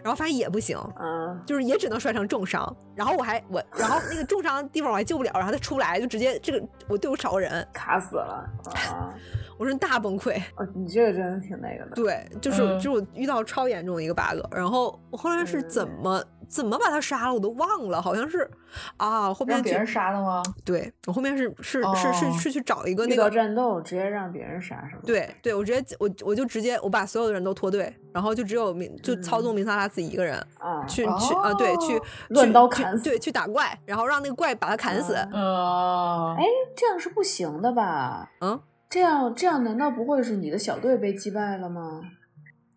S2: 然后发现也不行，
S3: 嗯，
S2: 就是也只能摔成重伤。然后我还我，然后那个重伤的地方我还救不了，然后他出不来，就直接这个我队伍少个人，
S3: 卡死了啊！
S2: 我真大崩溃。
S3: 哦，你这个真的挺那个的。
S2: 对，就是、
S1: 嗯
S2: 就是我遇到超严重的一个 bug，然后我后来是怎
S1: 嗯
S2: 么、怎么把他杀了我都忘了，好像是啊，后面
S1: 让别
S2: 就
S1: 人杀的吗？
S2: 对我后面是是、是
S1: 哦
S2: 是是去找一个那
S3: 遇到
S2: 个
S3: 战斗直接让别人杀是吧？
S2: 对对，我直接我我就直接我把所有的人都脱队，然后就只有明
S3: 嗯
S2: 就操纵明萨拉自己一个人、
S3: 啊，
S2: 去去啊、对去
S3: 乱
S2: 去
S3: 刀
S2: 去
S3: 砍死
S2: 对去打怪，然后让那个怪把他砍死，
S3: 嗯
S1: 呃，
S3: 哎，这样是不行的吧？
S2: 嗯，
S3: 这样这样难道不会是你的小队被击败了吗？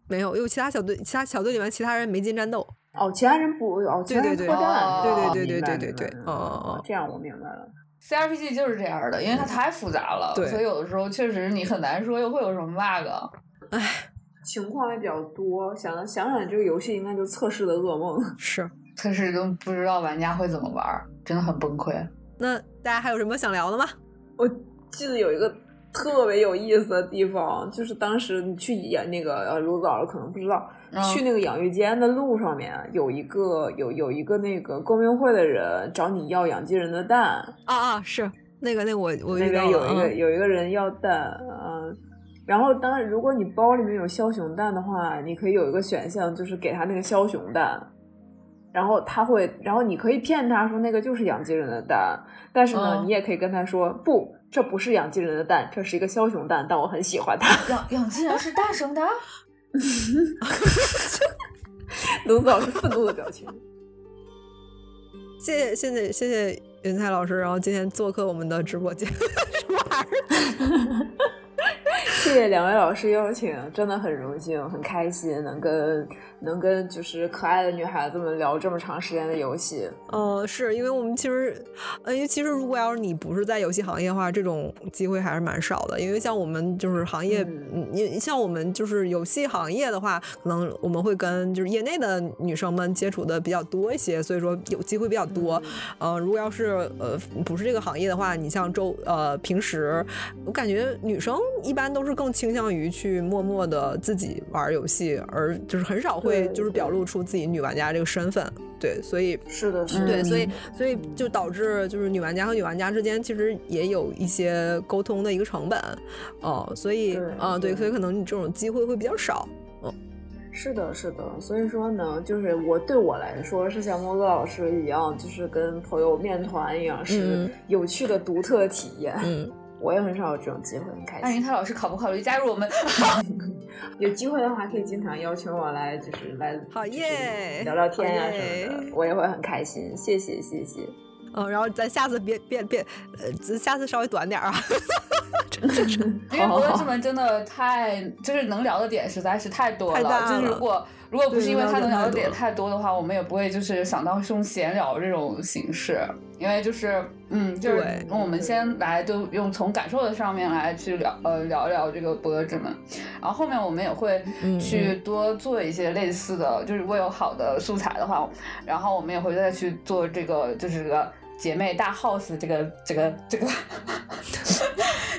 S2: 没有，因为其他小队其他小队里面其他人没进战斗，
S3: 哦，其他人不哦，其他人
S2: 对对
S3: 脱
S1: 对
S3: 战，
S1: 哦
S2: 对对对
S3: 明白
S2: 对对对
S3: 明白
S2: 哦
S3: 嗯
S2: 哦哦
S3: 这样我明白了。
S1: CRPG 就是这样的，因为它太复杂了，
S2: 对
S1: 所以有的时候确实你很难说又会有什么 bug。
S3: 情况也比较多，想想想这个游戏应该就是测试的噩梦。
S2: 是。
S1: 测试都不知道玩家会怎么玩儿，真的很崩溃。
S2: 那大家还有什么想聊的吗？
S3: 我记得有一个特别有意思的地方，就是当时你去演那个呃卢姥姥可能不知道，
S1: 嗯
S3: 去那个养育间的路上面有一个有有一个那个公明会的人找你要养鸡人的蛋，
S2: 啊啊，是那个那个我我
S3: 那
S2: 遇到
S3: 边
S2: 了
S3: 有一个、
S2: 嗯
S3: 有一个人要蛋，嗯、然后当然如果你包里面有枭雄蛋的话，你可以有一个选项就是给他那个枭雄蛋，然后他会，然后你可以骗他说那个就是养鸡人的蛋，但是呢，
S1: 嗯
S3: 你也可以跟他说不，这不是养鸡人的蛋，这是一个枭雄蛋，但我很喜欢它。
S1: 养养鸡人是蛋生 的，
S3: 卢 子老师愤怒的表情。
S2: 谢谢谢谢谢谢云彩老师，然后今天做客我们的直播间，什么玩意儿？
S3: 谢谢两位老师邀请，真的很荣幸，很开心能跟能跟就是可爱的女孩子们聊这么长时间的游戏。
S2: 嗯、是因为我们其实，呃，因为其实如果要是你不是在游戏行业的话，这种机会还是蛮少的。因为像我们就是行业，
S3: 嗯
S2: 嗯，你像我们就是游戏行业的话，可能我们会跟就是业内的女生们接触的比较多一些，所以说有机会比较多。
S3: 嗯
S2: 呃，如果要是呃不是这个行业的话，你像周呃平时，我感觉女生一般都是更倾向于去默默的自己玩儿游戏，而就是很少会
S3: 对
S2: 就是表
S3: 对
S2: 露出自己女玩家这个身份。对，所以
S3: 是的，是的，
S2: 对，所以
S3: 嗯
S2: 所以就导致就是女玩家和女玩家之间其实也有一些沟通的一个成本，哦、所以
S3: 对
S2: 啊、对，
S3: 对
S2: 所以可能你这种机会会比较少。
S3: 是的，是的，所以说呢，就是我对我来说是像莫子老师一样，就是跟朋友面团一样，是
S2: 嗯
S3: 有趣的独特体验。
S2: 嗯，
S3: 我也很少有这种机会，很开
S1: 那云
S3: 心。
S1: 泰老师考不考虑加入我们？
S2: 嗯
S3: 有机会的话，可以经常邀请我来，就是来
S2: 好耶
S3: 就是聊聊天啊
S2: 好耶
S3: 什么的，我也会很开心。谢谢，谢谢。
S2: 嗯，然后咱下次别别别，呃，下次稍微短点 儿啊。
S1: 因为
S3: 好
S1: 博德之门真的太就是能聊的点实在是太多
S2: 太大
S1: 就是
S2: 了
S1: 如果如果不
S2: 对
S1: 是因为
S2: 能
S1: 他
S2: 聊
S1: 能聊的
S2: 得太多
S1: 点
S2: 了
S1: 太多的话，我们也不会就是想到是用闲聊这种形式，因为就是嗯，就是
S2: 对
S1: 我们先来就用从感受的上面来去聊呃聊一聊这个博德之门，然后后面我们也会
S2: 嗯
S1: 去多做一些类似的，就是如果有好的素材的话，然后我们也会再去做这个，就是这个姐妹大 house 这个这个这 个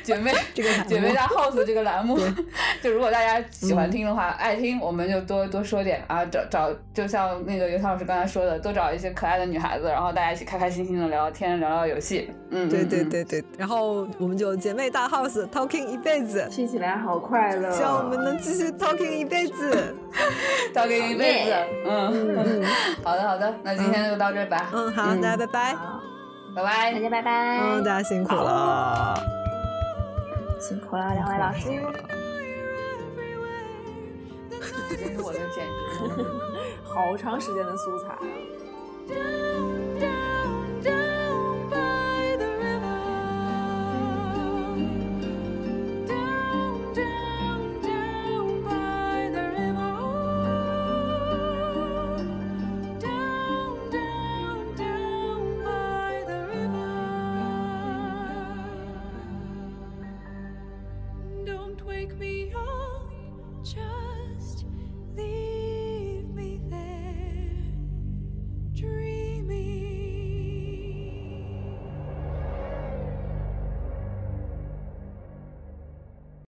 S1: 姐妹
S2: 这个栏目
S1: 姐妹大 house 这个栏目， 就如果大家喜欢听的话，
S2: 嗯
S1: 爱听我们就多多说点啊，找找就像那个尤涛老师刚才说的，多找一些可爱的女孩子，然后大家一起开开心心的聊聊天，聊聊游戏，嗯，
S2: 对
S1: 嗯
S2: 对
S1: 嗯
S2: 对对，然后我们就姐妹大 house talking 一辈子，
S3: 听起来好快乐。哦
S2: 希望我们能继续 talking 一辈子。
S1: 交给你一辈子
S3: 耶，
S1: 嗯，
S2: 嗯
S1: 好的好的，那今天就到这儿吧，
S2: 嗯，好，大家拜拜。
S3: 好，
S1: 拜拜
S3: 大。家拜拜。
S2: 嗯，大家辛苦了。
S3: 辛苦了，两位老师，
S1: 这是我的简直。
S3: 好长时间的素材啊。
S4: Thank